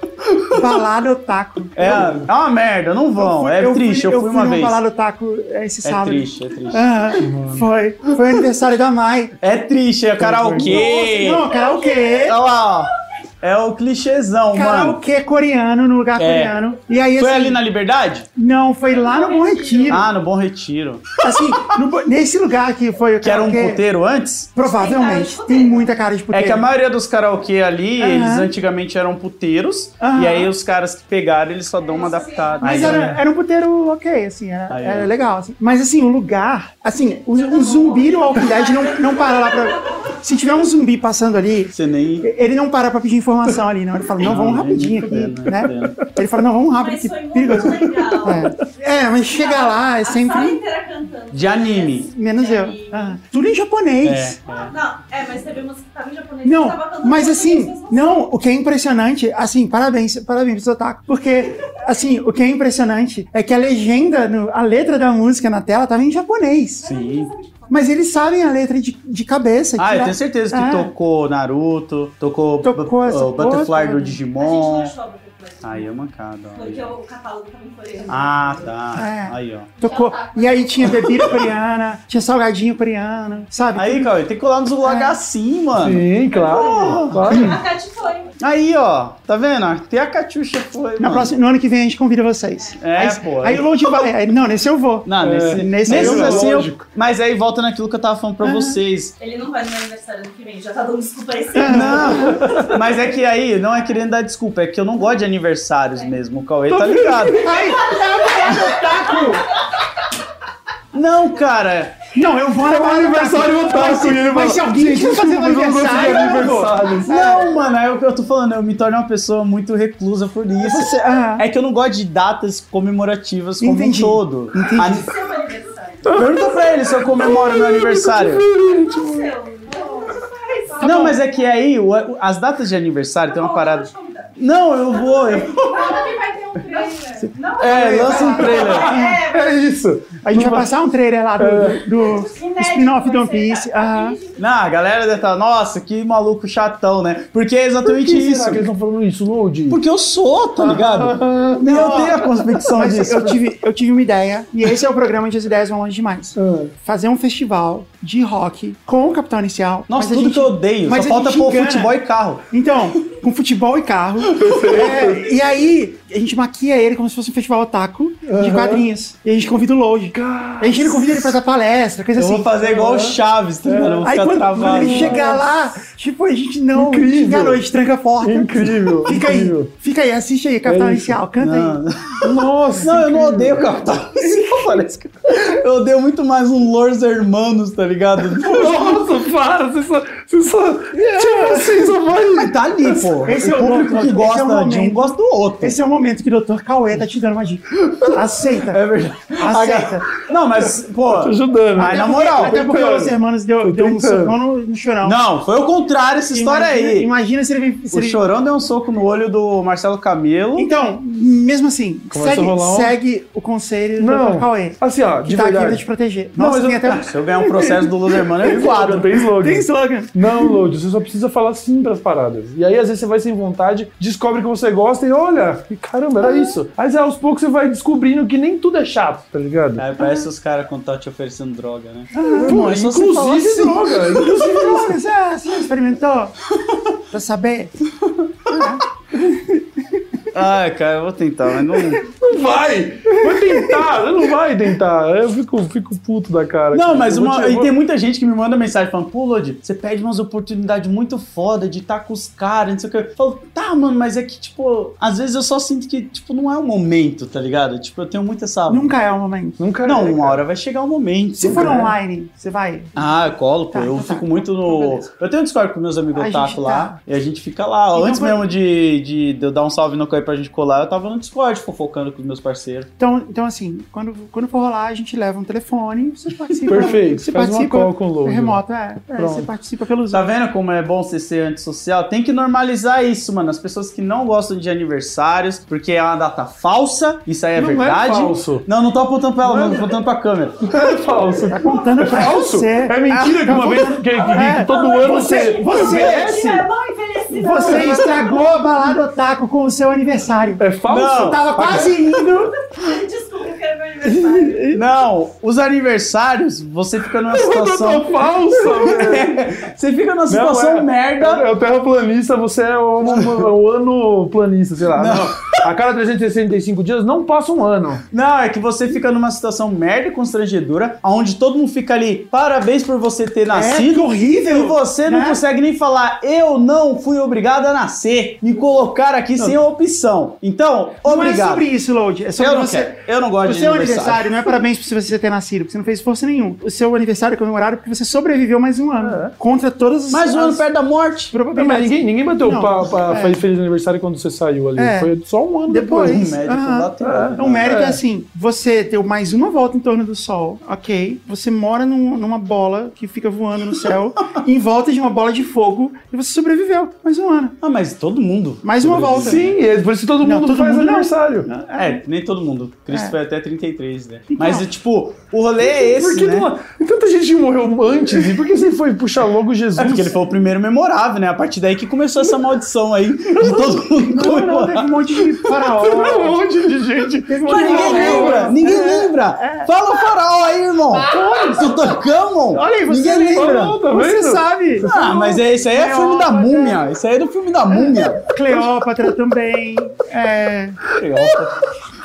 S1: É. Balada Otaku.
S5: É, é uma merda, não vão. é triste, eu fui, uma
S1: numa
S5: vez.
S1: balada otaku esse
S5: É
S1: sábado.
S5: triste, é triste.
S1: Aham, foi. Foi o aniversário da Mai.
S5: É triste, é karaokê.
S1: Nossa, não, karaokê.
S5: Olha lá, ó. É o clichêzão, mano.
S1: Karaokê coreano no lugar
S5: É.
S1: coreano. E aí,
S5: Foi
S1: assim,
S5: ali na Liberdade?
S1: Não, foi lá no Bom Retiro.
S5: Ah, no Bom Retiro.
S1: Assim, no bo- nesse lugar que foi o
S5: Que era um
S1: karaokê,
S5: puteiro antes?
S1: Provavelmente.
S3: Tem cara de
S1: Tem
S3: puteiro.
S1: muita cara de
S5: É
S1: puteiro.
S5: que a maioria dos karaokê ali,
S1: Aham.
S5: eles antigamente eram puteiros.
S1: Aham.
S5: E aí os caras que pegaram, eles só dão uma adaptada.
S1: Mas
S5: Aí,
S1: era,
S5: né?
S1: era um puteiro ok, assim, era,
S5: Aí, né?
S1: era
S5: ó.
S1: legal. assim. Mas assim, o lugar, assim, o, o zumbi do Walking Dead não, não para lá pra. Se tiver um zumbi passando ali,
S5: Você nem...
S1: ele não para pra pedir informação ali, não. Ele fala, não,
S5: Não,
S1: vamos
S5: nem
S1: rapidinho aqui,
S5: fudendo, nem
S1: né?
S5: fudendo.
S1: Ele fala, não, vamos rápido,
S3: Mas
S1: que
S3: foi muito
S1: perigoso.
S3: legal.
S1: É. É, mas chegar lá é
S3: A sala
S1: sempre.
S3: inteira cantando.
S5: De anime.
S1: Menos
S3: De
S1: eu.
S3: anime.
S1: Ah, tudo em japonês.
S5: É.
S3: Não, é, mas teve música que tava em japonês. que tava
S1: Não,
S3: cantando
S1: mas
S3: japonês,
S1: assim,
S3: mas
S1: não, o que é impressionante, assim, parabéns, parabéns pro Otaku, porque, assim, o que é impressionante é que a legenda, no- a letra da música na tela tava em japonês.
S5: Sim.
S1: Mas eles sabem a letra de, de cabeça.
S5: Ah, eu
S1: tira-
S5: tenho certeza que
S1: É.
S5: tocou Naruto, tocou,
S1: Tocou
S5: bu-
S1: essa
S5: o
S1: porra.
S5: Butterfly do
S3: A gente não
S5: Digimon.
S3: achou a Butterfly.
S5: Aí é mancada, ó.
S3: Porque o catálogo tava em coreano.
S5: Ah, tá.
S1: É.
S5: Aí, ó.
S1: Tocou. E aí tinha bebida coreana, tinha salgadinho coreano, sabe?
S5: Aí, Cauê, tem que colar nos
S1: É.
S5: lagacim, mano.
S2: Sim, claro. claro.
S3: A Cat foi.
S5: Aí, ó. Tá vendo? Até a Catiuxa foi,
S1: Na
S5: mano.
S1: próxima, no ano que vem a gente convida vocês.
S5: É,
S1: aí,
S5: pô.
S1: Aí o Load vai. aí, não, nesse eu vou.
S5: Não,
S2: É,
S5: nesse,
S1: nesse
S5: nesses
S1: eu-
S5: assim, eu,
S2: lógico.
S5: mas aí volta naquilo que eu tava falando pra
S1: Aham.
S5: vocês.
S3: Ele não vai no meu aniversário ano que vem, já tá dando desculpa aí.
S5: Não, mas é que aí, não é querendo dar desculpa, é que eu não gosto de
S3: É.
S5: aniversários mesmo, o Cauê tá ligado.
S1: Ai,
S5: Não, cara,
S1: não, eu vou
S5: É um
S1: na balada
S2: aniversário
S1: Otaku.
S2: Otaku, e ele
S1: Mas
S2: fala,
S1: se alguém
S2: "Gente,
S1: quiser fazer um
S2: desculpa, mas eu não gosto de
S1: aniversário.
S2: aniversários."
S5: não, mano, é o que eu tô falando, eu me torno uma pessoa muito reclusa por isso.
S1: ah.
S5: É que eu não gosto de datas comemorativas como
S1: Entendi.
S5: um todo.
S1: Entendi.
S3: Seu aniversário.
S5: A- Pergunta pra ele se eu comemoro meu aniversário.
S3: Não seu. Não, faz.
S5: Não, mas é que aí, o- as datas de aniversário tem uma
S3: Bom,
S5: parada.
S3: vou te convidar.
S5: Não, eu vou. eu-
S3: Nada que vai ter um trailer. um Não,
S5: É, lança um trailer.
S3: É,
S2: É isso.
S1: A gente vai passar um trailer lá do, do, do
S3: inédito,
S1: spin-off do One
S3: vai ser
S1: Piece.
S3: da-
S1: Aham.
S5: Não, a galera deve estar, nossa, que maluco chatão, né? Porque é exatamente isso.
S2: Será que eles estão falando isso, Load?
S5: Porque eu sou,
S1: Ah.
S5: tá ligado? E eu tenho a convicção
S1: Mas
S5: disso.
S1: eu tive, eu tive uma ideia, e esse é o programa de As Ideias Vão Longe Demais.
S2: Ah,
S1: Fazer um festival de rock com o Capitão Inicial.
S5: Nossa,
S1: mas a
S5: tudo
S1: gente-
S5: que eu odeio. Só
S1: mas a
S5: falta
S1: gente
S5: pôr
S1: engana.
S5: futebol e carro.
S1: Então, com futebol e carro. É, e aí, a gente maquia ele como se fosse um festival otaku de
S2: Aham.
S1: quadrinhos. E a gente convida o Load. A gente não convida ele pra fazer palestra, coisa
S5: Eu
S1: assim.
S5: vou fazer igual o Chaves, tá ligado? Eu vou
S1: Aí
S5: ficar
S1: quando, quando
S5: travado.
S1: ele chegar lá, tipo, a gente não. A gente
S2: Incrível.
S1: enganou, a gente tranca a porta.
S2: Incrível.
S1: Fica aí,
S2: incrível.
S1: fica aí, assiste aí, Capitão
S2: É isso.
S1: Inicial, canta
S5: Não,
S1: aí. Assim
S2: Nossa.
S5: não eu não
S2: incrível.
S5: odeio o Capitão Inicial, parece que eu odeio muito mais um Los Hermanos, tá ligado?
S2: Nossa, para, você só. Você só.
S5: É.
S2: Tipo assim, só vai.
S5: Mas tá ali, pô.
S1: Esse é
S5: o
S1: o
S5: público
S1: momento,
S5: que
S1: esse
S5: gosta
S1: é o
S5: de um
S1: momento.
S5: gosta do outro.
S1: Esse é o momento que o Dr. Cauê tá te dando uma dica. Aceita.
S5: É verdade.
S1: Aceita.
S5: Não, mas, pô.
S2: Tô ajudando.
S5: Ai, na moral.
S1: Até porque
S2: tentando.
S1: os hermanos deu,
S2: Tô
S1: deu um
S2: tentando.
S1: socão no, no chorão.
S5: Não, foi o contrário essa história
S1: imagina,
S5: aí.
S1: Imagina se ele. Se
S5: O
S1: ele...
S5: Chorão deu um soco no olho do Marcelo Camelo.
S1: Então, mesmo assim,
S2: Começa
S1: segue,
S2: a rolar um-
S1: segue o conselho do
S2: Não.
S1: Dr. Cauê.
S2: Assim, ó,
S1: Que
S2: de
S1: tá aqui pra
S2: verdade.
S5: tipo,
S1: te proteger.
S2: Não,
S1: Nossa,
S2: mas eu-
S1: tem até.
S5: Ah, se eu ganhar um processo do Los Hermanos, eu
S2: slogan,
S5: um quadro.
S2: tem slogan.
S1: Tem slogan.
S2: Não, Load, você só precisa falar sim pras paradas. E aí, às vezes, você vai sem vontade, descobre que você gosta e olha, e caramba,
S5: É.
S2: era isso. Mas é, aos poucos você vai descobrindo que nem tudo é chato, tá ligado?
S5: Aí parece os caras quando tá te oferecendo droga, né?
S2: Pô,
S5: é só você falar
S2: inclusive
S5: assim.
S2: droga, inclusive droga.
S1: Você, ah, você experimentou? pra saber?
S5: Ai, cara, eu vou tentar, mas não.
S2: Não vai! Vai tentar, não vai tentar. Eu fico, fico puto da cara.
S5: Não,
S2: cara.
S5: mas
S2: Eu vou
S5: uma.
S2: te- eu
S5: E
S2: vou-
S5: tem muita gente que me manda mensagem falando, pô, Lodi, você perde umas oportunidades muito foda de estar com os caras, não sei o que. Eu falo, tá, mano, mas é que, tipo, às vezes eu só sinto que, tipo, não é o momento, tá ligado? Tipo, eu tenho muita essa.
S1: Nunca é o momento.
S2: Nunca
S5: Não,
S2: é,
S5: uma
S2: cara.
S5: hora vai chegar o momento.
S1: Se for
S2: é.
S5: né?
S1: online, você vai.
S5: Ah, eu colo, pô.
S1: Tá,
S5: eu
S1: tá,
S5: fico
S1: tá.
S5: muito
S1: Então,
S5: no.
S1: beleza.
S5: Eu tenho um Discord com meus amigos
S1: A gente
S5: otaku lá.
S1: tá.
S5: E a gente fica lá.
S1: Então,
S5: Antes
S1: quando-
S5: mesmo de, de, de eu dar um salve no Coi pra gente colar, eu tava no Discord fofocando com os meus parceiros.
S1: Então, então assim, quando, quando for rolar, a gente leva um telefone, você participa.
S2: Perfeito,
S1: Você
S2: faz uma
S1: participa.
S2: call com o Load.
S1: Remoto, é. é,
S2: Pronto.
S1: você participa pelo Zoom.
S5: Tá vendo como é bom você ser antissocial? Tem que normalizar isso, mano. As pessoas que não gostam de aniversários, porque é uma data falsa, isso aí é
S2: Não é
S5: verdade.
S2: falso.
S5: Não, não tô apontando pra ela, não, tô apontando pra câmera.
S2: É falso.
S1: Tá contando pra
S2: Falso?
S1: você.
S2: É mentira que uma vez que, que- que
S1: É.
S2: todo ano
S1: Você-
S2: você.
S1: você-
S2: merece.
S3: Tira a mão e envelheceu.
S1: Ah, Você estragou a balada otaku com o seu aniversário.
S2: É falso?
S1: Você tava quase indo. é
S3: Desculpa que é meu aniversário.
S5: Não, os aniversários, você fica numa situação.
S2: falso, velho.
S5: Você fica numa situação
S2: é.
S5: merda.
S2: É o terraplanista, você é o, o, o ano planista, sei lá. Não. A cada 365 dias não passa um ano.
S5: Não, é que você fica numa situação merda e constrangedora, onde todo mundo fica ali, parabéns por você ter
S1: É, que
S5: nascido. e
S1: horrível.
S5: você não
S1: né?
S5: consegue nem falar, eu não fui obrigado a nascer. Me colocar aqui sem opção. Então,
S1: Não é
S5: obrigado.
S1: sobre isso, Load. É sobre
S5: eu não
S1: você.
S5: quero. Eu não gosto
S1: O
S5: de
S1: seu
S5: aniversário.
S1: aniversário não é parabéns por você ter nascido, porque você não fez esforço nenhum. O seu aniversário é comemorado porque você sobreviveu mais um ano.
S2: É.
S1: Contra todas as.
S5: Mais um ano
S1: as
S5: perto da morte.
S2: Não, mas
S1: probabilidades.
S2: ninguém, ninguém bateu
S1: Não,
S2: pa, pa,
S1: é.
S2: fe- feliz aniversário quando você saiu ali.
S1: É.
S2: Foi só um ano
S1: Depois.
S2: depois.
S5: Um médico
S1: Aham.
S5: bateu.
S1: Então, o mérito é.
S2: É.
S1: assim: você deu mais uma volta em torno do sol, ok? Você mora num- numa bola que fica voando no céu, em volta de uma bola de fogo, e você sobreviveu mais um ano.
S5: Ah, mas todo mundo.
S1: Mais uma volta.
S2: Sim, é por isso que todo
S1: Não,
S2: mundo
S1: todo
S2: faz
S1: mundo não.
S2: aniversário.
S5: É, nem todo mundo. Cristo foi até 33, né?
S1: É. Então.
S5: Mas, tipo, o rolê é
S2: por
S5: esse,
S2: que
S5: né?
S2: não- tanta gente morreu antes? E por que você foi puxar logo Jesus?
S5: É porque ele foi o primeiro memorável, né? A partir daí que começou essa maldição aí de todo mundo
S1: Não, não, teve
S5: comemorar.
S1: um monte de faraó.
S2: um monte de gente.
S1: Teve um monte
S5: Mas
S1: de
S5: ninguém
S1: faraó.
S5: lembra! Ninguém
S1: É.
S5: lembra! Fala o faraó aí, irmão! Tutankhamon!
S1: Olha aí, você
S5: Ninguém
S1: lembra.
S5: lembra!
S2: Tá
S1: você
S2: vendo?
S1: sabe.
S5: Ah, mas é, isso aí é filme da
S1: Cleópatra.
S5: múmia! Isso aí é do filme da múmia!
S1: Cleópatra também. É,
S5: Cleópatra.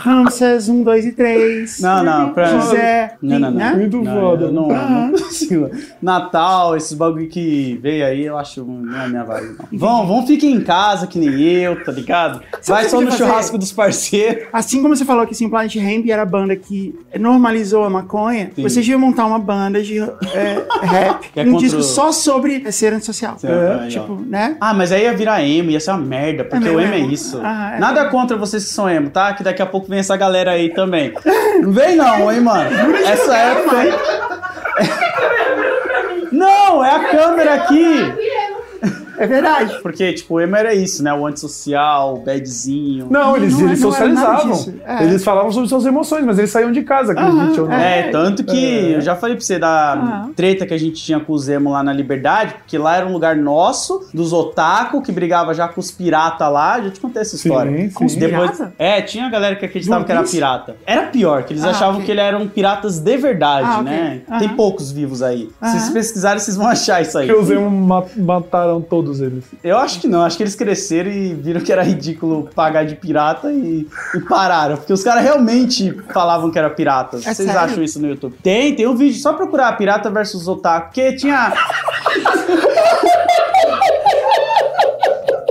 S1: Ramses 1, 2 e 3.
S5: Não, não, pra-
S1: José.
S5: Não, não, não.
S1: né? Ah.
S2: Muito
S5: Não,
S2: foda.
S5: eu não, não consigo. Natal, esses bagulho que veio aí, eu acho não é minha vibe. não. Vão, vão, fiquem em casa, que nem eu, tá ligado?
S1: Sabe
S5: Vai
S1: o que
S5: só
S1: eu
S5: no
S1: queria
S5: churrasco dos parceiros.
S1: Assim como você falou que assim, o Planet Hemp era a banda que normalizou a maconha,
S5: Sim.
S1: vocês deviam montar uma banda de é, rap,
S5: Que é
S1: um
S5: contra
S1: disco
S5: o-
S1: só sobre ser antissocial.
S5: Certo, aí, ó.
S1: tipo, né?
S5: Ah, mas aí ia virar emo, ia ser uma merda, porque
S1: mesmo,
S5: o emo é
S1: emo.
S5: isso.
S1: Ah, é.
S5: Nada contra vocês que são emo, tá? Que daqui a pouco vem essa galera aí também. Não vem não, hein, mano? Essa época aí... Não, é a câmera aqui!
S1: É verdade.
S5: Porque, tipo, o emo era isso, né? O antissocial, o badzinho.
S2: Não, eles,
S1: Não, é, não
S2: eles
S1: era nada
S2: socializavam.
S1: disso. É.
S2: Eles falavam sobre suas emoções, mas eles saíam de casa, acredite ou não.
S1: é.
S5: É, tanto que
S2: É.
S5: eu já falei pra você da
S1: Ah.
S5: treta que a gente tinha com o Zemo lá na Liberdade, porque lá era um lugar nosso, dos otaku, que brigava já com os pirata lá, já te contei essa
S2: Sim,
S5: história.
S2: sim.
S1: Com os
S5: Depois,
S1: pirata?
S5: é, tinha a galera que acreditava
S1: Do
S5: que era
S1: One Piece?
S5: pirata. Era pior, que eles
S1: Ah,
S5: achavam
S1: ok.
S5: que eles eram piratas de verdade,
S1: Ah, ok.
S5: né?
S1: Aham.
S5: Tem poucos vivos aí. Se vocês
S1: Aham.
S5: pesquisarem, vocês vão achar isso aí.
S1: é.
S2: Porque os emo um ma- mataram todos eles.
S5: Eu acho que não, acho que eles cresceram e viram que era ridículo pagar de pirata e, e pararam. Porque os caras realmente falavam que era pirata. Vocês
S1: sério?
S5: acham isso no YouTube? Tem, tem um vídeo, só procurar pirata versus otaku, porque tinha.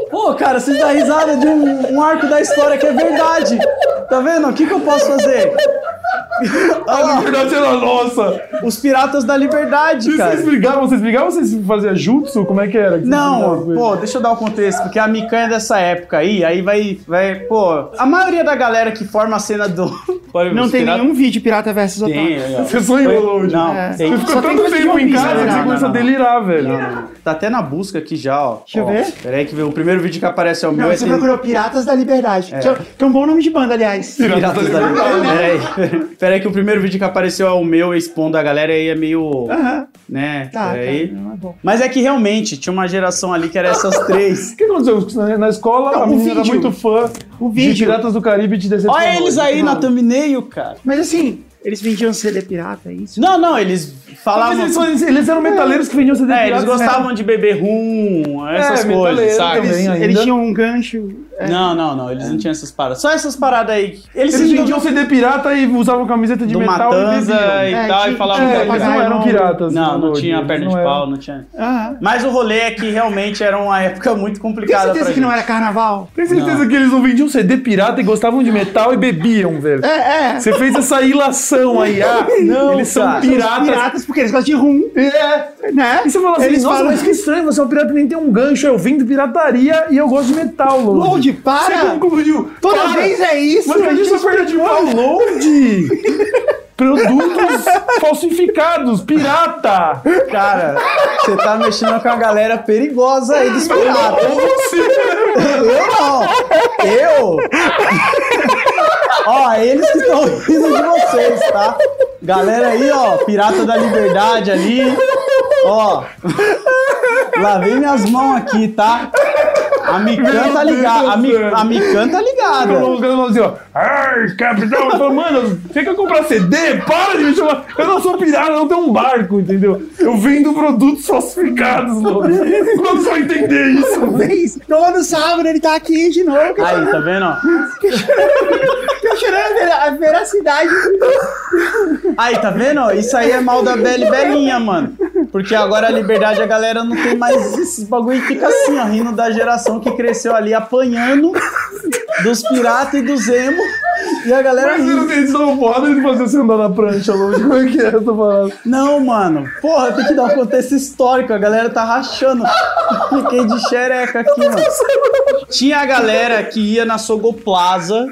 S5: Pô, cara, vocês dão risada de um, um arco da história que é verdade. Tá vendo? O que, que eu posso fazer? Olha
S2: A
S5: lá,
S2: verdade era nossa!
S5: os piratas da liberdade,
S2: E
S5: cara.
S2: Vocês brigavam, vocês brigavam, vocês faziam jutsu? Como é que era? que vocês brigavam
S5: Não,
S2: com eles?
S5: pô, deixa eu dar o contexto, porque a micanha dessa época aí, aí vai, vai, pô, a maioria da galera que forma a cena do...
S1: Não tem nenhum vídeo pirata versus otaku.
S5: Tem, é. aí, ó.
S2: Você sonhou, Load.
S5: Não,
S1: É.
S5: tem.
S2: Você
S1: Só
S2: ficou
S1: tem
S2: tanto
S1: coisa de
S2: tempo
S1: One
S2: em
S1: Piece,
S2: casa
S1: né?
S2: que você
S1: Não,
S2: começa a
S5: não, não.
S2: delirar, velho.
S5: Tá até na busca aqui já, ó.
S1: Deixa eu
S5: Ó,
S1: ver.
S5: Pera aí que vem o primeiro vídeo que aparece é o meu.
S1: Não,
S5: é
S1: você
S5: tem-
S1: procurou Piratas da Liberdade, que, é, que é um bom nome de banda, aliás.
S5: Piratas da Liberdade. Pera aí. Pera aí que o primeiro vídeo que apareceu é o meu expondo a galera aí é meio,
S1: Aham. Ah.
S5: né,
S1: Tá, tá,
S5: pera aí.
S1: não é bom.
S5: Mas é que realmente tinha uma geração ali que era essas três.
S2: O que aconteceu? Na, na escola,
S1: Não,
S2: a
S1: o
S2: menina era
S1: vídeo.
S2: muito fã
S1: O
S2: de
S1: vídeo.
S2: Piratas do Caribe de decepcionou.
S5: Olha eles aí
S1: Não.
S5: na thumbnail, cara.
S1: Mas assim, eles vendiam CD pirata, é isso?
S5: Não, não, eles
S2: Mas
S5: falavam...
S2: eles, são- eles- eles eram metaleiros que vendiam CD
S5: É, eles
S2: piratas,
S5: gostavam de beber rum, essas coisas,
S2: metaleiro
S5: sabe?
S2: É, também né? ainda.
S1: Eles tinham um gancho. é,
S5: Não, não, não, eles não tinham essas paradas. Só essas paradas aí. Eles,
S2: Eles
S5: se
S2: vendiam CD pirata e usavam camiseta de
S5: do
S2: metal
S5: Matanza
S2: e
S5: e
S2: bebiam.
S1: É,
S5: tal, e
S1: tinha-
S5: falavam
S1: é,
S5: que
S2: É,
S5: era
S2: eles
S1: mas
S5: pirata.
S2: não eram piratas.
S5: Não, não
S2: Lorde,
S5: tinha perna
S2: eles
S5: de
S2: não
S5: pau,
S2: eram.
S5: não tinha.
S1: Aham.
S5: Mas o rolê é que realmente era uma época muito
S1: Tem
S5: complicada pra
S1: certeza que
S5: gente.
S1: não era carnaval?
S2: Tem certeza que eles não vendiam CD pirata e gostavam de metal e bebiam, velho.
S1: É, é.
S2: Você fez essa ilação aí, ah,
S5: Não,
S2: eles são
S5: cara.
S1: Piratas.
S2: piratas.
S1: piratas, porque eles gostam de rum,
S2: É.
S1: né?
S2: E você fala assim,
S1: eles
S2: nossa,
S1: falam,
S2: mas que estranho, você é um pirata e nem tem um gancho. Eu vim de pirataria e eu gosto de metal, Lorde.
S1: Lorde, para!
S2: Você como confundiu?
S1: toda
S2: Para!
S1: vez é isso.
S2: Mas cadê
S1: gente?
S2: sua perna de pau, Lorde? Produtos falsificados, pirata!
S5: Cara, você tá mexendo com a galera perigosa aí dos piratas.
S2: Ou você...
S5: Eu não! Eu! ó, eles que estão rindo de vocês, tá? Galera aí, ó, pirata da liberdade ali. Ó. Lavei minhas mãos aqui, tá? A Mikan tá ligada. A, Mi, a Mikan tá ligada.
S2: Os caras falam assim, ó. Ai, capitão, eu falo, mano, você quer comprar CD? Para de me chamar. Eu não sou pirata, eu não tenho um barco, entendeu? Eu vendo produtos falsificados, mano. Quando só entender isso?
S1: Vez, todo sábado ele tá aqui de novo, que eu
S5: Aí, tá vendo? ó?
S1: que eu chorei a vera- a veracidade.
S5: Aí, tá vendo? ó? Isso aí é mal da Belle Belinha, mano. Porque agora a liberdade, a galera não tem mais esses bagulho e fica assim, ó, rindo da geração que cresceu ali apanhando dos piratas e dos emo. E a galera
S2: Mas
S5: rindo.
S2: eles não podem fazer você andar na prancha, mano. Como é que é essa parada?
S5: Não, mano. Porra, tem que dar um contexto histórico. A galera tá rachando. Fiquei de xereca aqui, mano. Tinha a galera que ia na Sogoplaza,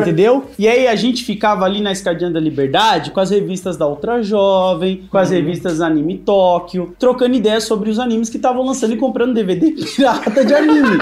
S5: entendeu? E aí a gente ficava ali na Escadinha da Liberdade com as revistas da Ultra Jovem, com as revistas Anime Tóquio, trocando ideias sobre os animes que estavam lançando e comprando DVD pirata de anime.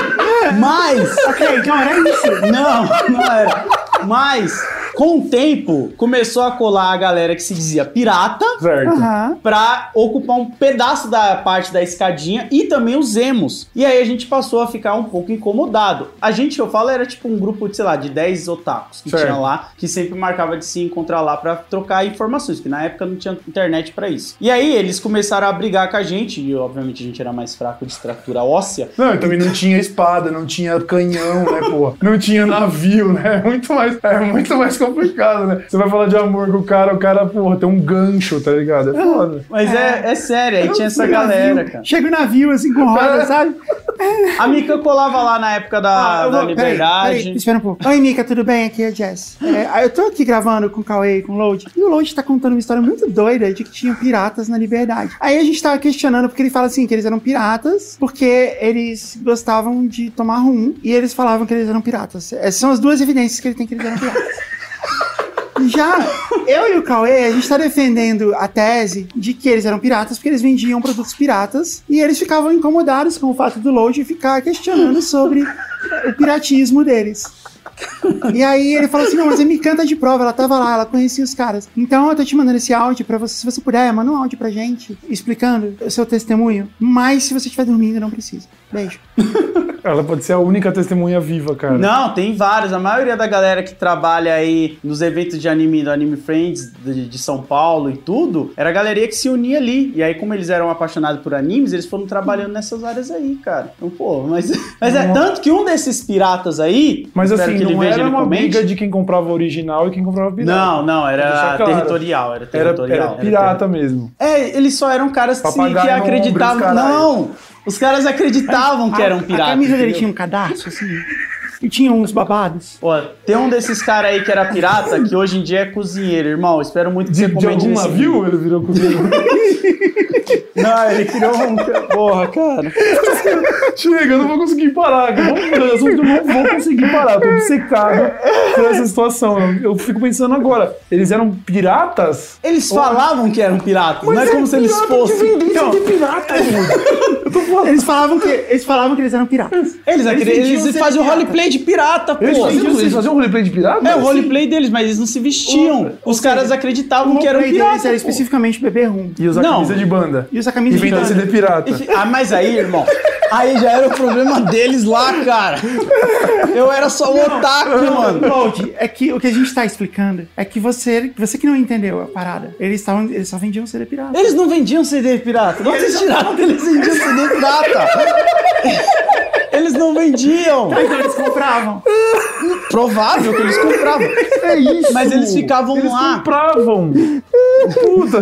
S5: Mas
S1: ok, então era isso.
S5: não, não era. Mas, com o tempo, começou a colar a galera que se dizia pirata
S2: Certo.
S1: Aham.
S5: pra ocupar um pedaço da parte da escadinha e também os emos. E aí a gente passou a ficar um pouco incomodado. A gente, eu falo, era tipo um grupo de, sei lá, de 10 otakus que
S2: Certo.
S5: tinha lá, que sempre marcava de se encontrar lá pra trocar informações, que na época não tinha internet pra isso. E aí eles começaram a brigar com a gente, e obviamente a gente era mais fraco de estrutura óssea.
S2: Não, e também não tinha espada, não tinha canhão, né, pô? Não tinha navio, né? É muito mais, é muito mais complicado, né? Você vai falar de amor com o cara, o cara, porra, tem um gancho, tá ligado? É foda.
S5: Mas é, é sério, aí tinha essa
S1: O
S5: galera,
S1: navio-
S5: cara.
S1: Chega o navio assim com roda, sabe?
S5: A Mika colava lá na época da,
S1: Ah, eu
S5: da
S1: vou- peraí,
S5: liberdade.
S1: peraí, espera um pouco. Oi, Mika, tudo bem? Aqui é a Jess. É, eu tô aqui gravando com o Cauê e com o Load. E o Load tá contando uma história muito doida de que tinham piratas na liberdade. Aí a gente tava questionando, porque ele fala assim, que eles eram piratas, porque eles gostavam de tomar rum. E eles falavam que eles eram piratas. Essas são as duas evidências que ele tem que eles eram piratas. Já eu e o Cauê, a gente tá defendendo a tese de que eles eram piratas porque eles vendiam produtos piratas e eles ficavam incomodados com o fato do Load ficar questionando sobre o piratismo deles. E aí ele falou assim: não, mas ele me canta de prova, ela tava lá, ela conhecia os caras. Então eu tô te mandando esse áudio pra você, se você puder, manda um áudio pra gente explicando o seu testemunho. Mas se você estiver dormindo, não precisa. Beijo.
S2: Ela pode ser a única testemunha viva, cara.
S5: Não, tem vários. A maioria da galera que trabalha aí nos eventos de anime, do Anime Friends de, de São Paulo e tudo, era a galeria que se unia ali. E aí, como eles eram apaixonados por animes, eles foram trabalhando nessas áreas aí, cara. Então, pô, mas, mas é tanto que um desses piratas aí.
S2: Mas
S5: espero
S2: assim,
S5: que ele
S2: não
S5: veja,
S2: era
S5: ele
S2: uma
S5: comente.
S2: briga de quem comprava o original e quem comprava pirata.
S5: Não, não,
S2: Pra
S5: era
S2: deixar claro.
S5: territorial, era
S2: Era,
S5: territorial.
S2: era
S5: era
S2: pirata mesmo.
S5: É, eles só eram caras que, se, que
S2: Papagaio no ombro, os
S5: acreditavam.
S2: caralho.
S5: Não! Os caras acreditavam que eram
S1: A
S5: piratas.
S1: camisa dele
S5: entendeu?
S1: tinha um cadarço, assim. E tinha uns babados.
S5: Ó, tem um desses caras aí que era pirata, que hoje em dia é cozinheiro, irmão. Espero muito que
S2: De,
S5: você
S2: de
S5: comente
S2: algum
S5: nesse
S2: navio ele virou cozinheiro.
S5: vídeo. Não, ele criou um... Porra, cara.
S2: Chega, eu não vou conseguir parar. cara. Vamos mudar de assunto, Eu não vou conseguir parar. Eu Tô obcecado por essa situação. Eu fico pensando agora. Eles eram piratas?
S5: Eles falavam que eram piratas, não é, como se eles fossem...
S2: Então,
S5: É,
S1: Então, Eles falavam que eles falavam que eles eram piratas.
S5: Eles, eles,
S1: fingiam
S5: eles
S1: ser
S5: faziam
S1: pirata.
S5: roleplay de pirata, pô.
S2: eles, faziam, eles faziam um roleplay de pirata?
S5: É o roleplay deles, mas eles não se vestiam. Os caras acreditavam Um que eram
S1: roleplay deles
S5: piratas,
S1: era
S5: pô.
S1: especificamente beber rum.
S2: E usar
S5: Não.
S2: camisa de banda.
S1: E usar
S2: E então,
S1: camisa de
S2: vender
S1: banda.
S2: CD pirata.
S5: Enfim, Ah, mas aí, irmão, aí já era o problema deles lá, cara. Eu era só um otaku, mano.
S1: Gold, é que o que a gente tá explicando é que você, você que não entendeu a parada. Eles estavam, eles só vendiam CD pirata.
S5: Eles não vendiam CD pirata. Não eles tiraram que eles vendiam CD pirata. Eles não vendiam.
S1: Então eles compravam.
S5: Provável que eles compravam.
S2: É isso.
S5: Mas eles ficavam
S2: Eles
S5: lá.
S2: compravam. Puta.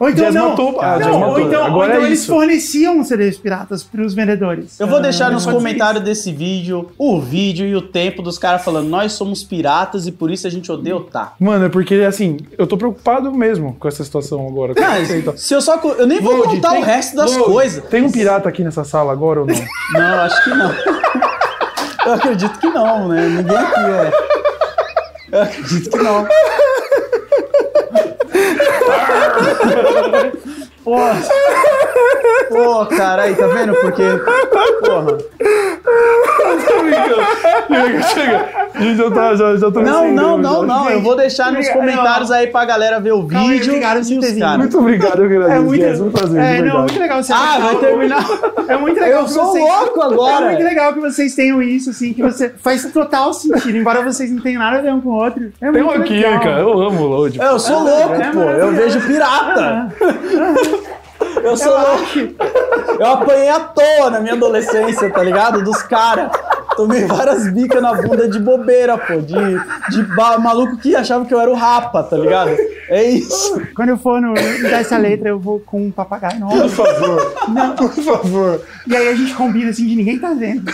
S1: Ou então
S2: Jazz
S1: não.
S2: matou. Ah,
S1: Não,
S2: Jazz
S1: ou
S2: matou.
S1: então,
S2: Agora
S1: ou então
S2: é
S1: eles
S2: isso.
S1: forneciam CDs piratas pros vendedores. Ah,
S5: Eu vou deixar nos comentários desse vídeo o vídeo e o tempo dos caras falando nós somos piratas e por isso a gente odeia otaku.
S2: Mano, é porque, assim, eu tô preocupado mesmo com essa situação agora.
S5: Mas se eu só. co- Eu nem vou
S2: Load,
S5: contar
S2: tem-
S5: o resto das
S2: Load,
S5: coisas.
S2: Tem um pirata aqui nessa sala agora ou não?
S5: Não, acho que não. Eu acredito que não, né? Ninguém aqui é. Eu acredito que não.
S1: É
S5: Pô, Pô, cara, aí tá vendo? Porque. Porra.
S2: tô brincando. Chega, chega. A gente já tá, já, já tô me
S5: Não,
S2: acendendo,
S5: não, não,
S2: já.
S5: não. Eu vou deixar nos
S1: Obrigado.
S5: comentários aí pra galera ver o
S1: Calma aí,
S5: vídeo.
S1: obrigado por
S5: e os
S1: ter vindo.
S5: caras.
S2: Muito obrigado, eu agradeço.
S1: É muito,
S2: Jess, um prazer,
S1: é,
S2: de
S1: não, muito
S2: verdade.
S1: legal você
S5: Ah, vai terminar.
S1: É muito legal
S5: Eu
S1: que
S5: sou
S1: vocês-
S5: louco agora.
S1: É muito legal que vocês tenham isso, assim, que você faz total sentido, embora vocês não tenham nada a ver um com o outro. É
S2: Tem um
S1: muito
S2: aqui,
S1: legal.
S2: cara. Eu amo o Load.
S5: Eu sou louco,
S1: é
S5: pô. Eu vejo pirata. Eu sou louco. Eu apanhei à toa na minha adolescência, tá ligado? Dos caras. Tomei várias bicas na bunda de bobeira, pô. De, de ba- maluco que achava que eu era o rapa, tá ligado? É isso.
S1: Quando eu for no, no dar essa letra, eu vou com um papagaio
S2: Por
S1: novo.
S2: favor. Por favor.
S1: E aí a gente combina assim de ninguém tá vendo.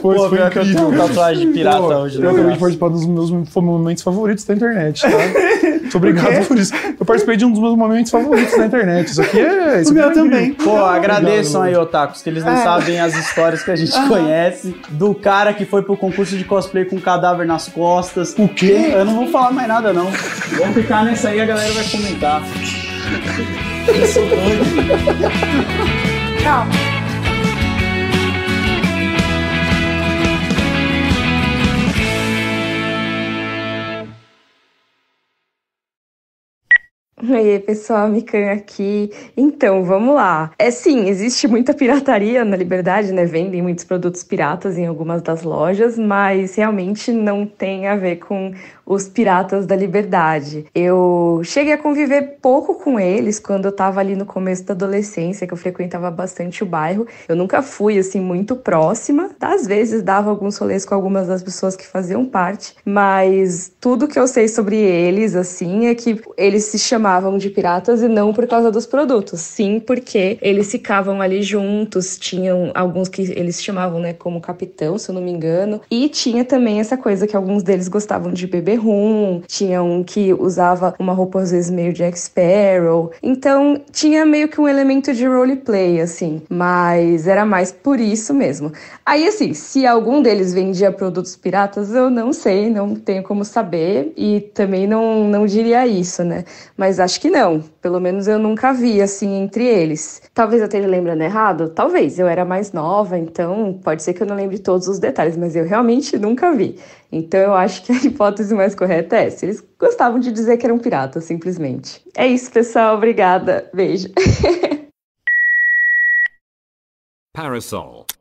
S2: Foi,
S5: Pô,
S2: foi
S5: pior que eu tenho
S2: incrível.
S5: uma tatuagem de pirata
S2: Pô,
S5: hoje,
S2: Eu
S5: né?
S2: acabei de participar dos meus momentos favoritos da internet, tá? Muito
S1: Por
S2: obrigado
S1: quê?
S2: por isso. Eu participei de um dos meus momentos favoritos da internet. Isso aqui é. Isso
S1: O meu
S2: aqui é
S1: também.
S2: incrível.
S5: Pô, agradeçam
S2: Obrigado,
S5: aí, otakus, que eles não
S1: É.
S5: sabem as histórias que a gente conhece do cara que foi pro concurso de cosplay com um cadáver nas costas.
S2: O quê?
S5: Eu não vou falar mais nada, não. Vamos ficar nessa aí, a galera vai comentar. Isso doido.
S1: Tchau.
S4: Oi, pessoal, Mikan aqui. Então, vamos lá. É sim, existe muita pirataria na Liberdade, né? Vendem muitos produtos piratas em algumas das lojas, mas realmente não tem a ver com os piratas da Liberdade. Eu cheguei a conviver pouco com eles quando eu tava ali no começo da adolescência, que eu frequentava bastante o bairro. Eu nunca fui assim muito próxima. Às vezes dava alguns rolês com algumas das pessoas que faziam parte, mas tudo que eu sei sobre eles assim é que eles se chamavam de piratas e não por causa dos produtos, sim porque eles ficavam ali juntos, tinham alguns que eles chamavam, né, como capitão, se eu não me engano, e tinha também essa coisa que alguns deles gostavam de beber rum, tinha um que usava uma roupa às vezes meio Jack Sparrow. Então, tinha meio que um elemento de roleplay assim, mas era mais por isso mesmo. Aí assim, se algum deles vendia produtos piratas, eu não sei, não tenho como saber e também não não diria isso, né? Mas acho que não. Pelo menos eu nunca vi assim entre eles. Talvez eu esteja lembrando errado, talvez. Eu era mais nova, então pode ser que eu não lembre todos os detalhes, mas eu realmente nunca vi. Então eu acho que a hipótese mais correta é essa. Eles gostavam de dizer que eram piratas, simplesmente. É isso, pessoal. Obrigada. Beijo.
S6: Parasol.